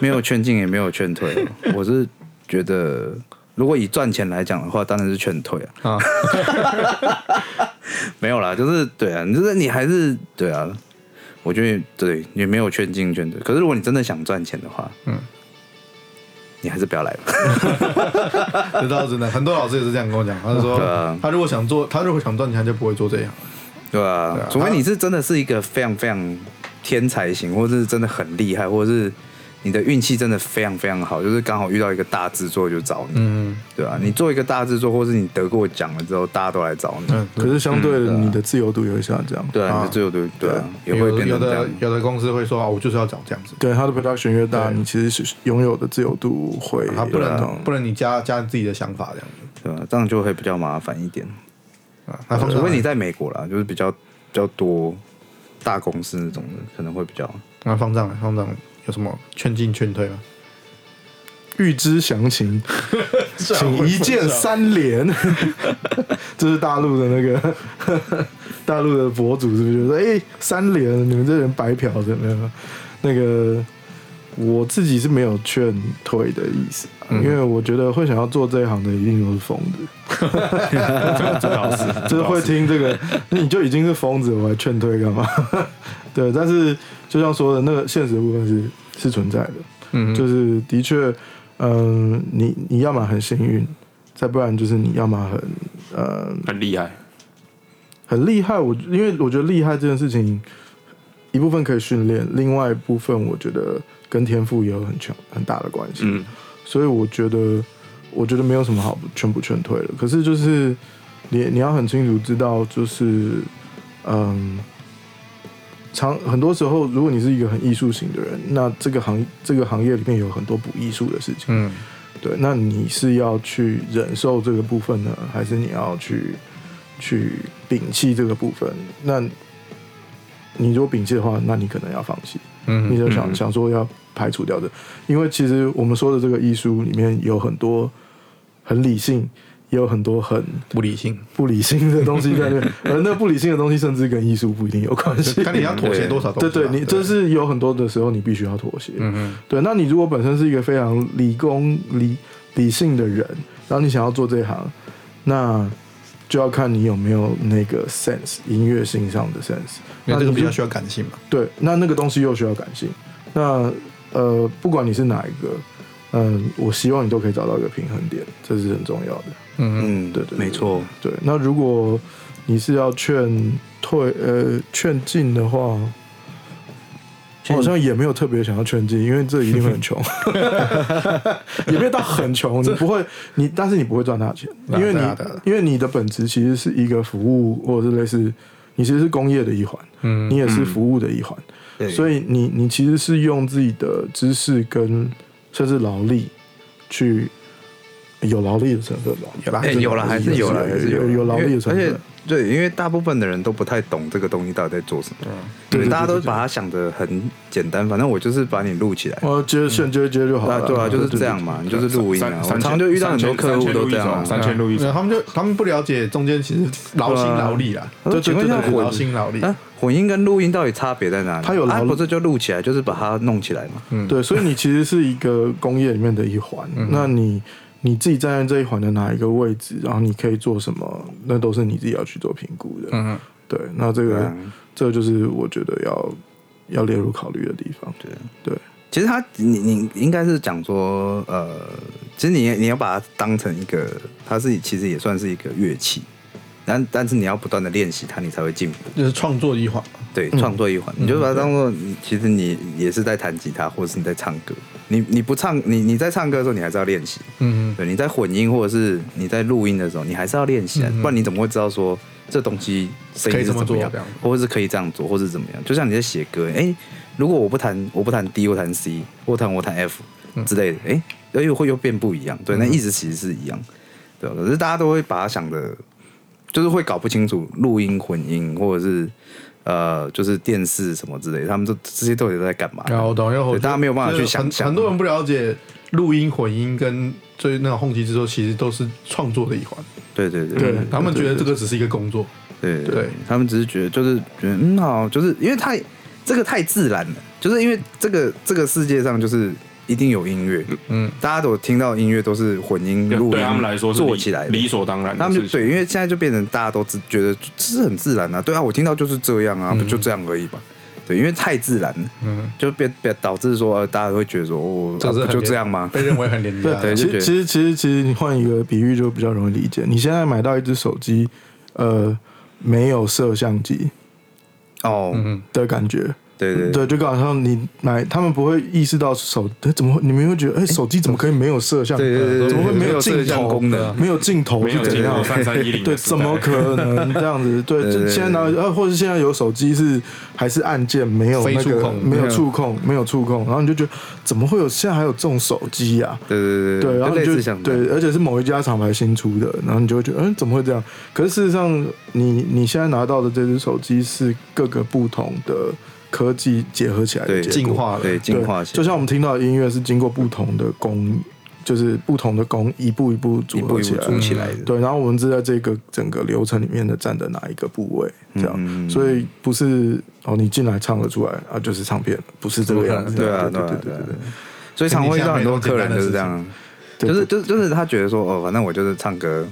[SPEAKER 3] 没有劝进也没有劝退哦。我是觉得，如果以赚钱来讲的话，当然是劝退啊。
[SPEAKER 2] 啊
[SPEAKER 3] 没有啦，就是对啊，你就是你还是对啊，我觉得对也没有劝进劝退。可是如果你真的想赚钱的话，嗯，你还是不要来吧。
[SPEAKER 2] 这倒是真的。很多老师也是这样跟我讲，他就说
[SPEAKER 3] 对啊，
[SPEAKER 2] 他如果想做，他如果想赚钱，他就不会做这样。
[SPEAKER 3] 对啊，
[SPEAKER 2] 对啊
[SPEAKER 3] 除非你是真的是一个非常非常天才型，或是真的很厉害，或者是你的运气真的非常非常好，就是刚好遇到一个大制作就找你，
[SPEAKER 2] 嗯
[SPEAKER 3] 对啊，你做一个大制作，或是你得过奖了之后，大家都来找你，
[SPEAKER 2] 嗯，
[SPEAKER 4] 可是相对的，你的自由度也会下降。
[SPEAKER 3] 对啊，你的最后对对啊，也会变
[SPEAKER 2] 有
[SPEAKER 3] 成这
[SPEAKER 2] 的
[SPEAKER 3] 样。
[SPEAKER 2] 有的公司会说啊，我就是要找这样子，
[SPEAKER 4] 对，它的 production 越大，
[SPEAKER 2] 对啊
[SPEAKER 4] 你其实是拥有的自由度会
[SPEAKER 2] 他不
[SPEAKER 4] 越
[SPEAKER 2] 能
[SPEAKER 3] 啊
[SPEAKER 4] 大
[SPEAKER 2] 不能你加加自己的想法这样子。
[SPEAKER 3] 对啊，这样就会比较麻烦一点。
[SPEAKER 2] 啊那方
[SPEAKER 3] 除
[SPEAKER 2] 向
[SPEAKER 3] 非你在美国啦，就是比较比较多大公司那种的，可能会比较。
[SPEAKER 2] 那方丈方丈有什么劝进劝退吗？
[SPEAKER 4] 预知详 情，请一键三连。 这是大陆的那个 大陆的博主，是不是就说：“哎、三连，你们这人白嫖的没有？”那个我自己是没有劝退的意思，啊
[SPEAKER 1] 嗯
[SPEAKER 4] 因为我觉得会想要做这一行的一定都是疯子，
[SPEAKER 1] 这倒是，
[SPEAKER 4] 就是会听这个，那你就已经是疯子了，我还劝退干嘛？ 对，但是就像说的，那个现实的部分是是存在的。
[SPEAKER 2] 嗯
[SPEAKER 4] 就是的确，嗯、你你要么很幸运，再不然就是你要么很呃
[SPEAKER 1] 很厉害，
[SPEAKER 4] 很厉害。我因为我觉得厉害这件事情，一部分可以训练，另外一部分我觉得跟天赋也有很强很大的关系。
[SPEAKER 1] 嗯，
[SPEAKER 4] 所以我觉得，我觉得没有什么好劝不劝退的。可是就是你你要很清楚知道，就是嗯，常很多时候，如果你是一个很艺术型的人，那这个行这个行业里面有很多不艺术的事情。
[SPEAKER 2] 嗯
[SPEAKER 4] 对，那你是要去忍受这个部分呢，还是你要去去摒弃这个部分？那你如果摒弃的话，那你可能要放弃，
[SPEAKER 2] 嗯
[SPEAKER 4] 你就想、
[SPEAKER 1] 嗯
[SPEAKER 4] 想说要排除掉的，因为其实我们说的这个艺术里面有很多很理性，也有很多很
[SPEAKER 2] 不 理性，
[SPEAKER 4] 不理性的东西 在那边，而那不理性的东西甚至跟艺术不一定有关系。
[SPEAKER 2] 看你要妥协多少东西
[SPEAKER 4] 对
[SPEAKER 2] 啊。
[SPEAKER 4] 对，你这是有很多的时候你必须要妥协。
[SPEAKER 2] 嗯嗯
[SPEAKER 4] 对，那你如果本身是一个非常理工理理性的人，然后你想要做这一行，那就要看你有没有那个 sense 音乐性上的 sense。
[SPEAKER 2] 因
[SPEAKER 4] 那
[SPEAKER 2] 为这个
[SPEAKER 4] 你
[SPEAKER 2] 比
[SPEAKER 4] 就
[SPEAKER 2] 较需要感性嘛。
[SPEAKER 4] 对，那那个东西又需要感性。那呃，不管你是哪一个，嗯、我希望你都可以找到一个平衡点，这是很重要的。
[SPEAKER 2] 嗯
[SPEAKER 3] 嗯，
[SPEAKER 4] 对对对
[SPEAKER 3] 没错。
[SPEAKER 4] 对，那如果你是要劝退呃劝进的话，我好像也没有特别想要劝进，因为这一定会 很穷，也没有到很穷，你不会你，但是你不会赚大钱，因为你
[SPEAKER 2] 对啊对啊
[SPEAKER 4] 因为你的本质其实是一个服务或者是类似，你其实是工业的一环，
[SPEAKER 2] 嗯
[SPEAKER 4] 你也是服务的一环，
[SPEAKER 3] 对
[SPEAKER 4] 所以你你其实是用自己的知识跟甚至劳力去。呃有劳力的成分吧，啊有啦
[SPEAKER 3] 哎、有了还是有了，还是
[SPEAKER 4] 有
[SPEAKER 3] 啦
[SPEAKER 4] 有劳力的成
[SPEAKER 3] 因为而
[SPEAKER 4] 分
[SPEAKER 3] 且。对，因为大部分的人都不太懂这个东西到底在做什么，
[SPEAKER 4] 对对
[SPEAKER 3] 大家
[SPEAKER 4] 对
[SPEAKER 3] 都
[SPEAKER 4] 对
[SPEAKER 3] 把它想的很简单，反正我就是把你录起来。
[SPEAKER 4] 哦，接现接接就好
[SPEAKER 3] 啊，
[SPEAKER 4] 了。
[SPEAKER 3] 对啊，就是这样嘛，你就是录音啊。
[SPEAKER 1] 三
[SPEAKER 3] 我
[SPEAKER 1] 三
[SPEAKER 3] 常常
[SPEAKER 1] 千
[SPEAKER 3] 就遇到很多客户都这样啊。
[SPEAKER 1] 三千路一
[SPEAKER 2] 那
[SPEAKER 1] 种，
[SPEAKER 2] 他们就他们不了解中间其实劳心劳力啊啦，
[SPEAKER 3] 我说请问一下
[SPEAKER 2] 对
[SPEAKER 3] 混
[SPEAKER 2] 劳心劳力。
[SPEAKER 3] 啊，混音跟录音到底差别在哪里？
[SPEAKER 4] 它有
[SPEAKER 3] 啊，
[SPEAKER 4] 劳
[SPEAKER 3] 不是就录起来，就是把它弄起来嘛。
[SPEAKER 4] 对，所以你其实是一个工业里面的一环。
[SPEAKER 3] 嗯
[SPEAKER 4] 那你你自己站在这一环的哪一个位置，然后你可以做什么，那都是你自己要去做评估的。
[SPEAKER 2] 嗯
[SPEAKER 4] 对，那这
[SPEAKER 3] 对
[SPEAKER 4] 个
[SPEAKER 3] 啊
[SPEAKER 4] 这个就是我觉得要要列入考虑的地方。
[SPEAKER 3] 对
[SPEAKER 4] 对，
[SPEAKER 3] 其实他，你你应该是讲说，呃，其实你你要把它当成一个，它是其实也算是一个乐器，但但是你要不断的练习它，你才会进步。
[SPEAKER 2] 就是创作一环嘛，
[SPEAKER 3] 对，创作一环，你就把它当做你，其实你也是在弹吉他，或者是你在唱歌。你你不唱，你你在唱歌的时候，你还是要练习。
[SPEAKER 2] 嗯
[SPEAKER 3] 对，你在混音或者是你在录音的时候，你还是要练习、啊，不然你怎么会知道说这东西声音是
[SPEAKER 2] 嗯可以这么
[SPEAKER 3] 怎
[SPEAKER 2] 做
[SPEAKER 3] 么样
[SPEAKER 2] 这样，
[SPEAKER 3] 或者是可以这样做，或是怎么样？就像你在写歌，哎、如果我不弹，我不弹 D，我弹 C，我弹我弹 F
[SPEAKER 2] 嗯
[SPEAKER 3] 之类的，哎、哎又会又变不一样。对，那意思其实是一样，对吧？啊可是大家都会把它想的，就是会搞不清楚录音、混音或者是。呃，就是电视什么之类，他们都这些到底都在干嘛？
[SPEAKER 2] 然啊后我懂，因为我
[SPEAKER 3] 对大家没有办法
[SPEAKER 2] 就是
[SPEAKER 3] 去想象啊
[SPEAKER 2] 很很多人不了解录音、混音跟最那种后期制作，其实都是创作的一环。嗯
[SPEAKER 3] 对对对
[SPEAKER 4] 对
[SPEAKER 2] 他们觉得这个只是一个工作，
[SPEAKER 3] 对
[SPEAKER 2] 对
[SPEAKER 3] 他们只是觉得就是觉得嗯好，就是因为太这个太自然了，就是因为这个这个世界上就是一定有音乐，
[SPEAKER 2] 嗯，
[SPEAKER 3] 大家都有听到音乐都是混音录音，
[SPEAKER 1] 对他们来说是理
[SPEAKER 3] 做起来的
[SPEAKER 1] 理所当然的
[SPEAKER 3] 他们就
[SPEAKER 1] 事情
[SPEAKER 3] 对，因为现在就变成大家都只觉得这是很自然啊，对啊，我听到就是这样啊，不就这样而已吧。对，因为太自然了，
[SPEAKER 2] 嗯，
[SPEAKER 3] 就变变导致说、呃、大家会觉得说，哦，
[SPEAKER 2] 这
[SPEAKER 3] 啊
[SPEAKER 2] 是
[SPEAKER 3] 不
[SPEAKER 2] 很
[SPEAKER 3] 就
[SPEAKER 2] 廉
[SPEAKER 3] 这样吗？
[SPEAKER 2] 被认为很啊廉价。
[SPEAKER 3] 对
[SPEAKER 4] 其
[SPEAKER 3] 就觉
[SPEAKER 4] 实
[SPEAKER 3] 得
[SPEAKER 4] 其实其实其实你换一个比喻就比较容易理解。你现在买到一只手机，呃，没有摄像机
[SPEAKER 3] 哦，
[SPEAKER 2] 嗯，
[SPEAKER 4] 的感觉，
[SPEAKER 3] 对对对
[SPEAKER 4] 对，就刚好像你买，他们不会意识到手，诶怎么会？你们会觉得，哎、手机怎么可以没有摄像？
[SPEAKER 3] 对对对，
[SPEAKER 4] 怎么会没有
[SPEAKER 3] 摄
[SPEAKER 4] 镜
[SPEAKER 3] 像
[SPEAKER 4] 头？
[SPEAKER 3] 功能？
[SPEAKER 4] 没有镜头
[SPEAKER 1] 没
[SPEAKER 4] 是
[SPEAKER 1] 有
[SPEAKER 4] 怎
[SPEAKER 1] 进
[SPEAKER 4] 样
[SPEAKER 1] 入？三三一零
[SPEAKER 4] 对，怎么可能这 样子？对，
[SPEAKER 3] 对对
[SPEAKER 4] 就
[SPEAKER 3] 对
[SPEAKER 4] 现在拿呃，或者现在有手机是还是按键没有
[SPEAKER 2] 非
[SPEAKER 4] 那
[SPEAKER 2] 触
[SPEAKER 4] 个
[SPEAKER 2] 控
[SPEAKER 4] 没有触控没有触控，然后你就觉得怎么会有现在还有这种手机啊呀、
[SPEAKER 3] 对对
[SPEAKER 4] 对，
[SPEAKER 3] 对，
[SPEAKER 4] 然后
[SPEAKER 3] 就类
[SPEAKER 4] 你就
[SPEAKER 3] 似像这样
[SPEAKER 4] 对，而且是某一家厂牌新出的，然后你就会觉得，嗯，怎么会这样？可是事实上，你你现在拿到的这只手机是各个不同的科技结合起来的
[SPEAKER 3] 对
[SPEAKER 4] 结果，
[SPEAKER 2] 进化了。
[SPEAKER 3] 对进化
[SPEAKER 4] 对
[SPEAKER 3] 型，
[SPEAKER 4] 就像我们听到的音乐是经过不同的工，就是不同的工一步一步
[SPEAKER 3] 一
[SPEAKER 4] 组
[SPEAKER 3] 步
[SPEAKER 4] 合
[SPEAKER 3] 一
[SPEAKER 4] 起
[SPEAKER 3] 步
[SPEAKER 4] 来。
[SPEAKER 3] 组起来的，
[SPEAKER 4] 对，然后我们是在这个整个流程里面的站的哪一个部位，这样，
[SPEAKER 3] 嗯嗯嗯
[SPEAKER 4] 所以不是哦，你进来唱了出来啊，就是唱片，不是这个样子，
[SPEAKER 3] 对啊
[SPEAKER 4] 对
[SPEAKER 3] 对啊
[SPEAKER 4] 对
[SPEAKER 3] 对啊
[SPEAKER 4] 对，
[SPEAKER 3] 所以常会遇到很多客人就是这样，
[SPEAKER 4] 对
[SPEAKER 3] 就是就是就是他觉得说哦，反正我就是唱歌，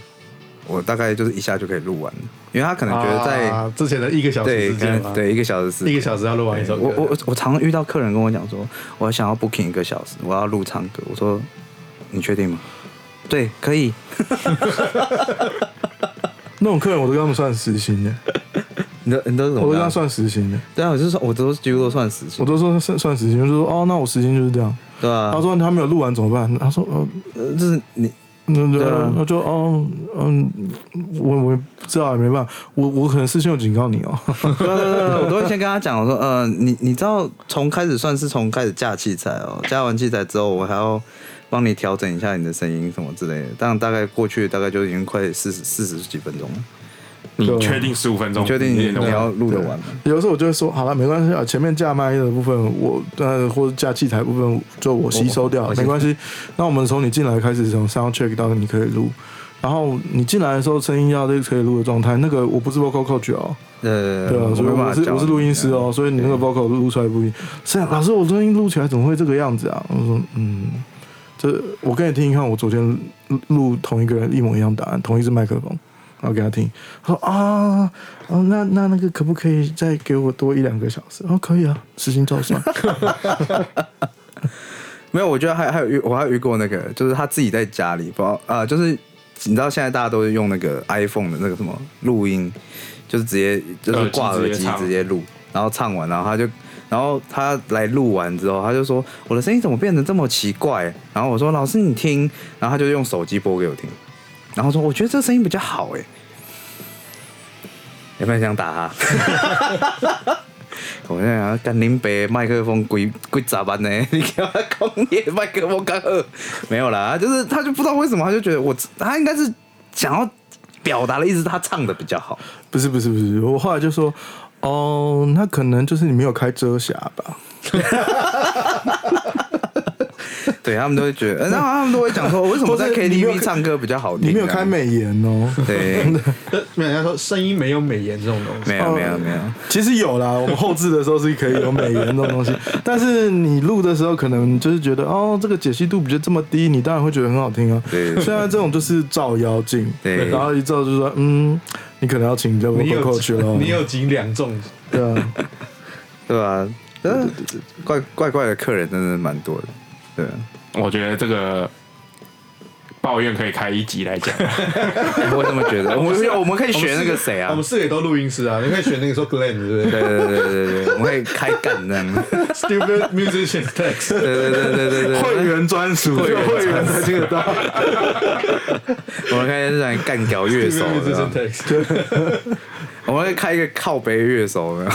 [SPEAKER 3] 我大概就是一下就可以录完了，因为他可能觉得在、
[SPEAKER 2] 啊之前的一个小时
[SPEAKER 3] 对
[SPEAKER 2] 之间
[SPEAKER 3] 跟
[SPEAKER 2] 嘛，
[SPEAKER 3] 对一个小时时
[SPEAKER 2] 一个小时要录完一首歌。
[SPEAKER 3] 我我我我常遇到客人跟我讲说，我想要 booking 一个小时，我要录唱歌。我说，你确定吗？对，可以。
[SPEAKER 4] 那种客人我都跟他们算时薪的，
[SPEAKER 3] 你都你都是怎
[SPEAKER 4] 我
[SPEAKER 3] 么跟
[SPEAKER 4] 都跟
[SPEAKER 3] 他
[SPEAKER 4] 他？算时薪的，
[SPEAKER 3] 对啊，我就说，我都几乎都算时
[SPEAKER 4] 我
[SPEAKER 3] 薪，
[SPEAKER 4] 都说算算时薪，我就说哦，那我时薪就是这样。
[SPEAKER 3] 对啊。
[SPEAKER 4] 他说他没有录完怎么办？他说呃，
[SPEAKER 3] 呃，就是你，
[SPEAKER 4] 那
[SPEAKER 3] 对
[SPEAKER 4] 那
[SPEAKER 3] 啊
[SPEAKER 4] 我就哦嗯，我我也不知道也没办法，我我可能事先有警告你哦，
[SPEAKER 3] 对对对，我都会先跟他讲，我说，呃，你你知道从开始算是从开始架器材哦，架完器材之后，我还要帮你调整一下你的声音什么之类的。但大概过去大概就已经快四十四十几分钟了，
[SPEAKER 1] 你确定十五分钟？
[SPEAKER 3] 啊
[SPEAKER 4] 哦
[SPEAKER 3] 你确定你
[SPEAKER 1] 也能
[SPEAKER 3] 你要录得
[SPEAKER 4] 对
[SPEAKER 3] 完吗？
[SPEAKER 4] 有时候我就会说，好了，没关系啊，前面架麦的部分我呃或者架器材部分就我吸收掉，
[SPEAKER 3] 我
[SPEAKER 4] 没关系。那我们从你进来开始，从 sound check 到你可以录，然后你进来的时候声音要这个可以录的状态，那个我不是 vocal coach 哦，
[SPEAKER 3] 呃，
[SPEAKER 4] 对啊，所以
[SPEAKER 3] 没办
[SPEAKER 4] 我
[SPEAKER 3] 法
[SPEAKER 4] 是
[SPEAKER 3] 教
[SPEAKER 4] 我是
[SPEAKER 3] 你
[SPEAKER 4] 录音师哦，所以你那个 vocal 录出来不一定。是啊，老师，我声音录起来怎么会这个样子啊？我说，嗯，这我给你听一看，我昨天录录同一个人一模一样答案，同一支麦克风，然后给他听，他说啊，哦，那那那个可不可以再给我多一两个小时？哦，可以啊，时薪照算。
[SPEAKER 3] 没有，我觉得还还有遇我还有遇过那个，就是他自己在家里，不知道啊、就是你知道现在大家都是用那个 iPhone 的那个什么录音，就是直接就是挂
[SPEAKER 1] 耳
[SPEAKER 3] 耳
[SPEAKER 1] 机直接
[SPEAKER 3] 机
[SPEAKER 1] 唱
[SPEAKER 3] 直接录，然后唱完，然后他就。然后他来录完之后，他就说：“我的声音怎么变得这么奇怪？”然后我说：“老师，你听。”然后他就用手机播给我听，然后说：“我觉得这声音比较好。”哎，有没有想打他？我在想，干林北麦克风鬼鬼咋办呢？你给他工业麦克风干二没有啦， 就是他就不知道为什么，他就觉得我他应该是想要表达的意思，他唱的比较好。
[SPEAKER 4] 不是不是不是，我后来就说，哦，那可能就是你没有开遮瑕吧。
[SPEAKER 3] 对他们都会觉得，呃然后他们都会讲说，为什么在
[SPEAKER 4] 或是你没有
[SPEAKER 3] KTV 唱歌比较好听？
[SPEAKER 4] 你没有开
[SPEAKER 3] 这样
[SPEAKER 4] 美颜哦，
[SPEAKER 3] 对，
[SPEAKER 2] 呃 没有人家说声音没有美颜这种东西，
[SPEAKER 3] 没有没有没有，
[SPEAKER 4] 其实有啦，我们后置的时候是可以有美颜这种东西，但是你录的时候可能就是觉得哦，这个解析度比较这么低，你当然会觉得很好听啊。
[SPEAKER 3] 对
[SPEAKER 4] 现在这种就是照妖镜，
[SPEAKER 3] 对
[SPEAKER 4] 然后一照就说嗯，你可能要请这个
[SPEAKER 2] 你
[SPEAKER 4] vocal
[SPEAKER 2] 有
[SPEAKER 4] coach 咯。
[SPEAKER 2] 你有斤两重，
[SPEAKER 4] 对啊，
[SPEAKER 3] 对吧？呃，怪怪怪的客人真的蛮多的，对啊。
[SPEAKER 1] 我觉得这个抱怨可以开一集来讲。
[SPEAKER 3] 我也这么觉得。我们我们可以学那个谁啊
[SPEAKER 2] 我们？四个也都录音师啊，你可以选那个说 Glenn 对
[SPEAKER 3] 对
[SPEAKER 2] 不对
[SPEAKER 3] 对对对对对，我们可以开干这样。
[SPEAKER 2] ？Stupid musician
[SPEAKER 3] 对
[SPEAKER 2] text，
[SPEAKER 3] 对对对对对，
[SPEAKER 4] 会员专属，只有会员才听得到。
[SPEAKER 3] 我们开始来干掉乐手
[SPEAKER 2] Stupid
[SPEAKER 3] 有没有
[SPEAKER 2] musician text。
[SPEAKER 3] 啊我们会开一个靠背乐手有没有，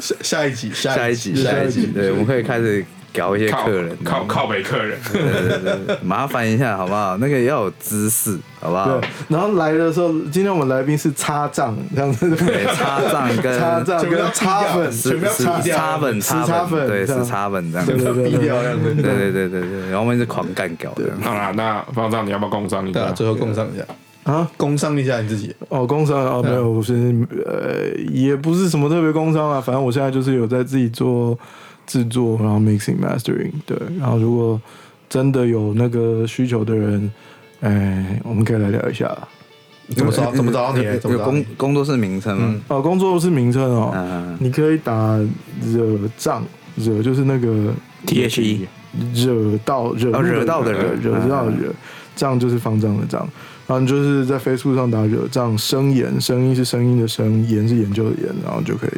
[SPEAKER 2] 下下一集，
[SPEAKER 3] 下
[SPEAKER 2] 下
[SPEAKER 3] 一集下一集，对，我们可以开始搞一些
[SPEAKER 1] 靠
[SPEAKER 3] 客人，啊
[SPEAKER 1] 靠靠北客人，
[SPEAKER 3] 麻烦一下好不好？那个要有姿势，好不好
[SPEAKER 4] 对？，然后来的时候，今天我们来宾是擦账这样子，
[SPEAKER 3] 对，擦账跟
[SPEAKER 4] 擦账
[SPEAKER 2] 全部
[SPEAKER 4] 跟
[SPEAKER 2] 要
[SPEAKER 4] 擦粉，
[SPEAKER 2] 全部要
[SPEAKER 3] 是
[SPEAKER 2] 擦掉
[SPEAKER 3] 擦粉，
[SPEAKER 4] 十擦粉
[SPEAKER 3] 对，
[SPEAKER 4] 这样
[SPEAKER 3] 是擦粉这样。
[SPEAKER 4] 对对对
[SPEAKER 2] 低调这样
[SPEAKER 3] 对
[SPEAKER 2] 子。
[SPEAKER 3] 对对对对，然后我们是狂干搞的，
[SPEAKER 1] 好啦，那方丈你要不要工商一
[SPEAKER 2] 对啊，
[SPEAKER 1] 下？
[SPEAKER 2] 最后工商一下，
[SPEAKER 4] 啊，
[SPEAKER 2] 工商一下你自己。
[SPEAKER 4] 哦，工商哦，没有，我是呃，也不是什么特别工商啊，反正我现在就是有在自己做制作，然后 mixing mastering，对，然后如果真的有那个需求的人，哎，我们可以来聊一下。
[SPEAKER 2] 怎么
[SPEAKER 3] 呃
[SPEAKER 2] 找？怎么找到你？怎
[SPEAKER 3] 有
[SPEAKER 2] 么找到
[SPEAKER 3] 工
[SPEAKER 2] 你？
[SPEAKER 3] 工作室名称吗？
[SPEAKER 4] 哦，工作是名称哦，
[SPEAKER 3] 嗯
[SPEAKER 4] 你可以打惹账，惹就是那个
[SPEAKER 3] THE
[SPEAKER 4] 惹到惹
[SPEAKER 3] E
[SPEAKER 4] 怒
[SPEAKER 3] 哦惹到的
[SPEAKER 4] 人
[SPEAKER 3] 人
[SPEAKER 4] 对惹到的
[SPEAKER 3] 嗯
[SPEAKER 4] 惹，账就是方丈的账。然后你就是在 Facebook 上打惹账，声言，声音是声音的声，研是研究的研，然后就可以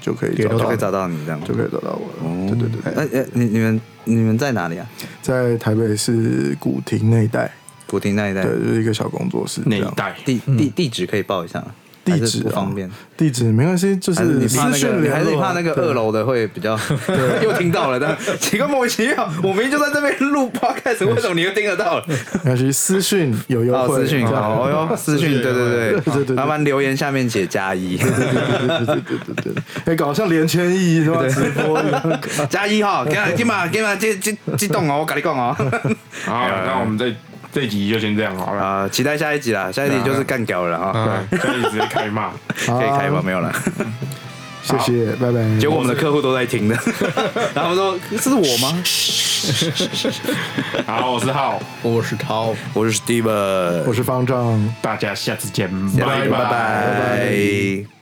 [SPEAKER 4] 就可以
[SPEAKER 2] 给
[SPEAKER 4] 找
[SPEAKER 3] 就
[SPEAKER 4] 到
[SPEAKER 3] 可以找到你这样。
[SPEAKER 4] 就可以找到我了。
[SPEAKER 3] 哦
[SPEAKER 4] 对对对，
[SPEAKER 3] 那呃，你你们你们在哪里啊？
[SPEAKER 4] 在台北市古亭那一带，
[SPEAKER 3] 古亭那一带
[SPEAKER 4] 对，，就是一个小工作室这
[SPEAKER 1] 那一
[SPEAKER 4] 样。
[SPEAKER 1] 带
[SPEAKER 3] 地地地址可以报一下吗？
[SPEAKER 4] 地
[SPEAKER 3] 还是
[SPEAKER 4] 址
[SPEAKER 3] 不
[SPEAKER 4] 啊
[SPEAKER 3] 方便。
[SPEAKER 4] 地址没关系，就
[SPEAKER 3] 还是你
[SPEAKER 4] 是
[SPEAKER 3] 怕
[SPEAKER 4] 私
[SPEAKER 3] 那
[SPEAKER 4] 讯
[SPEAKER 3] 个，还是
[SPEAKER 4] 联
[SPEAKER 3] 你
[SPEAKER 4] 络啊。
[SPEAKER 3] 怕那个
[SPEAKER 4] 对
[SPEAKER 3] 二楼的会比较 又听到 了，但奇怪莫名其妙，我明明就在这边录 podcast，为什么你又听得到了？
[SPEAKER 4] 没关系，私讯有优
[SPEAKER 3] 哦，
[SPEAKER 4] 惠。
[SPEAKER 3] 私讯，
[SPEAKER 4] 这样
[SPEAKER 3] 好，哦哟，私讯，
[SPEAKER 2] 讯
[SPEAKER 3] 对对
[SPEAKER 4] 对对
[SPEAKER 3] 对，
[SPEAKER 4] 对
[SPEAKER 3] 麻烦留言下面写加一，
[SPEAKER 4] 对对对对对对，哎，搞得像连千亿是吧？直播一样，
[SPEAKER 3] 加一哈，给嘛给嘛给嘛，这这这动哦，我跟你讲 哦，
[SPEAKER 1] 好，那我们这这集就先这样好了。
[SPEAKER 3] 哎啊，期待下一集啦，下一集就是干掉了哈，
[SPEAKER 4] 啊
[SPEAKER 1] 对，所以直接开骂。
[SPEAKER 3] 可以开吗？没有了，
[SPEAKER 4] 谢谢，拜拜。
[SPEAKER 3] 结果我们的客户都在听的， 然后他们说是我吗？
[SPEAKER 1] 好，我是浩，
[SPEAKER 2] 我是涛。
[SPEAKER 3] 呃我是 Steven，
[SPEAKER 4] 我是方丈。
[SPEAKER 1] 大家下次见，
[SPEAKER 3] 拜
[SPEAKER 1] 拜
[SPEAKER 3] 拜。